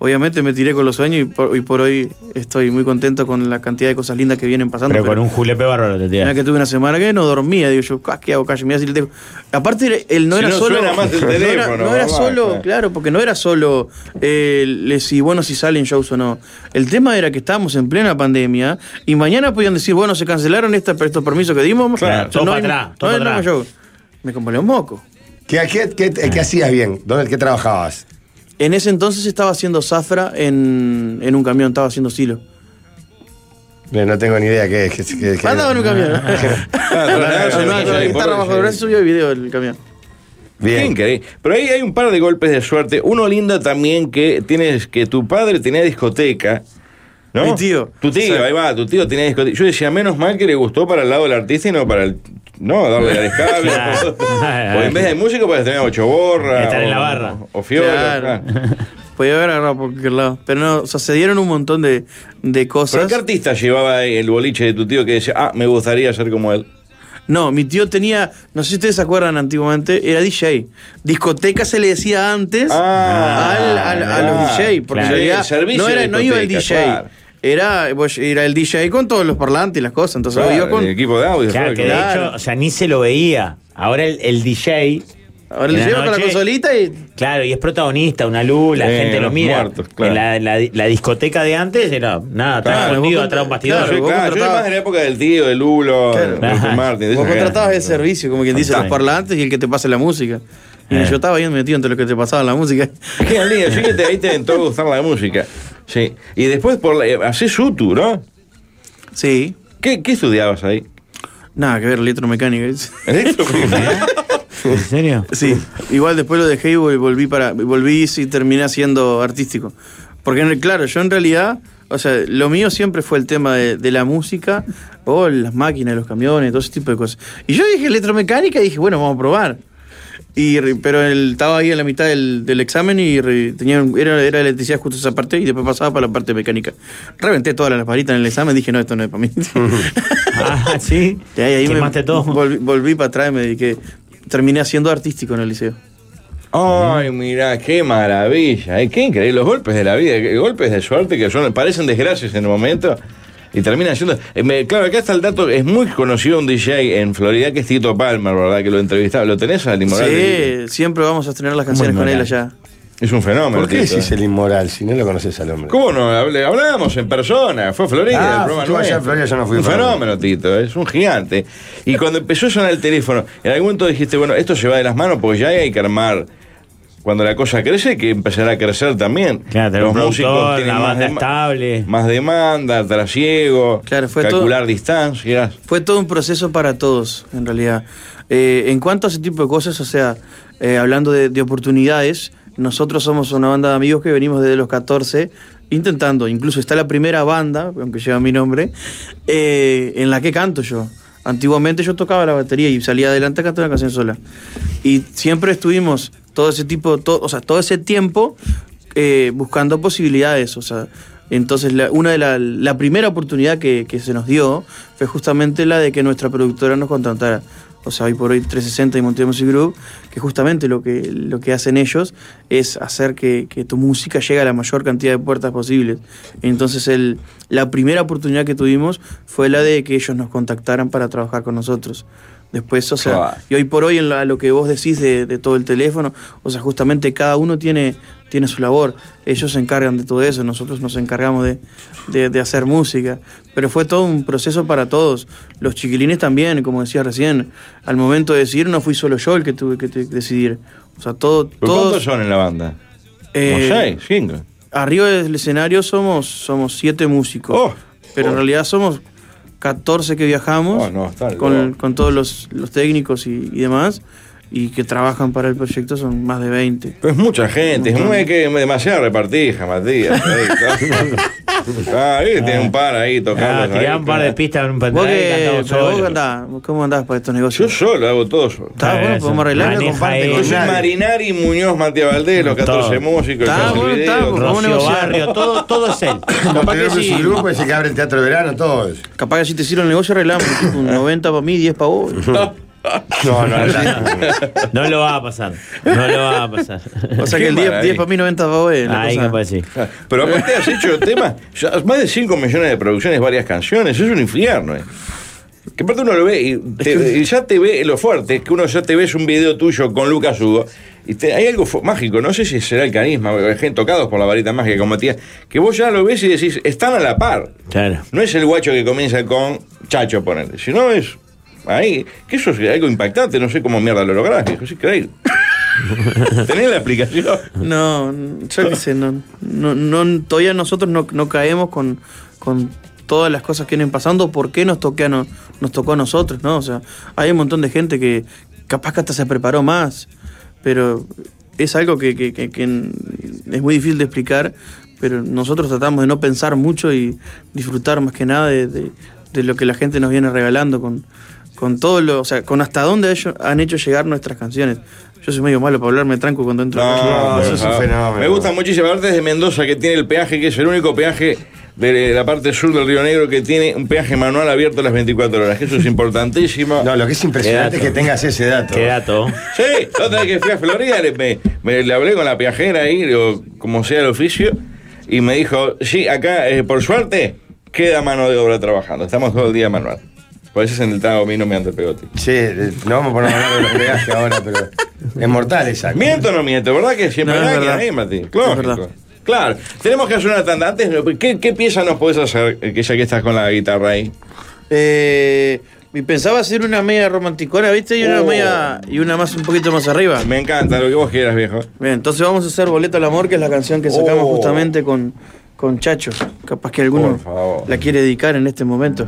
Obviamente me tiré con los sueños y por, y por hoy estoy muy contento con la cantidad de cosas lindas que vienen pasando.
Pero con
pero-
un julepe bárbaro te
Mirá
tiras.
que tuve una semana que no dormía, digo yo, "Ah, ¿qué hago calle? Mirá si le tengo- Aparte, él no
Si
era
no
solo.
suena más el
no era-
teléfono,
no era
mamá,
solo,
claro.
claro. porque no era solo eh, le- si, bueno, si salen shows o no. El tema era que estábamos en plena pandemia y mañana podían decir, bueno, se cancelaron esta, estos permisos que dimos.
Claro, todo
no
para
hay-
atrás, todo
no hay
para
nuevo
atrás.
show. Me compré un moco.
¿Qué, qué, qué- qué hacías bien? ¿Dónde, ¿Qué trabajabas?
Eh. En ese entonces estaba haciendo zafra en, en un camión, estaba haciendo silo.
Bien, No tengo ni idea qué es. qué- qué- qué-
Andaba en un camión. Con la guitarra bajo el brazo subió el video del camión.
Bien. increíble. Pero ahí hay un par de golpes de suerte. Uno lindo también que tienes que tu padre tenía discoteca. ¿no?
Mi tío.
Tu tío,
O sea-
ahí va, tu tío tenía discoteca. Yo decía, menos mal que le gustó para el lado del artista y no para el. No, darle la descarga. o en vez de músico, puedes tener ocho borras.
Estar en
o-
la barra.
O fiola.
Claro.
claro.
Podía haber agarrado por cualquier lado. Pero no, o sea, se dieron un montón de, de
¿Pero
cosas.
qué artista llevaba el boliche de tu tío que decía, ah, me gustaría ser como él?
No, mi tío tenía, no sé si ustedes se acuerdan antiguamente, era DJ. Discoteca se le decía antes al- al- a
ah,
los DJ. Porque
claro.
en realidad
El servicio
no, era,
de
no iba el DJ.
discoteca, claro.
Era, pues, era el DJ con todos los parlantes y las cosas. Entonces
Claro,
iba con.
el
equipo de audio.
Claro, que de hecho, o sea, ni se lo veía. Ahora el, el DJ.
Ahora
en
le
la
lleva con la
noche-
consolita y.
Claro, y es protagonista, una luz, la
Sí,
gente lo
los
mira.
muertos, claro.
En la, la- la discoteca de antes era nada, estaba
Claro,
escondido
vos
atrás de un
Claro,
bastidor.
yo- claro, yo más en la época del tío, del Lulo, del Dr. Martin. de
Vos
esas que-
contratabas el servicio, como quien dice, los
Fantástico.
parlantes y el que te pase la música. Y
Eh.
yo estaba bien metido entre lo que te pasaba la música.
Qué lindo, sí que te- ahí te entró a gustar la música. Sí. Y después por la, eh, hacés UTU, ¿no?
Sí.
¿Qué, qué estudiabas ahí?
Nada que ver, electromecánica.
¿Electromecánica?
¿En serio?
Sí. Igual después lo dejé y vol- volví para. Volví y terminé siendo artístico. Porque en el- claro, yo en realidad. O sea, lo mío siempre fue el tema de, de la música, o las máquinas, los camiones, todo ese tipo de cosas. Y yo dije electromecánica y dije, bueno, vamos a probar. Y, re- pero él estaba ahí en la mitad del, del examen y re- tenía, un- era, era electricidad justo esa parte y después pasaba para la parte mecánica. Reventé todas las varitas en el examen dije, no, esto no es para mí.
ah, sí.
Y ahí, ahí me
Quemaste todo.
Volví, volví para atrás y me dediqué. Terminé haciendo artístico en el liceo.
Ay, mira, qué maravilla. eh, Qué increíble. Los golpes de la vida, qué golpes de suerte que son, parecen desgracias en el momento. Y terminan siendo. eh, me- claro, acá está el dato. Es muy conocido un DJ en Florida que es Tito Palmer, ¿verdad? Que lo entrevistaba. ¿Lo tenés al inmoral?
Sí, siempre vamos a estrenar las canciones con él allá.
Es un fenómeno.
¿Por qué
Tito,
decís
eh.
el inmoral si no lo conoces al hombre?
¿Cómo no? Habl- Hablábamos en persona, fue a Florida.
Ah,
el programa
estuvo allá
nuestro.
en Florida, yo no fui
Un
a Florida.
fenómeno, Tito, es un gigante. Y cuando empezó a sonar el teléfono, en algún momento dijiste, bueno, esto se va de las manos porque ya hay que armar. Cuando la cosa crece, que empezará a crecer también.
Claro, tenés un productor, la banda
dema-
estable.
más demanda, trasiego,
fue
calcular
todo-
distancias.
Fue todo un proceso para todos, en realidad. Eh, en cuanto a ese tipo de cosas, o sea, eh, hablando de, de oportunidades, nosotros somos una banda de amigos que venimos desde los 14 intentando, incluso está la primera banda, aunque lleva mi nombre, eh, en la que canto yo. Antiguamente yo tocaba la batería y salía adelante a cantar una canción sola. Y siempre estuvimos todo ese tipo, todo, o sea, todo ese tiempo eh, buscando posibilidades. O sea, entonces la, una de la, la primera oportunidad que, que se nos dio fue justamente la de que nuestra productora nos contratara. O sea, hoy por hoy 360 y Montevideo Music Group, que justamente lo que, lo que hacen ellos es hacer que, que tu música llegue a la mayor cantidad de puertas posibles. Entonces el, la primera oportunidad que tuvimos fue la de que ellos nos contactaran para trabajar con nosotros. Después, o sea,
Claro.
y hoy por hoy en la- lo que vos decís de, de todo el teléfono, o sea, justamente cada uno tiene, tiene su labor. Ellos se encargan de todo eso, nosotros nos encargamos de, de- de hacer música. Pero fue todo un proceso para todos. Los chiquilines también, como decía recién, al momento de decidir no fui solo yo el que tuve que te- decidir. O sea, todo,
¿Pero ¿Cuántos
todos...
son en la banda? ¿Como
eh,
seis? ¿Cinco?
Arriba del escenario somos, somos siete músicos.
Oh,
pero en realidad somos 14 que viajamos
Oh, no, está
con,
loco.
con todos los, los técnicos y, y demás. Y que trabajan para el proyecto son más de 20.
Pero es mucha gente, es
Un montón.
muy que demasiada repartija, Matías. ahí, claro. ah, ahí tiene un par ahí tocando.
Ah, tirá un par de pistas en un
Vos,
pendrive y
que,
cantamos
pero vos
solo.
andás, ¿Cómo andás para estos negocios?
Yo solo hago todo solo.
Está bueno, podemos arreglarlo con parte
Yo soy Marinari Muñoz Matías Valdés, los 14 músicos.
Está bueno, está, pues, vamos a negociar.
todo, todo es él.
Capaz que
Montevideo
sí.
Music Group ese que abre el Teatro de Verano, todos.
Capaz que si te sirve el negocio arreglamos. tipo, un 90 para mí, 10 para vos.
No, no,
No lo va a pasar. No lo va a pasar.
O sea que el 10, para mí, 90 para vos. es la
Ahí
cosa.
capaz sí.
Pero aparte has hecho temas, ya más de 5 millones de producciones, varias canciones, es un infierno. eh. Que aparte uno lo ve y, te- y ya te ve lo fuerte, es que uno ya te ves un video tuyo con Lucas Hugo. Y te- hay algo fu- mágico, no sé si será el carisma, o gente tocados por la varita mágica como Matías, que vos ya lo ves y decís, están a la par.
Claro.
No es el guacho que comienza con Chacho, ponele, sino es ahí, que eso es algo impactante, no sé cómo mierda lo lograste, es increíble. ¿Tenés la aplicación?
No, yo qué sé, no, no, no- todavía nosotros no, no caemos con, con todas las cosas que vienen pasando, ¿por qué nos, toque a no- nos tocó a nosotros? ¿no? O sea, hay un montón de gente que capaz que hasta se preparó más, pero es algo que, que- que- que es muy difícil de explicar, pero nosotros tratamos de no pensar mucho y disfrutar más que nada de, de- de lo que la gente nos viene regalando con, con todo lo, o sea, con hasta dónde ellos han hecho llegar nuestras canciones. Yo soy medio malo para hablarme tranco cuando entro. a la calle.
por favor. Ah, Me gusta muchísimo. Aparte es de Mendoza, que tiene el peaje, que es el único peaje de la parte sur del Río Negro que tiene un peaje manual abierto las 24 horas. que Eso es importantísimo. No,
lo que es impresionante es que tengas ese dato.
¿Qué
dato?
Sí, la otra vez que fui a Florida le, me, me- le hablé con la peajera ahí, digo, como sea el oficio, y me dijo, sí, acá, eh, por suerte, queda mano de obra trabajando. Estamos todo el día manual. Por eso en el tago a mí no me anda el pegote.
Sí, eh, no vamos a poner a hablar de los peajes ahora, pero es mortal esa.
Miento o no miento, ¿verdad que siempre
No, es
hay alguien
verdad.
ahí, Martín? Claro. Claro, tenemos que hacer una tanda. Antes, ¿qué, qué pieza nos podés hacer, eh, que ya que estás con la guitarra ahí?
Eh, y pensaba hacer una media romanticona, ¿viste? Y una
Oh.
media. Y una más un poquito más arriba.
Me encanta, lo que vos quieras, viejo.
Bien, entonces vamos a hacer Boleto al Amor, que es la canción que sacamos
Oh.
justamente con, con Chacho. Capaz que alguno la quiere dedicar en este momento.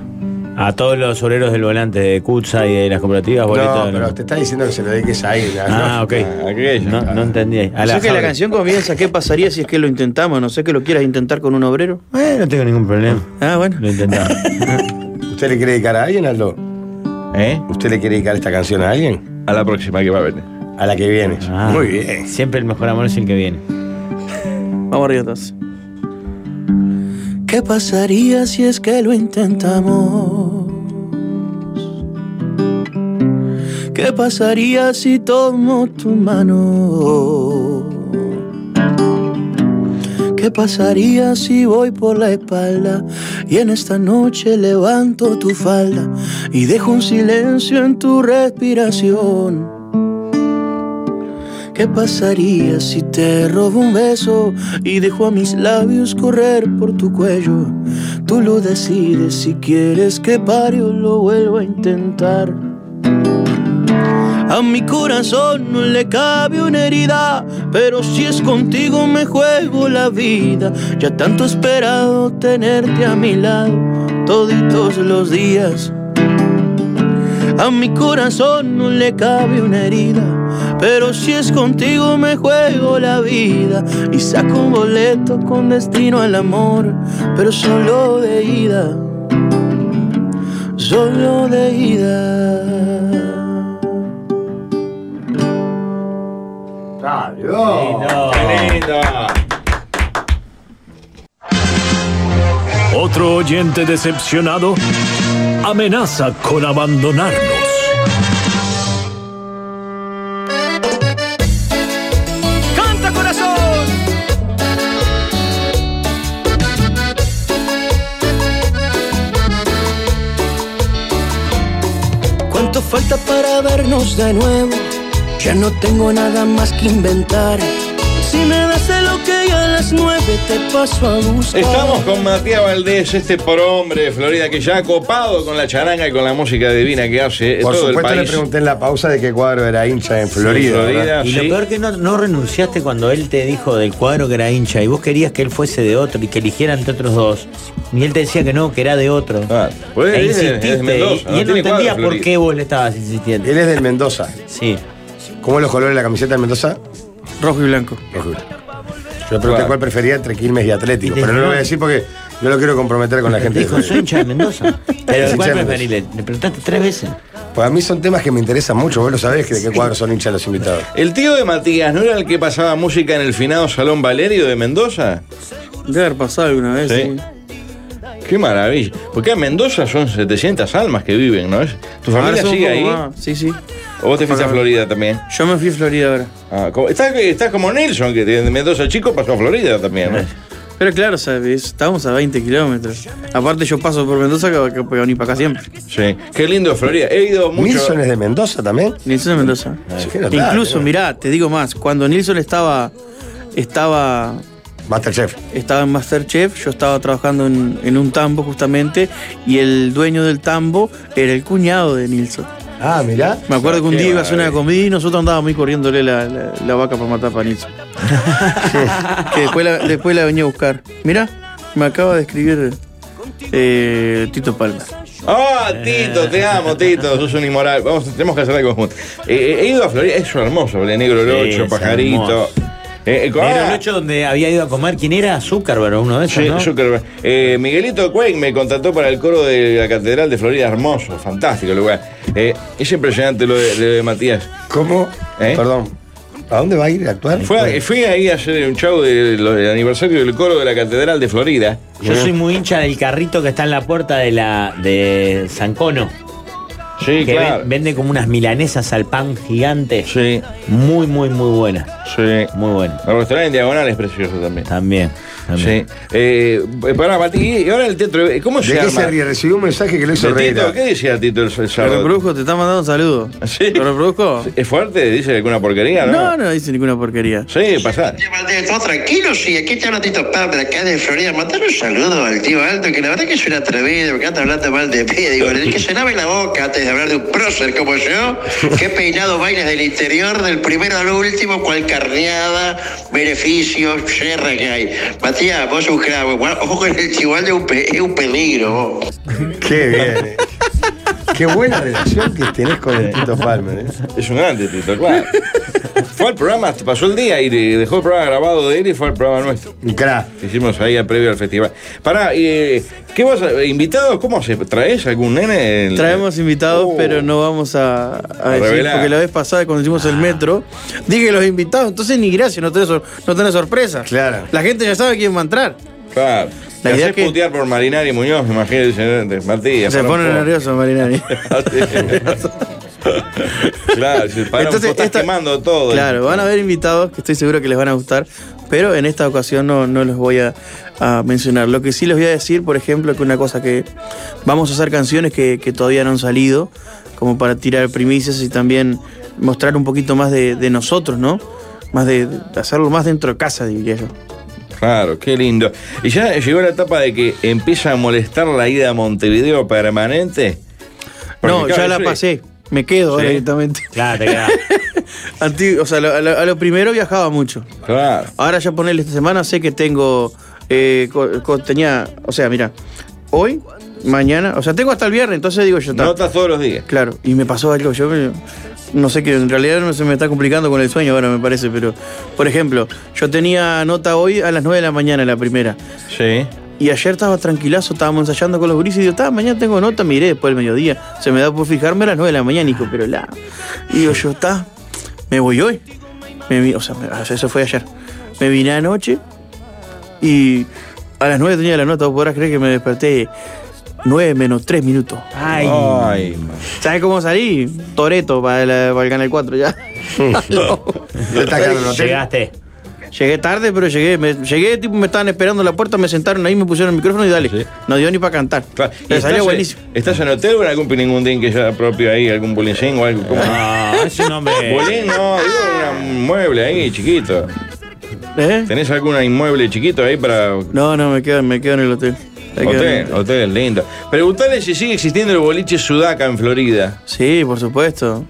A todos los obreros del volante de Cutsa y de las cooperativas, boleto.
No, pero te está diciendo que se lo dediques a él.
Ah, ok. No, no entendí. A
Yo sé
la
que la
Jaure.
canción comienza, ¿qué pasaría si es que lo intentamos? No sé que lo quieras intentar con un obrero.
Eh, no tengo ningún problema.
Ah, bueno.
Lo intentamos.
¿Usted le quiere dedicar a alguien, Aldo?
¿Eh?
¿Usted le quiere dedicar esta canción a alguien?
A la próxima que va a venir.
A la que viene.
Ah,
Muy bien.
Siempre el mejor amor es el que viene.
Vamos arriba entonces.
¿Qué pasaría si es que lo intentamos? ¿Qué pasaría si tomo tu mano? ¿Qué pasaría si voy por la espalda y en esta noche levanto tu falda y dejo un silencio en tu respiración? ¿Qué pasaría si te robo un beso y dejo a mis labios correr por tu cuello? Tú lo decides si quieres que pare o lo vuelvo a intentar.
A mi corazón
no le cabe una herida, pero si es contigo me juego la vida. Ya tanto he esperado tenerte a mi lado toditos los días. A mi corazón no le cabe una herida, pero si es contigo me juego la vida y saco un boleto con destino al amor, pero solo de ida, solo de ida.
¡Qué lindo!
Otro oyente decepcionado amenaza con abandonarnos.
¡Canta corazón! ¿Cuánto falta para vernos de nuevo? Ya no tengo nada más que inventar. Si me das lo que ya a las nueve te paso a buscar.
Estamos con Matías Valdés, este por hombre de Florida que ya ha copado con la charanga y con la música divina que hace eh,
Por
todo
supuesto
el
le
país.
pregunté en la pausa de qué cuadro era hincha en Florida. ¿verdad?
Y lo peor que no, no renunciaste cuando él te dijo del cuadro que era hincha y vos querías que él fuese de otro y que eligiera entre otros dos. Y él te decía que no, que era de otro.
Ah,
pues
e
él es de-
insististe.
es de Mendoza,
y
no
y él
tiene
no
cuadro
entendía
en
por
Florida.
qué vos le estabas insistiendo.
Él es del Mendoza.
Sí.
¿Cómo los colores de la camiseta de Mendoza?
Rojo y blanco.
Rojo y blanco. Yo le pregunté cuál prefería entre Quilmes y Atlético,
Y
pero no
desde-
lo voy a decir porque no lo quiero comprometer con la gente. de
Dijo, soy hincha de Mendoza. Pero
Sí,
¿cuál
hincha de
preferís? Le le preguntaste tres veces.
Pues a mí son temas que me interesan mucho, vos lo sabés que de qué cuadro son hinchas los invitados.
El tío de Matías, ¿no era el que pasaba música en el finado Salón Valerio de Mendoza?
Debe haber pasado alguna vez.
Qué maravilla. Porque en Mendoza son 700 almas que viven, ¿no? Es- ¿Tu familia
Ahora somos
sigue ahí?
Ah, como más, Sí, sí.
¿O vos te fuiste a
Ahora-
Florida también?
Yo me fui a Florida ahora.
Ah, como- estás, estás como Nelson, que de Mendoza chico pasó a Florida también, ¿no?
Pero claro, ¿sabes? estamos a 20 kilómetros. Aparte yo paso por Mendoza que, que que ni para acá siempre.
Sí. Qué lindo Florida. He ido mucho.
¿Nilson es de Mendoza también?
Nilson es de Mendoza.
qué notable,
Incluso,
¿no?
mirá, te digo más, cuando Nilson estaba. Estaba.
Masterchef.
Estaba en Masterchef, yo estaba trabajando en, en un tambo justamente, y el dueño del tambo era el cuñado de Nilson.
Ah, mirá.
Me acuerdo que un
Qué
día iba a hacer una
maravilla.
comida y nosotros andábamos ahí corriéndole la, la- la vaca para matar panizo. que después la, después la venía a buscar. Mirá, me acaba de escribir eh, Tito Palma.
Ah, Tito, te amo, Tito, sos un inmoral. Vamos, tenemos que hacer algo juntos. Eh, eh, he ido a Florida, es hermoso, el negro
Sí,
locho,
es
pajarito.
hermoso.
Eh, eh, con-
Negro
ah,
Lucho, donde había ido a comer, ¿quién era? Zuckerberg, uno de esos,
sí,
¿no?
Zuckerberg. Eh, Miguelito Cuey me contrató para el coro de la Catedral de Florida, hermoso, fantástico lugar. Eh, es impresionante lo de, de Matías. Eh,
¿Cómo? Perdón. ¿A dónde va a ir a actuar?
Fue a- fui ahí a hacer un show de- lo- del aniversario del coro de la Catedral de Florida.
Yo soy muy hincha del carrito que está en la puerta de la de San Cono.
Sí,
que
claro.
ven- vende como unas milanesas al pan gigante.
Sí.
Muy, muy, muy buenas.
Sí.
Muy buena.
El restaurante en diagonal es precioso también.
También.
Sí. Eh, pará, Mati, y ahora el teatro. eh, ¿Cómo
¿De
se
qué
arma?
se ríe? Recibí un mensaje que lo hizo
¿De
reír.
Tito? ¿Qué decía Tito el, el
Lo
sábado?
reproduzco, te está mandando saludos.
¿Sí?
¿Lo reproduzco?
¿Es fuerte? ¿Dice alguna porquería? No,
No, no dice ninguna porquería.
Sí, pasar.
Martín, todos tranquilos y aquí te habla Tito Pam de acá de Florida. Mandar un saludo al tío Alto, que la verdad que es un atrevido, porque anda hablando mal de mí. Digo, el que se lave la boca antes de hablar de un prócer como yo, que he peinado bailes del interior, del primero al último, cual carneada, beneficios, yerra que hay. Matías, vos sos un cravo. Guau, Ojo con el chihuahua, es un pe- es un peligro, vos.
Qué bien. eh. Qué buena relación que tenés con el Tito Palmer. ¿eh?
Es un grande Tito, claro. fue al programa, pasó el día y de- dejó el programa grabado de él y fue al programa nuestro. Hicimos ahí a previo al festival. Pará, eh, ¿qué vas a, invitados? ¿Cómo se traes algún nene? El-
Traemos invitados,
Oh.
pero no vamos a, a
A
decir,
revelar.
porque la vez pasada cuando hicimos el metro, dije los invitados, entonces ni gracias, no tenés, sor- no tenés sorpresa.
Claro.
La gente ya sabe quién va a entrar.
Claro.
La
Te
idea
hacés
es que-
putear por Marinari Muñoz, me imagino, eh, dicen, Matías.
Se
para un
ponen
poco.
nerviosos, Marinari.
Ah, claro, si para un poco, estás quemando todo.
Claro, van a haber invitados que estoy seguro que les van a gustar, pero en esta ocasión no, no los voy a, a mencionar. Lo que sí les voy a decir, por ejemplo, que una cosa que vamos a hacer canciones que, que todavía no han salido, como para tirar primicias y también mostrar un poquito más de, de nosotros, ¿no? Más de, de hacerlo más dentro de casa, diría yo.
Claro, qué lindo. Y ya llegó la etapa de que empieza a molestar la ida a Montevideo permanente. Porque,
no,
claro,
ya la
sí.
pasé. Me quedo ahora
Sí.
directamente.
Claro, te
o sea, lo- a lo- a lo primero viajaba mucho.
Claro.
Ahora ya ponerle esta semana, sé que tengo. eh, co- co- tenía. O sea, mira, hoy, mañana. O sea, tengo hasta el viernes, entonces digo yo. ta-
Notas todos los días.
Claro, y me pasó algo. Yo me- no sé que en realidad no se me está complicando con el sueño ahora, me parece, pero. Por ejemplo, yo tenía nota hoy a las 9 de la mañana, la primera.
Sí.
Y ayer estaba tranquilazo, estábamos ensayando con los grises y digo, "Ta, mañana tengo nota, miré después del mediodía. Se me da por fijarme a las 9 de la mañana, hijo, pero la. Y digo, yo, está, me voy hoy. Me vi- o sea, me- ah, eso fue ayer. Me vine anoche y a las 9 tenía la nota, vos podrás creer que me desperté 9 menos 3 minutos.
Ay.
Ay, man.
¿Sabes cómo salí? Toreto para, la- para el Canal 4 ya. No.
Llegaste.
Llegué tarde, pero llegué. Me, llegué, tipo, me estaban esperando en la puerta, me sentaron ahí, me pusieron el micrófono y dale. No dio ni para cantar.
¿Y
Le salió
estás-
buenísimo.
¿Estás en hotel o en algún piningundín que sea propio ahí? ¿Algún bulincín o algo? ¿Cómo?
Ah,
No, es un hombre.
Bolín, no, digo, un mueble ahí chiquito.
¿Eh?
¿Tenés algún inmueble chiquito ahí para
No, no, me quedo, me quedo en el hotel. Me quedo en el
Hotel, hotel, lindo. Preguntale si sigue existiendo el boliche Sudaca en Florida.
Sí, por supuesto.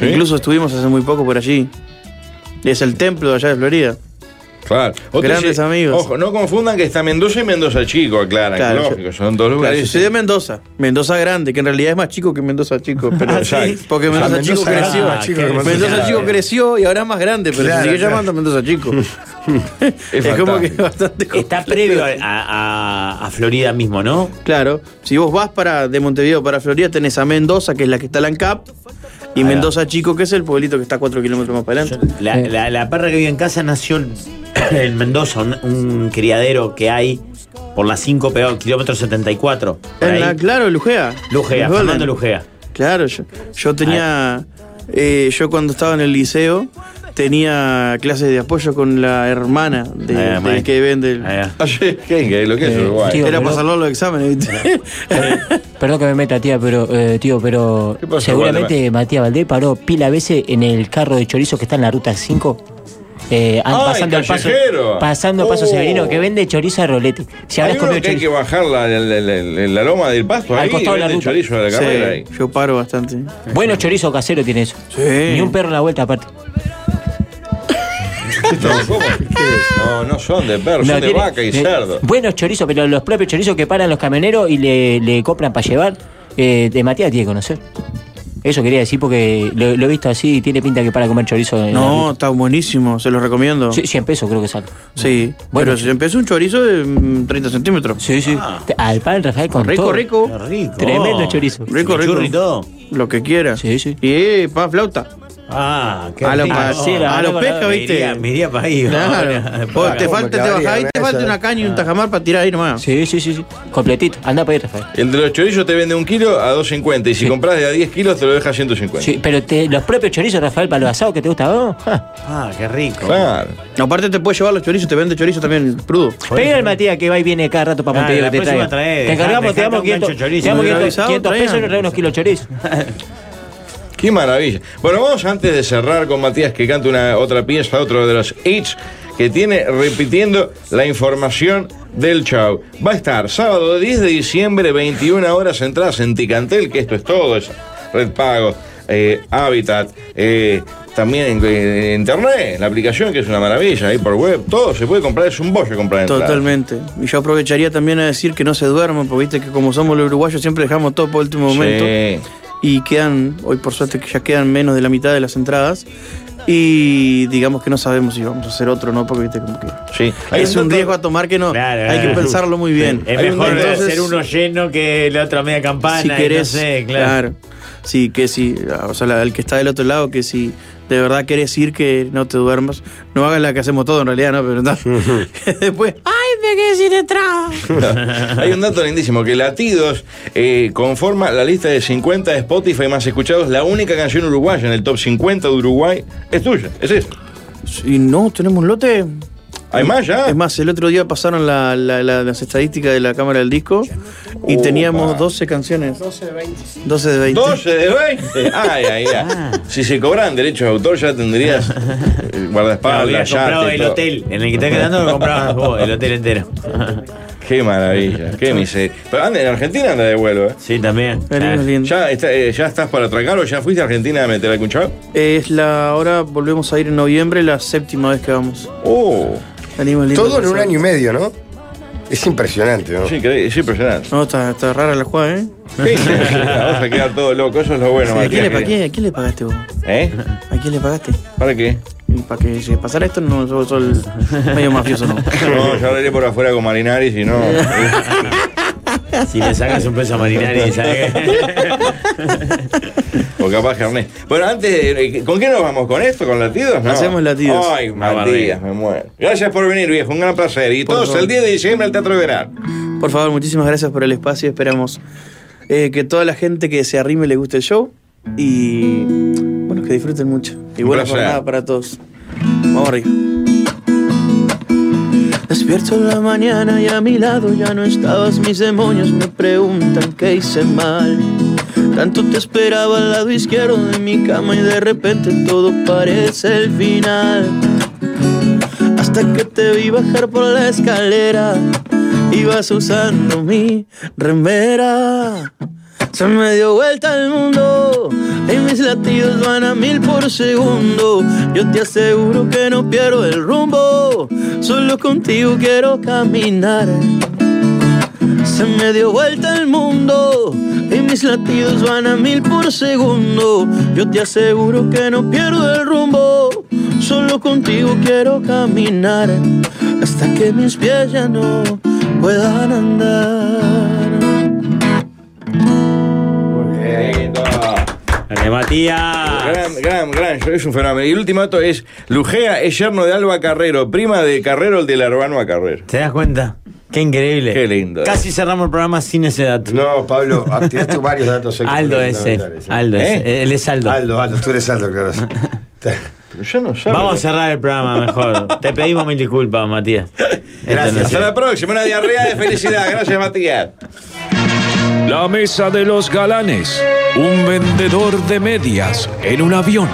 Incluso estuvimos hace muy poco por allí. Es el templo de allá de Florida.
Claro.
Grandes amigos.
Ojo, no confundan que está Mendoza y Mendoza Chico, aclaran.
Claro,
lógico,
yo-
son dos
Claro,
lugares.
yo soy de Mendoza. Mendoza grande, que en realidad es más chico que Mendoza chico. Pero,
Ah, ¿sí?
Porque
O sea,
Mendoza, chico
Mendoza
creció.
grande, más chico que
Mendoza,
Mendoza
chico
grande.
creció y ahora es más grande, pero
Claro,
se sigue
claro.
llamando Mendoza chico. es como que es bastante
Está previo a, a- a Florida mismo, ¿no?
Claro, si vos vas para de Montevideo para Florida, tenés a Mendoza, que es la que está en la ANCAP, y
Ahí va.
Mendoza Chico, que es el pueblito que está a 4 kilómetros más para adelante.
La, la- la perra que vive en casa nació en- en Mendoza, un, un criadero que hay por las 5 pegado, kilómetro 74. por
En
ahí.
la- claro, Lujea.
Lujea,
Golden.
Fernando Lujea.
Claro, yo, yo tenía. eh, yo cuando estaba en el liceo tenía clases de apoyo con la hermana de-
Ah,
del
maestro.
que vende. el-
Oye, Ah, ¿qué, qué, lo que es
Eh,
Uruguay?
tío,
Era
pero-
para salvar los exámenes, ¿viste?
Perdón que me meta, tía, pero, eh, tío, pero
pasó,
seguramente Matías Valdés paró pila veces en el carro de chorizos que está en la ruta 5 eh, an-
Ah, el
pasando al paso,
callejero.
pasando al paso
Oh.
Severino, que vende chorizo a rolete. Si
Hay
habrás
uno
comido
que hay
chorizo.
que bajar la, la, la- la- la loma del pasto.
Al
ahí,
costado de la
venden
ruta.
chorizo a la
Sí.
carrera ahí.
Yo paro bastante.
Bueno chorizo casero tiene eso. Ni un perro en la vuelta aparte.
No, ¿cómo? No, no son de perro,
No,
son de
tiene-
vaca y
de-
cerdo.
Buenos chorizos, pero los propios chorizos que paran los camioneros y le, le compran para llevar, eh, de Matías tiene que conocer. Eso quería decir porque lo, lo he visto así y tiene pinta que para comer chorizo. en la
No, está buenísimo, se los recomiendo.
Eh, Sí, 100 pesos creo que sale.
Sí,
Bueno.
pero si empezó un chorizo de mm, 30 centímetros. Ah.
Sí, sí. Al pan Rafael con
rico,
todo.
Rico,
rico.
Tremendo chorizo.
Oh, Rico, rico.
Chimichurri y todo.
Lo que quiera.
Sí, sí.
Y eh, pan flauta.
Ah, qué
A los
rico.
pa-
Sí, la
a los
verdad,
pesca,
me
¿viste?
iría- me iría pa' ahí,
Claro.
¿no?
Vos te
Como
falta, te
acabaría
bajás y
con
te
eso,
falta
¿no?
una caña y un tajamar para tirar ahí nomás.
Sí, sí, sí, sí. Completito. Anda para ir, Rafael.
El de los chorizos te vende un kilo a 2.50 y si compras de a 10 kilos te lo deja a 150.
Sí, pero te- los propios chorizos, Rafael, para los asados que te gusta a vos. ja.
Ah, qué rico.
Claro.
Aparte te puedes llevar los chorizos, te vende chorizo también crudo.
Pega al Matías que va y viene cada rato para
Dale,
Montevideo
la
que te
próxima trae,
traiga. te
dejá-
encargamos, te
dejate
damos
un gancho
500,
chorizo.
te damos
Me
500,
avisado,
500 pesos y
traigan.
nos trae unos kilos de chorizo.
Qué maravilla. Bueno, vamos antes de cerrar con Matías que canta una otra pieza, otro de los hits que tiene repitiendo la información del show. Va a estar sábado 10 de diciembre, 21 horas entradas en Ticantel, que esto es todo, es Red Pago, eh, Habitat, eh, también en, eh, internet, la aplicación que es una maravilla, ahí por web, todo se puede comprar, es un bollo comprar entradas.
Totalmente. Y yo aprovecharía también a decir que no se duerman, porque viste que como somos los uruguayos siempre dejamos todo por último momento. Y quedan, hoy por suerte que ya quedan menos de la mitad de las entradas. Y digamos que no sabemos si vamos a hacer otro o no, porque viste como que.
Sí.
Es un riesgo a tomar que no. hay que
claro.
pensarlo muy bien.
Es
Hay un-
mejor
entonces,
hacer uno lleno que la otra media campana.
si
y no
querés.
sé,
claro. Sí, que si. O sea, la- el que está del otro lado, que si de verdad querés ir, que no te duermas. No hagas la que hacemos todo en realidad, ¿no? Pero no. Después. ¡Ay, me quedé sin entrada!
Hay un dato lindísimo, que Latidos eh, conforma la lista de 50 de Spotify más escuchados. La única canción uruguaya en el top 50 de Uruguay es tuya, es eso.
Y no, tenemos un lote.
¿Hay más ya?
Es más, el otro día pasaron la- la- la- las estadísticas de la cámara del disco y teníamos 12 canciones. 12 de 20. 12 de 20.
12 de 20. Ay, ay, ay.
Ah.
Si se cobran derechos de autor ya tendrías eh,
Claro,
guardaespaldas.
hubieras
yate,
comprado el
todo.
hotel. En el que estás quedando lo comprabas vos, el hotel entero.
Qué maravilla, qué miseria. Pero anda, en Argentina anda de vuelo, ¿eh?
Sí, también. Ah.
¿Ya, está- eh, ¿Ya estás para atracar o ya fuiste a Argentina a meter algún chavo?
Es la. Ahora volvemos a ir en noviembre, la séptima vez que vamos.
¡Oh!
Venimos lindo
Todo en un
pasado.
año y medio, ¿no? Es impresionante, ¿no?
Sí, increíble, es impresionante.
No, está, está rara la jugada, ¿eh?
Sí, sí, sí, Vas a quedar todo loco, eso es lo bueno,
Sí, ¿a, quién le,
Matías,
pa-
que-
quién- a quién le pagaste vos?
¿Eh?
¿A quién le pagaste?
¿Para qué?
Para que si pasara esto, no, yo soy el medio mafioso, ¿no?
No, yo hablaré por afuera con Marinari, si no.
Si le sacas un peso a Marinari, ¿sabes qué?
O capaz que Ernest. Bueno, antes, eh, ¿con qué nos vamos? ¿Con esto? ¿Con latidos? No.
Hacemos latidos.
Ay,
Una
Matías,
barriga.
me muero. Gracias por venir, viejo. Un gran placer. Y
Por
todos
favor.
el 10 de diciembre al Teatro Verano.
Por favor, muchísimas gracias por el espacio. Esperamos eh, que toda la gente que se arrime le guste el show. Y bueno, que disfruten mucho. Y
Un
buena
placer.
jornada para todos. Vamos arriba. Despierto en la mañana y a mi lado ya no estabas. Mis demonios me preguntan qué hice mal. Tanto te esperaba al lado izquierdo de mi cama y de repente todo parece el final. Hasta que te vi bajar por la escalera, ibas usando mi remera. Se me dio vuelta el mundo y mis latidos van a mil por segundo. Yo te aseguro que no pierdo el rumbo, solo contigo quiero caminar. Se me dio vuelta el mundo y mis latidos van a mil por segundo. Yo te aseguro que no pierdo el rumbo, solo contigo quiero caminar hasta que mis pies ya no puedan andar.
Dale, Matías.
Gran, gran, gran, es un fenómeno. Y el último dato es: Lujea es yerno de Alba Carrero, prima de Carrero, el de Larbano a Carrero.
¿Te das cuenta? Qué increíble.
Qué lindo.
Casi cerramos el programa sin ese dato.
No, Pablo, Ah, tiraste varios datos. ¿eh?
Aldo es él. Aldo es él. Él es Aldo.
Aldo, Aldo, tú eres Aldo, claro.
Pero yo no sé.
Vamos a cerrar el programa mejor. Te pedimos mil disculpas, Matías. Esto no
Hasta
es-
la próxima, una diarrea de felicidad. Gracias, Matías.
La mesa de los galanes. Un vendedor de medias en un avión.